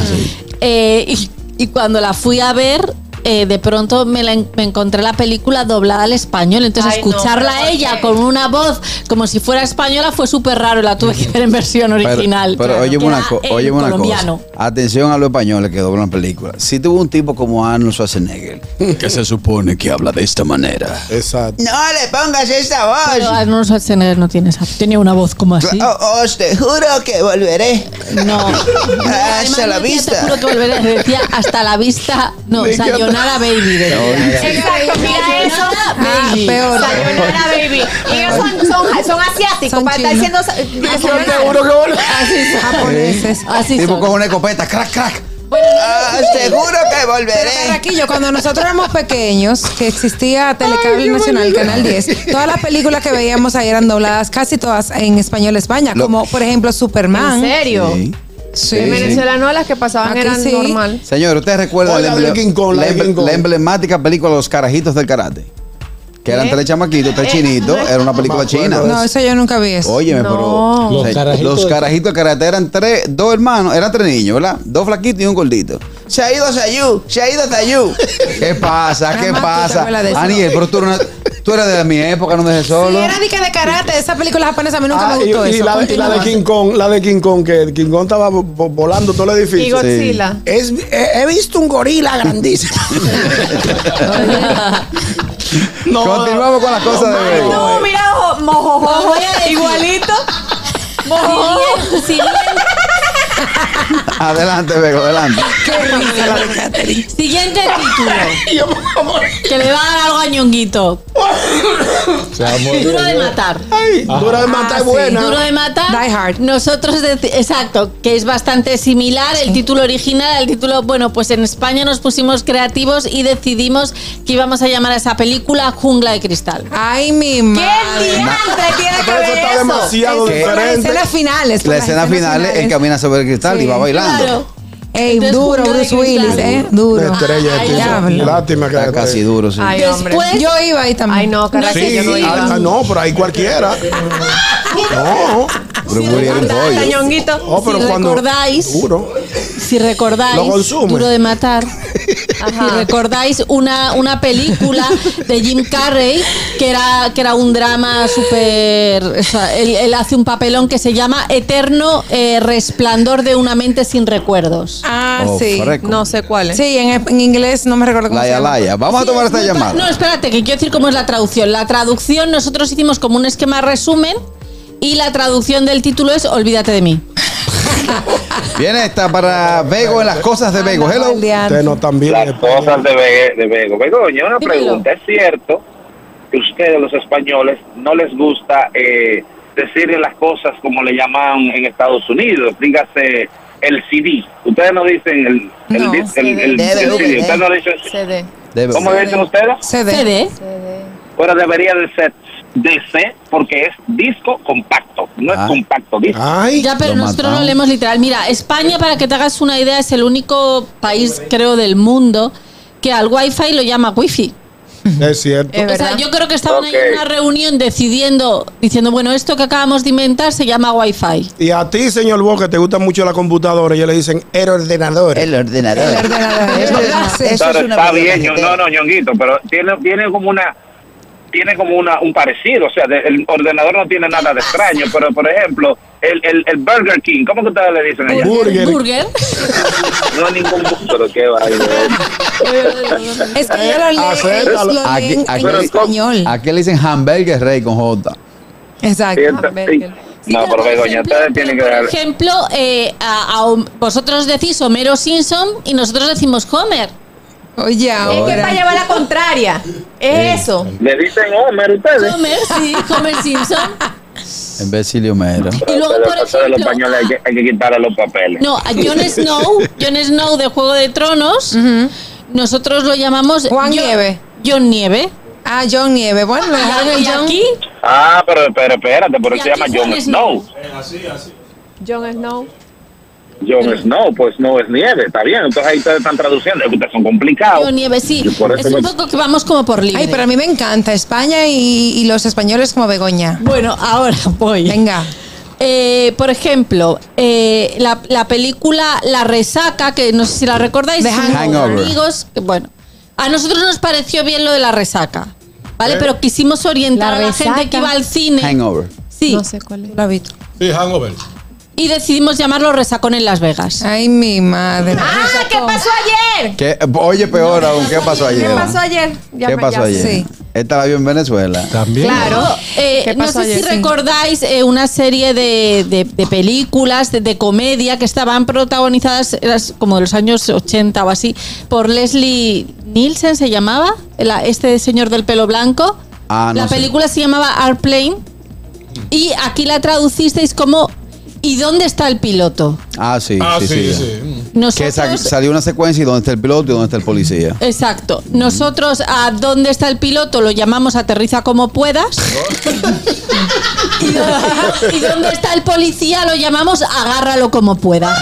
[SPEAKER 9] eh, y, y cuando la fui a ver, eh, de pronto me, la en- me encontré la película doblada al español, entonces
[SPEAKER 16] Ay, no,
[SPEAKER 9] escucharla
[SPEAKER 16] pero
[SPEAKER 9] a
[SPEAKER 16] ¿por
[SPEAKER 9] ella con una voz como si fuera española fue súper raro, la tuve que ver en versión original.
[SPEAKER 6] Pero, pero
[SPEAKER 9] Claro,
[SPEAKER 6] óyeme
[SPEAKER 9] que
[SPEAKER 6] una,
[SPEAKER 9] era
[SPEAKER 6] co-
[SPEAKER 9] en
[SPEAKER 6] óyeme una
[SPEAKER 9] colombiano.
[SPEAKER 6] cosa. Atención a los españoles que doblan películas. Si tuvo un tipo como Arnold Schwarzenegger, que se supone que habla de esta manera.
[SPEAKER 3] Exacto.
[SPEAKER 9] No le pongas esa voz. Pero Arnold Schwarzenegger no tiene esa. Tenía una voz como así.
[SPEAKER 6] os oh, te juro que volveré.
[SPEAKER 9] No.
[SPEAKER 6] Hasta la
[SPEAKER 9] Te
[SPEAKER 6] vista.
[SPEAKER 9] juro que volveré. Decía hasta la vista. No,
[SPEAKER 6] Me encanta.
[SPEAKER 9] Sayonara Baby. decía.
[SPEAKER 19] Exacto, mira eso.
[SPEAKER 5] Ah, peor.
[SPEAKER 19] Sayonara, baby. Y ellos son, son, son asiáticos para estar diciendo.
[SPEAKER 5] Yo
[SPEAKER 19] sayonara.
[SPEAKER 5] estoy seguro que vol-
[SPEAKER 9] Así son.
[SPEAKER 5] Japoneses.
[SPEAKER 9] Así
[SPEAKER 6] tipo con una escopeta, crack, crack.
[SPEAKER 5] Ah,
[SPEAKER 6] seguro que volveré.
[SPEAKER 5] Pero Carraquillo, cuando nosotros éramos pequeños, que existía Telecable Nacional, Canal 10, todas las películas que veíamos ahí eran dobladas casi todas en español España, como por ejemplo Superman.
[SPEAKER 4] ¿En serio?
[SPEAKER 6] Sí.
[SPEAKER 4] Sí, en Venezuela no, las que pasaban
[SPEAKER 5] Aquí
[SPEAKER 4] eran
[SPEAKER 5] sí.
[SPEAKER 4] normal.
[SPEAKER 6] Señor, ¿usted recuerda
[SPEAKER 3] Oiga,
[SPEAKER 6] la,
[SPEAKER 3] de
[SPEAKER 6] emble-
[SPEAKER 3] King Kong, la
[SPEAKER 6] la
[SPEAKER 3] de
[SPEAKER 6] emble-
[SPEAKER 3] King Kong.
[SPEAKER 6] la emblemática película Los Carajitos del Karate? Que eran
[SPEAKER 5] ¿Eh?
[SPEAKER 6] tres chamaquitos, tres
[SPEAKER 5] Eh,
[SPEAKER 6] chinitos.
[SPEAKER 5] no,
[SPEAKER 6] Era una
[SPEAKER 5] no
[SPEAKER 6] película
[SPEAKER 5] me acuerdo
[SPEAKER 6] china.
[SPEAKER 5] de No, eso yo nunca vi eso.
[SPEAKER 6] Óyeme,
[SPEAKER 5] No.
[SPEAKER 6] pero
[SPEAKER 5] Los
[SPEAKER 6] o sea,
[SPEAKER 5] carajitos
[SPEAKER 6] los
[SPEAKER 5] de-
[SPEAKER 6] carajitos de karate eran tres, dos hermanos, eran tres niños, ¿verdad? Dos flaquitos y un gordito. Se ha ido Sayú, se ha ido Sayú. ¿Qué pasa? ¿Qué
[SPEAKER 5] Nada más tú
[SPEAKER 6] pasa?
[SPEAKER 5] te acuerdas de eso.
[SPEAKER 6] Aniel, pero tú, eras- tú eras de mi época, no me dejes solo.
[SPEAKER 5] Era de, que de karate, esa película japonesa a mí nunca
[SPEAKER 3] Ah,
[SPEAKER 5] me
[SPEAKER 3] y,
[SPEAKER 5] gustó
[SPEAKER 3] y
[SPEAKER 5] eso.
[SPEAKER 3] la, de- y la de
[SPEAKER 5] Continúa.
[SPEAKER 3] King Kong, la de King Kong, que King Kong estaba vo- vo- volando todo el edificio.
[SPEAKER 5] Y Godzilla. Sí.
[SPEAKER 3] Es- he, he visto un gorila grandísimo.
[SPEAKER 6] Continuamos con las cosas de
[SPEAKER 19] Ay, no, mira, jo- mojojojo,
[SPEAKER 9] Voy a decir.
[SPEAKER 19] igualito. Mojojojo.
[SPEAKER 9] Si bien- si bien-
[SPEAKER 6] Adelante, Bego, adelante.
[SPEAKER 9] Siguiente título. Que le va a dar algo a Ñonguito. Duro de matar. Ah,
[SPEAKER 3] Duro de matar es buena.
[SPEAKER 9] Duro de matar. Nosotros, deci- exacto, que es bastante similar el título original al título. Bueno, pues en España nos pusimos creativos y decidimos que íbamos a llamar a esa película Jungla de Cristal.
[SPEAKER 5] Ay, mi madre.
[SPEAKER 9] ¿Qué diantre tiene que
[SPEAKER 5] Pero eso
[SPEAKER 9] ver
[SPEAKER 5] está
[SPEAKER 9] eso?
[SPEAKER 5] demasiado Es por las diferente. escenas finales, por
[SPEAKER 6] La
[SPEAKER 5] las
[SPEAKER 6] escena
[SPEAKER 5] escenas
[SPEAKER 6] final es
[SPEAKER 5] finales.
[SPEAKER 6] que camina sobre el cristal y va bailando.
[SPEAKER 5] Claro. Ey,
[SPEAKER 9] Jungla
[SPEAKER 5] duro,
[SPEAKER 9] de
[SPEAKER 5] Bruce
[SPEAKER 9] Cristal.
[SPEAKER 5] Willis, ¿eh? Duro.
[SPEAKER 3] Una estrella de
[SPEAKER 5] Ay,
[SPEAKER 3] piso.
[SPEAKER 5] diablo.
[SPEAKER 3] Lástima que
[SPEAKER 6] Está casi duro, sí.
[SPEAKER 5] Ay, hombre. yo iba ahí también. Ay, no,
[SPEAKER 3] Sí, ah, ah, no, pero ahí cualquiera. No.
[SPEAKER 6] Pero murieron
[SPEAKER 9] Anda, Ñonguito,
[SPEAKER 3] Oh, pero
[SPEAKER 9] si
[SPEAKER 3] cuando-
[SPEAKER 9] recordáis,
[SPEAKER 3] Duro.
[SPEAKER 9] si recordáis,
[SPEAKER 3] Lo consume.
[SPEAKER 9] duro de matar. Si recordáis una, una película de Jim Carrey que era, que era un drama súper. o sea, él, él hace un papelón que se llama Eterno eh, Resplandor de una mente sin recuerdos.
[SPEAKER 5] Ah,
[SPEAKER 6] Oh,
[SPEAKER 5] sí.
[SPEAKER 6] freco.
[SPEAKER 5] No sé cuál es. Sí, en, en inglés no me recuerdo cómo
[SPEAKER 6] Laia,
[SPEAKER 5] se llama.
[SPEAKER 6] Laia. Vamos a
[SPEAKER 9] Sí,
[SPEAKER 6] tomar
[SPEAKER 9] es
[SPEAKER 6] esta
[SPEAKER 9] muy fa-
[SPEAKER 6] llamada.
[SPEAKER 9] No, espérate, que quiero decir cómo es la traducción. La traducción, nosotros hicimos como un esquema resumen y la traducción del título es Olvídate de mí.
[SPEAKER 6] Viene esta para Bego en las cosas de Bego. Hello.
[SPEAKER 3] Ustedes no están bien.
[SPEAKER 17] Las cosas de, Be- de Bego. Begoña, una pregunta. ¿Es cierto que ustedes, los españoles, no les gusta eh, decirle las cosas como le llaman en Estados Unidos? Dígase el CD. Ustedes no dicen el, el, di- el, el- el CD. Ustedes no dicen.
[SPEAKER 4] CD.
[SPEAKER 17] ¿Cómo dicen ustedes?
[SPEAKER 5] CD.
[SPEAKER 17] Bueno, debería de ser DC porque es disco compacto. No es compacto disco.
[SPEAKER 9] ya, pero nosotros lo leemos literal. Mira, España, para que te hagas una idea, es el único país, creo, del mundo que al wifi lo llama wifi.
[SPEAKER 3] Es cierto.
[SPEAKER 9] o sea, yo creo que estaban ahí en una reunión decidiendo, diciendo, bueno, esto que acabamos de inventar se llama wifi.
[SPEAKER 3] Y a ti, señor Bo, que te gusta mucho la computadora, ellos le dicen el ordenador. El
[SPEAKER 6] ordenador.
[SPEAKER 5] El ordenador.
[SPEAKER 17] Claro, está bien, Ño- no, no, ñonguito, pero tiene, tiene como una tiene como una, un parecido, o sea, de- el ordenador no tiene nada de extraño, pero por ejemplo, el, el, el Burger King, ¿cómo que ustedes le dicen allá?
[SPEAKER 9] Burger.
[SPEAKER 17] No ningún pero qué vaina.
[SPEAKER 5] Es que yo lo leo,
[SPEAKER 6] Acéptalo.
[SPEAKER 5] ellos lo
[SPEAKER 6] Aquí,
[SPEAKER 5] leen
[SPEAKER 6] aquí-
[SPEAKER 5] en español.
[SPEAKER 6] aquí le dicen hamburger rey con J.
[SPEAKER 5] Exacto.
[SPEAKER 17] No, pero Begoña, ustedes tienen que dar.
[SPEAKER 9] Por ejemplo, eh, a- a Hom- vosotros decís Homero Simpson y nosotros decimos Homer. Eh,
[SPEAKER 5] Oye,
[SPEAKER 19] Es que para llevar la contraria. Es eso.
[SPEAKER 17] Le dicen Homer ustedes.
[SPEAKER 9] Homer, sí, Homer Simpson.
[SPEAKER 6] En vez de Homero.
[SPEAKER 9] Y luego,
[SPEAKER 17] Pero
[SPEAKER 9] por
[SPEAKER 17] eso de
[SPEAKER 9] ejemplo,
[SPEAKER 17] los españoles hay que, hay que quitarle los papeles.
[SPEAKER 9] No, a Jon Snow, Jon Snow de Juego de Tronos, nosotros lo llamamos Juan Nieve. John Nieve.
[SPEAKER 5] Ah, John Nieve. Bueno, lo dejaron el John.
[SPEAKER 9] aquí
[SPEAKER 17] Ah, pero, pero espérate, por eso se llama Jon
[SPEAKER 9] Juan
[SPEAKER 17] Snow.
[SPEAKER 4] Así, así. Jon Snow.
[SPEAKER 17] Jon Snow, pues no es nieve, está bien. Entonces ahí ustedes están traduciendo, es que ustedes son complicados.
[SPEAKER 9] John Nieve, sí.
[SPEAKER 17] Yo por
[SPEAKER 9] Es
[SPEAKER 17] eso
[SPEAKER 9] un
[SPEAKER 17] me-
[SPEAKER 9] poco que vamos como por libre.
[SPEAKER 5] Ay, pero a mí me encanta España y, y los españoles como Begoña.
[SPEAKER 9] Bueno, ahora voy.
[SPEAKER 5] Venga.
[SPEAKER 9] Eh, por ejemplo, eh, la, la película La Resaca, que no sé si la recordáis,
[SPEAKER 5] The
[SPEAKER 9] es un
[SPEAKER 5] Hangover.
[SPEAKER 9] amigos, que, bueno, a nosotros nos pareció bien lo de La Resaca, ¿vale?
[SPEAKER 5] ¿Eh?
[SPEAKER 9] Pero quisimos orientar
[SPEAKER 5] La
[SPEAKER 9] a la gente
[SPEAKER 5] Resaca.
[SPEAKER 9] que iba al cine.
[SPEAKER 6] Hangover.
[SPEAKER 9] Sí.
[SPEAKER 5] No sé cuál es. Lo he visto.
[SPEAKER 7] Sí, Hangover.
[SPEAKER 9] Y decidimos llamarlo Resacón en Las Vegas.
[SPEAKER 5] Ay, mi madre.
[SPEAKER 19] Ah, ¿qué pasó ayer?
[SPEAKER 6] ¿Qué- oye, peor aún, ¿qué pasó ayer?
[SPEAKER 19] ¿Qué pasó ayer? Ya
[SPEAKER 6] ¿Qué
[SPEAKER 19] me-
[SPEAKER 6] pasó
[SPEAKER 19] ya-
[SPEAKER 6] ayer?
[SPEAKER 19] sí.
[SPEAKER 6] Esta la vio en Venezuela. También.
[SPEAKER 9] Eh,
[SPEAKER 19] ¿Qué
[SPEAKER 9] no
[SPEAKER 19] pasó
[SPEAKER 9] sé
[SPEAKER 19] ayer?
[SPEAKER 9] si
[SPEAKER 19] Sí.
[SPEAKER 9] recordáis eh, una serie de, de- de películas de, de comedia que estaban protagonizadas eras como de los años 80 o así por Leslie Nielsen se llamaba la- este señor del pelo blanco
[SPEAKER 6] Ah, no
[SPEAKER 9] la
[SPEAKER 6] sé.
[SPEAKER 9] película se llamaba Airplane y aquí la traducisteis como ¿y dónde está el piloto?
[SPEAKER 6] Ah, sí,
[SPEAKER 7] Ah,
[SPEAKER 6] sí, sí.
[SPEAKER 7] sí,
[SPEAKER 6] Que sa-
[SPEAKER 9] Nosotros-
[SPEAKER 6] salió una secuencia y dónde está el piloto y dónde está el policía.
[SPEAKER 9] Exacto. Nosotros a dónde está el piloto lo llamamos aterriza como puedas. y, dónde, y dónde está el policía lo llamamos agárralo como puedas.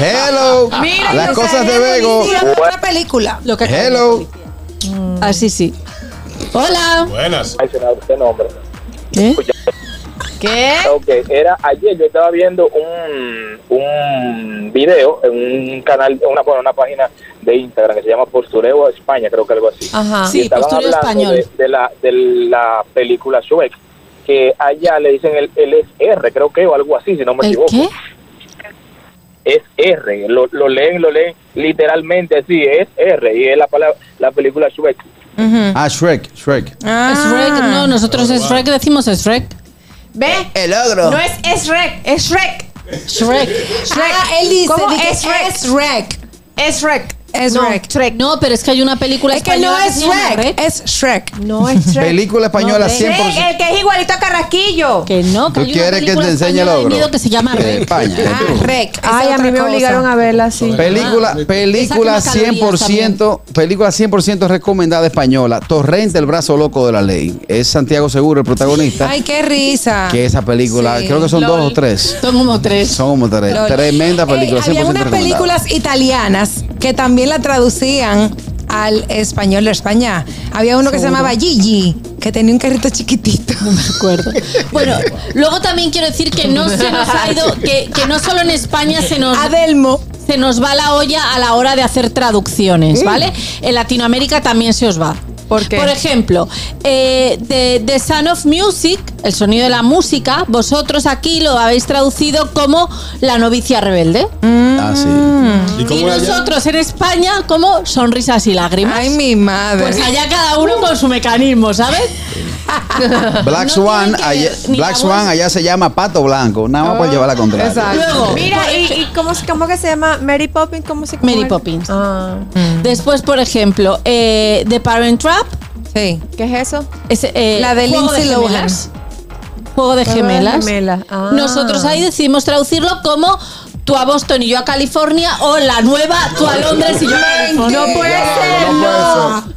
[SPEAKER 6] Hello. Las cosas de Bego.
[SPEAKER 5] Otra película.
[SPEAKER 9] Lo que
[SPEAKER 6] Hello.
[SPEAKER 9] Así Mm. Ah, sí. Hola.
[SPEAKER 7] Buenas.
[SPEAKER 20] Ay, se me ha dado este nombre.
[SPEAKER 9] ¿Qué?
[SPEAKER 20] ¿Qué? Ok, era ayer yo estaba viendo un, un video en un canal, una, bueno, una página de Instagram que se llama Postureo España, creo que algo así.
[SPEAKER 9] Ajá.
[SPEAKER 20] Y
[SPEAKER 9] Sí,
[SPEAKER 20] estaban
[SPEAKER 9] Postureo
[SPEAKER 20] hablando
[SPEAKER 9] Español.
[SPEAKER 20] De, de la, de la película Shrek, que allá le dicen el LSR, creo que, o algo así, si no me
[SPEAKER 9] ¿El
[SPEAKER 20] equivoco.
[SPEAKER 9] qué?
[SPEAKER 20] Es R, lo, lo leen, lo leen literalmente así, es R, y es la palabra, la película Shrek.
[SPEAKER 6] Ah, Shrek, Shrek.
[SPEAKER 9] Shrek, no, nosotros es Shrek decimos es Shrek.
[SPEAKER 19] ¿Ve?
[SPEAKER 6] Eh, El ogro.
[SPEAKER 19] No es es Shrek, es Shrek.
[SPEAKER 9] Shrek.
[SPEAKER 19] Shrek.
[SPEAKER 5] Ah, él dice
[SPEAKER 19] ¿Cómo
[SPEAKER 5] di que
[SPEAKER 19] es Shrek?
[SPEAKER 5] es Shrek.
[SPEAKER 19] Es Shrek.
[SPEAKER 5] Es
[SPEAKER 9] no,
[SPEAKER 5] Shrek.
[SPEAKER 9] No, pero es que hay una película
[SPEAKER 5] Es que no
[SPEAKER 9] española
[SPEAKER 5] es
[SPEAKER 9] se llama
[SPEAKER 5] Shrek, es Shrek.
[SPEAKER 9] No
[SPEAKER 6] es Shrek. Película española
[SPEAKER 9] Shrek.
[SPEAKER 6] 100%.
[SPEAKER 19] Shrek, el que es igualito a Carrasquillo.
[SPEAKER 9] Que no,
[SPEAKER 6] ¿Tú quieres que te enseñe el ogro?
[SPEAKER 9] que se llama
[SPEAKER 6] De
[SPEAKER 9] Rec.
[SPEAKER 6] España. de tú.
[SPEAKER 5] Rec.
[SPEAKER 4] Ay, a mí me obligaron a verla así.
[SPEAKER 6] Película, película
[SPEAKER 4] Esa tiene calorías
[SPEAKER 6] 100%, película 100% recomendada española. Torrente, el brazo loco de la ley. Es Santiago Seguro el protagonista.
[SPEAKER 5] Ay, qué risa.
[SPEAKER 6] que esa película,
[SPEAKER 5] Sí.
[SPEAKER 6] creo que son
[SPEAKER 5] Lol.
[SPEAKER 6] dos o tres.
[SPEAKER 9] Son como tres.
[SPEAKER 6] Son como tres.
[SPEAKER 5] Lol.
[SPEAKER 6] Tremenda película,
[SPEAKER 5] Eh, había
[SPEAKER 6] 100%
[SPEAKER 5] unas
[SPEAKER 6] recomendada.
[SPEAKER 5] películas italianas que también la traducían al español de España. Había uno que se
[SPEAKER 9] Seguro.
[SPEAKER 5] llamaba Gigi, que tenía un carrito chiquitito. No me
[SPEAKER 9] acuerdo. Bueno, luego también quiero decir que no se nos ha ido, que, que no solo en España se nos. Se nos va la olla a la hora de hacer traducciones, ¿vale? En Latinoamérica también se os va. ¿Por
[SPEAKER 4] qué?
[SPEAKER 9] Por ejemplo, eh, de The Sound of Music, el sonido de la música, vosotros aquí lo habéis traducido como la novicia rebelde.
[SPEAKER 6] Ah, sí.
[SPEAKER 7] ¿Y
[SPEAKER 9] Y
[SPEAKER 7] cómo era allá?
[SPEAKER 9] nosotros en España como sonrisas y lágrimas. Ay,
[SPEAKER 5] mi madre.
[SPEAKER 9] Pues allá cada uno con su mecanismo, ¿sabes?
[SPEAKER 6] Black Swan, allá, Black Swan allá se llama Pato Blanco, nada más por llevar la contraria.
[SPEAKER 4] Mira, ¿y, y cómo, se- cómo que se llama? Mary Poppins, ¿cómo se
[SPEAKER 9] Mary
[SPEAKER 4] cómo era?
[SPEAKER 9] Poppins.
[SPEAKER 4] Ah.
[SPEAKER 9] Después, por ejemplo, eh, The Parent Trap. eh,
[SPEAKER 5] Sí.
[SPEAKER 4] ¿Qué es eso?
[SPEAKER 5] La de
[SPEAKER 9] Juego
[SPEAKER 5] Lindsay Lohan.
[SPEAKER 9] Gemelas. Juego de
[SPEAKER 4] Juego de
[SPEAKER 9] gemelas.
[SPEAKER 4] gemelas, ah.
[SPEAKER 9] Nosotros ahí decidimos traducirlo como tú a Boston y yo a California o la nueva tú a Londres y yo a California.
[SPEAKER 4] No puede ser,
[SPEAKER 3] no.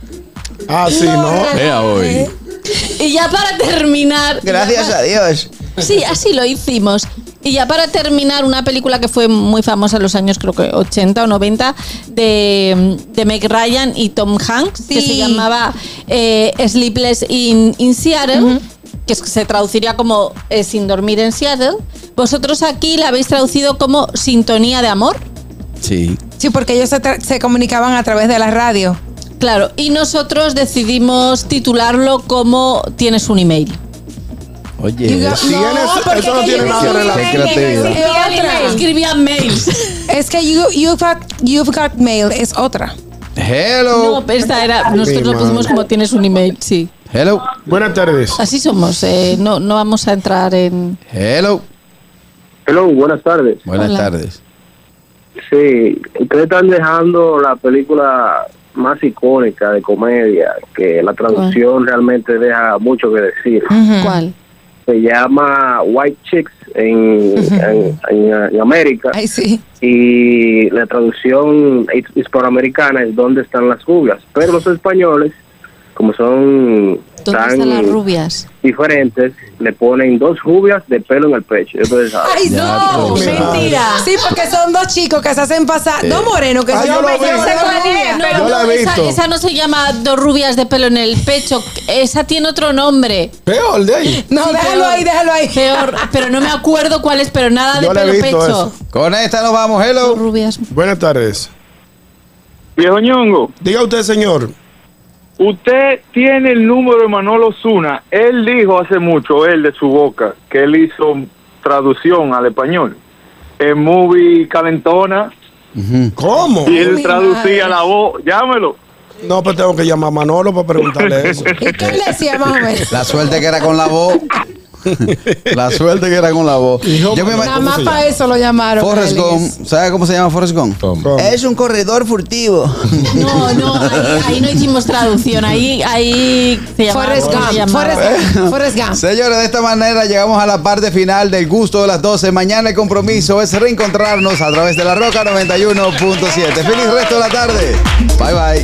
[SPEAKER 3] Ah, sí, ¿no?
[SPEAKER 2] Vea hoy.
[SPEAKER 9] Y ya para terminar.
[SPEAKER 6] Gracias a Dios.
[SPEAKER 9] Sí, así lo hicimos. Y ya para terminar, una película que fue muy famosa en los años, creo que 80 o 90, de, de Meg Ryan y Tom Hanks, que
[SPEAKER 5] Sí.
[SPEAKER 9] se llamaba eh, Sleepless in, in Seattle, que es- se traduciría como eh, Sin dormir en Seattle. Vosotros aquí la habéis traducido como Sintonía de amor.
[SPEAKER 6] Sí.
[SPEAKER 5] Sí, porque ellos se, tra- se comunicaban a través de la radio.
[SPEAKER 9] Claro, y nosotros decidimos titularlo como Tienes un email.
[SPEAKER 6] Oye,
[SPEAKER 5] You got-
[SPEAKER 6] tienes-
[SPEAKER 5] porque
[SPEAKER 6] eso no
[SPEAKER 5] es que
[SPEAKER 6] tiene
[SPEAKER 5] yo
[SPEAKER 6] nada de
[SPEAKER 5] escribí
[SPEAKER 6] relación.
[SPEAKER 5] mail, yo
[SPEAKER 6] Creatividad.
[SPEAKER 5] escribí
[SPEAKER 9] Otra,
[SPEAKER 5] otra.
[SPEAKER 9] escribía mails.
[SPEAKER 5] Es que you, you've, got, you've got mail es otra.
[SPEAKER 6] ¿Eh? Hello.
[SPEAKER 9] No, pero esta era.
[SPEAKER 5] Ah,
[SPEAKER 9] Nosotros
[SPEAKER 3] Mi
[SPEAKER 9] lo pusimos
[SPEAKER 3] madre.
[SPEAKER 9] como tienes un email, sí.
[SPEAKER 6] Hello.
[SPEAKER 3] Buenas tardes.
[SPEAKER 9] Así somos. eh, no, no vamos a entrar en.
[SPEAKER 6] Hello.
[SPEAKER 21] Hello, buenas tardes.
[SPEAKER 6] Buenas
[SPEAKER 9] Hola.
[SPEAKER 6] tardes.
[SPEAKER 21] Sí, ustedes están dejando la película más icónica de comedia, que la traducción realmente deja mucho que decir.
[SPEAKER 9] ¿Cuál?
[SPEAKER 21] Se llama White Chicks en, en, en- en América. Y la traducción hi- hispanoamericana es ¿Dónde están las rubias? Pero los españoles, como son
[SPEAKER 9] ¿Dónde
[SPEAKER 21] tan
[SPEAKER 9] están las rubias?
[SPEAKER 21] diferentes, le ponen dos rubias de pelo en el pecho. Entonces, ah,
[SPEAKER 5] ¡Ay, no!
[SPEAKER 21] pues,
[SPEAKER 5] ¡Mentira! Sí, porque son dos chicos que se hacen pasar. Dos
[SPEAKER 9] Eh.
[SPEAKER 5] morenos que
[SPEAKER 21] Ah,
[SPEAKER 5] se
[SPEAKER 21] yo lo
[SPEAKER 5] hacen
[SPEAKER 21] vi.
[SPEAKER 5] pasar. por rubias.
[SPEAKER 9] No, no, esa, esa no se llama dos rubias de pelo en el pecho. Esa tiene otro nombre.
[SPEAKER 7] Peor de ahí.
[SPEAKER 5] No, déjalo ahí, déjalo ahí.
[SPEAKER 9] Peor, pero no me acuerdo cuál es, pero nada de
[SPEAKER 3] Yo le he
[SPEAKER 9] pelo
[SPEAKER 3] visto
[SPEAKER 9] pecho.
[SPEAKER 3] eso.
[SPEAKER 6] Con esta nos vamos, hello.
[SPEAKER 9] Rubias.
[SPEAKER 3] Buenas tardes.
[SPEAKER 22] Viejo ñongo.
[SPEAKER 3] Diga usted, señor.
[SPEAKER 22] Usted tiene el número de Manolo Zuna. Él dijo hace mucho, él de su boca, que él hizo traducción al español. En movie calentona.
[SPEAKER 3] ¿Cómo?
[SPEAKER 22] Y él traducía la voz. Llámelo.
[SPEAKER 3] No, pues tengo que llamar a Manolo para preguntarle eso.
[SPEAKER 5] ¿Qué él decía más o menos?
[SPEAKER 6] La suerte que era con la voz. la suerte que era con la voz. Yo me
[SPEAKER 5] Nada
[SPEAKER 6] imagino.
[SPEAKER 5] más para eso lo llamaron.
[SPEAKER 6] Forrest
[SPEAKER 5] Félix.
[SPEAKER 6] Gump, ¿sabe cómo se llama Forrest Gump? Es un corredor furtivo.
[SPEAKER 9] No, no, ahí, ahí no hicimos traducción. Ahí, ahí se llamaba.
[SPEAKER 5] Forrest
[SPEAKER 9] ¿cómo se
[SPEAKER 5] Gump,
[SPEAKER 9] llamaba? Eh,
[SPEAKER 6] Señores, de esta manera llegamos a la parte final del gusto de las 12. Mañana el compromiso es reencontrarnos a través de la Roca 91.7. Feliz resto de la tarde. Bye bye.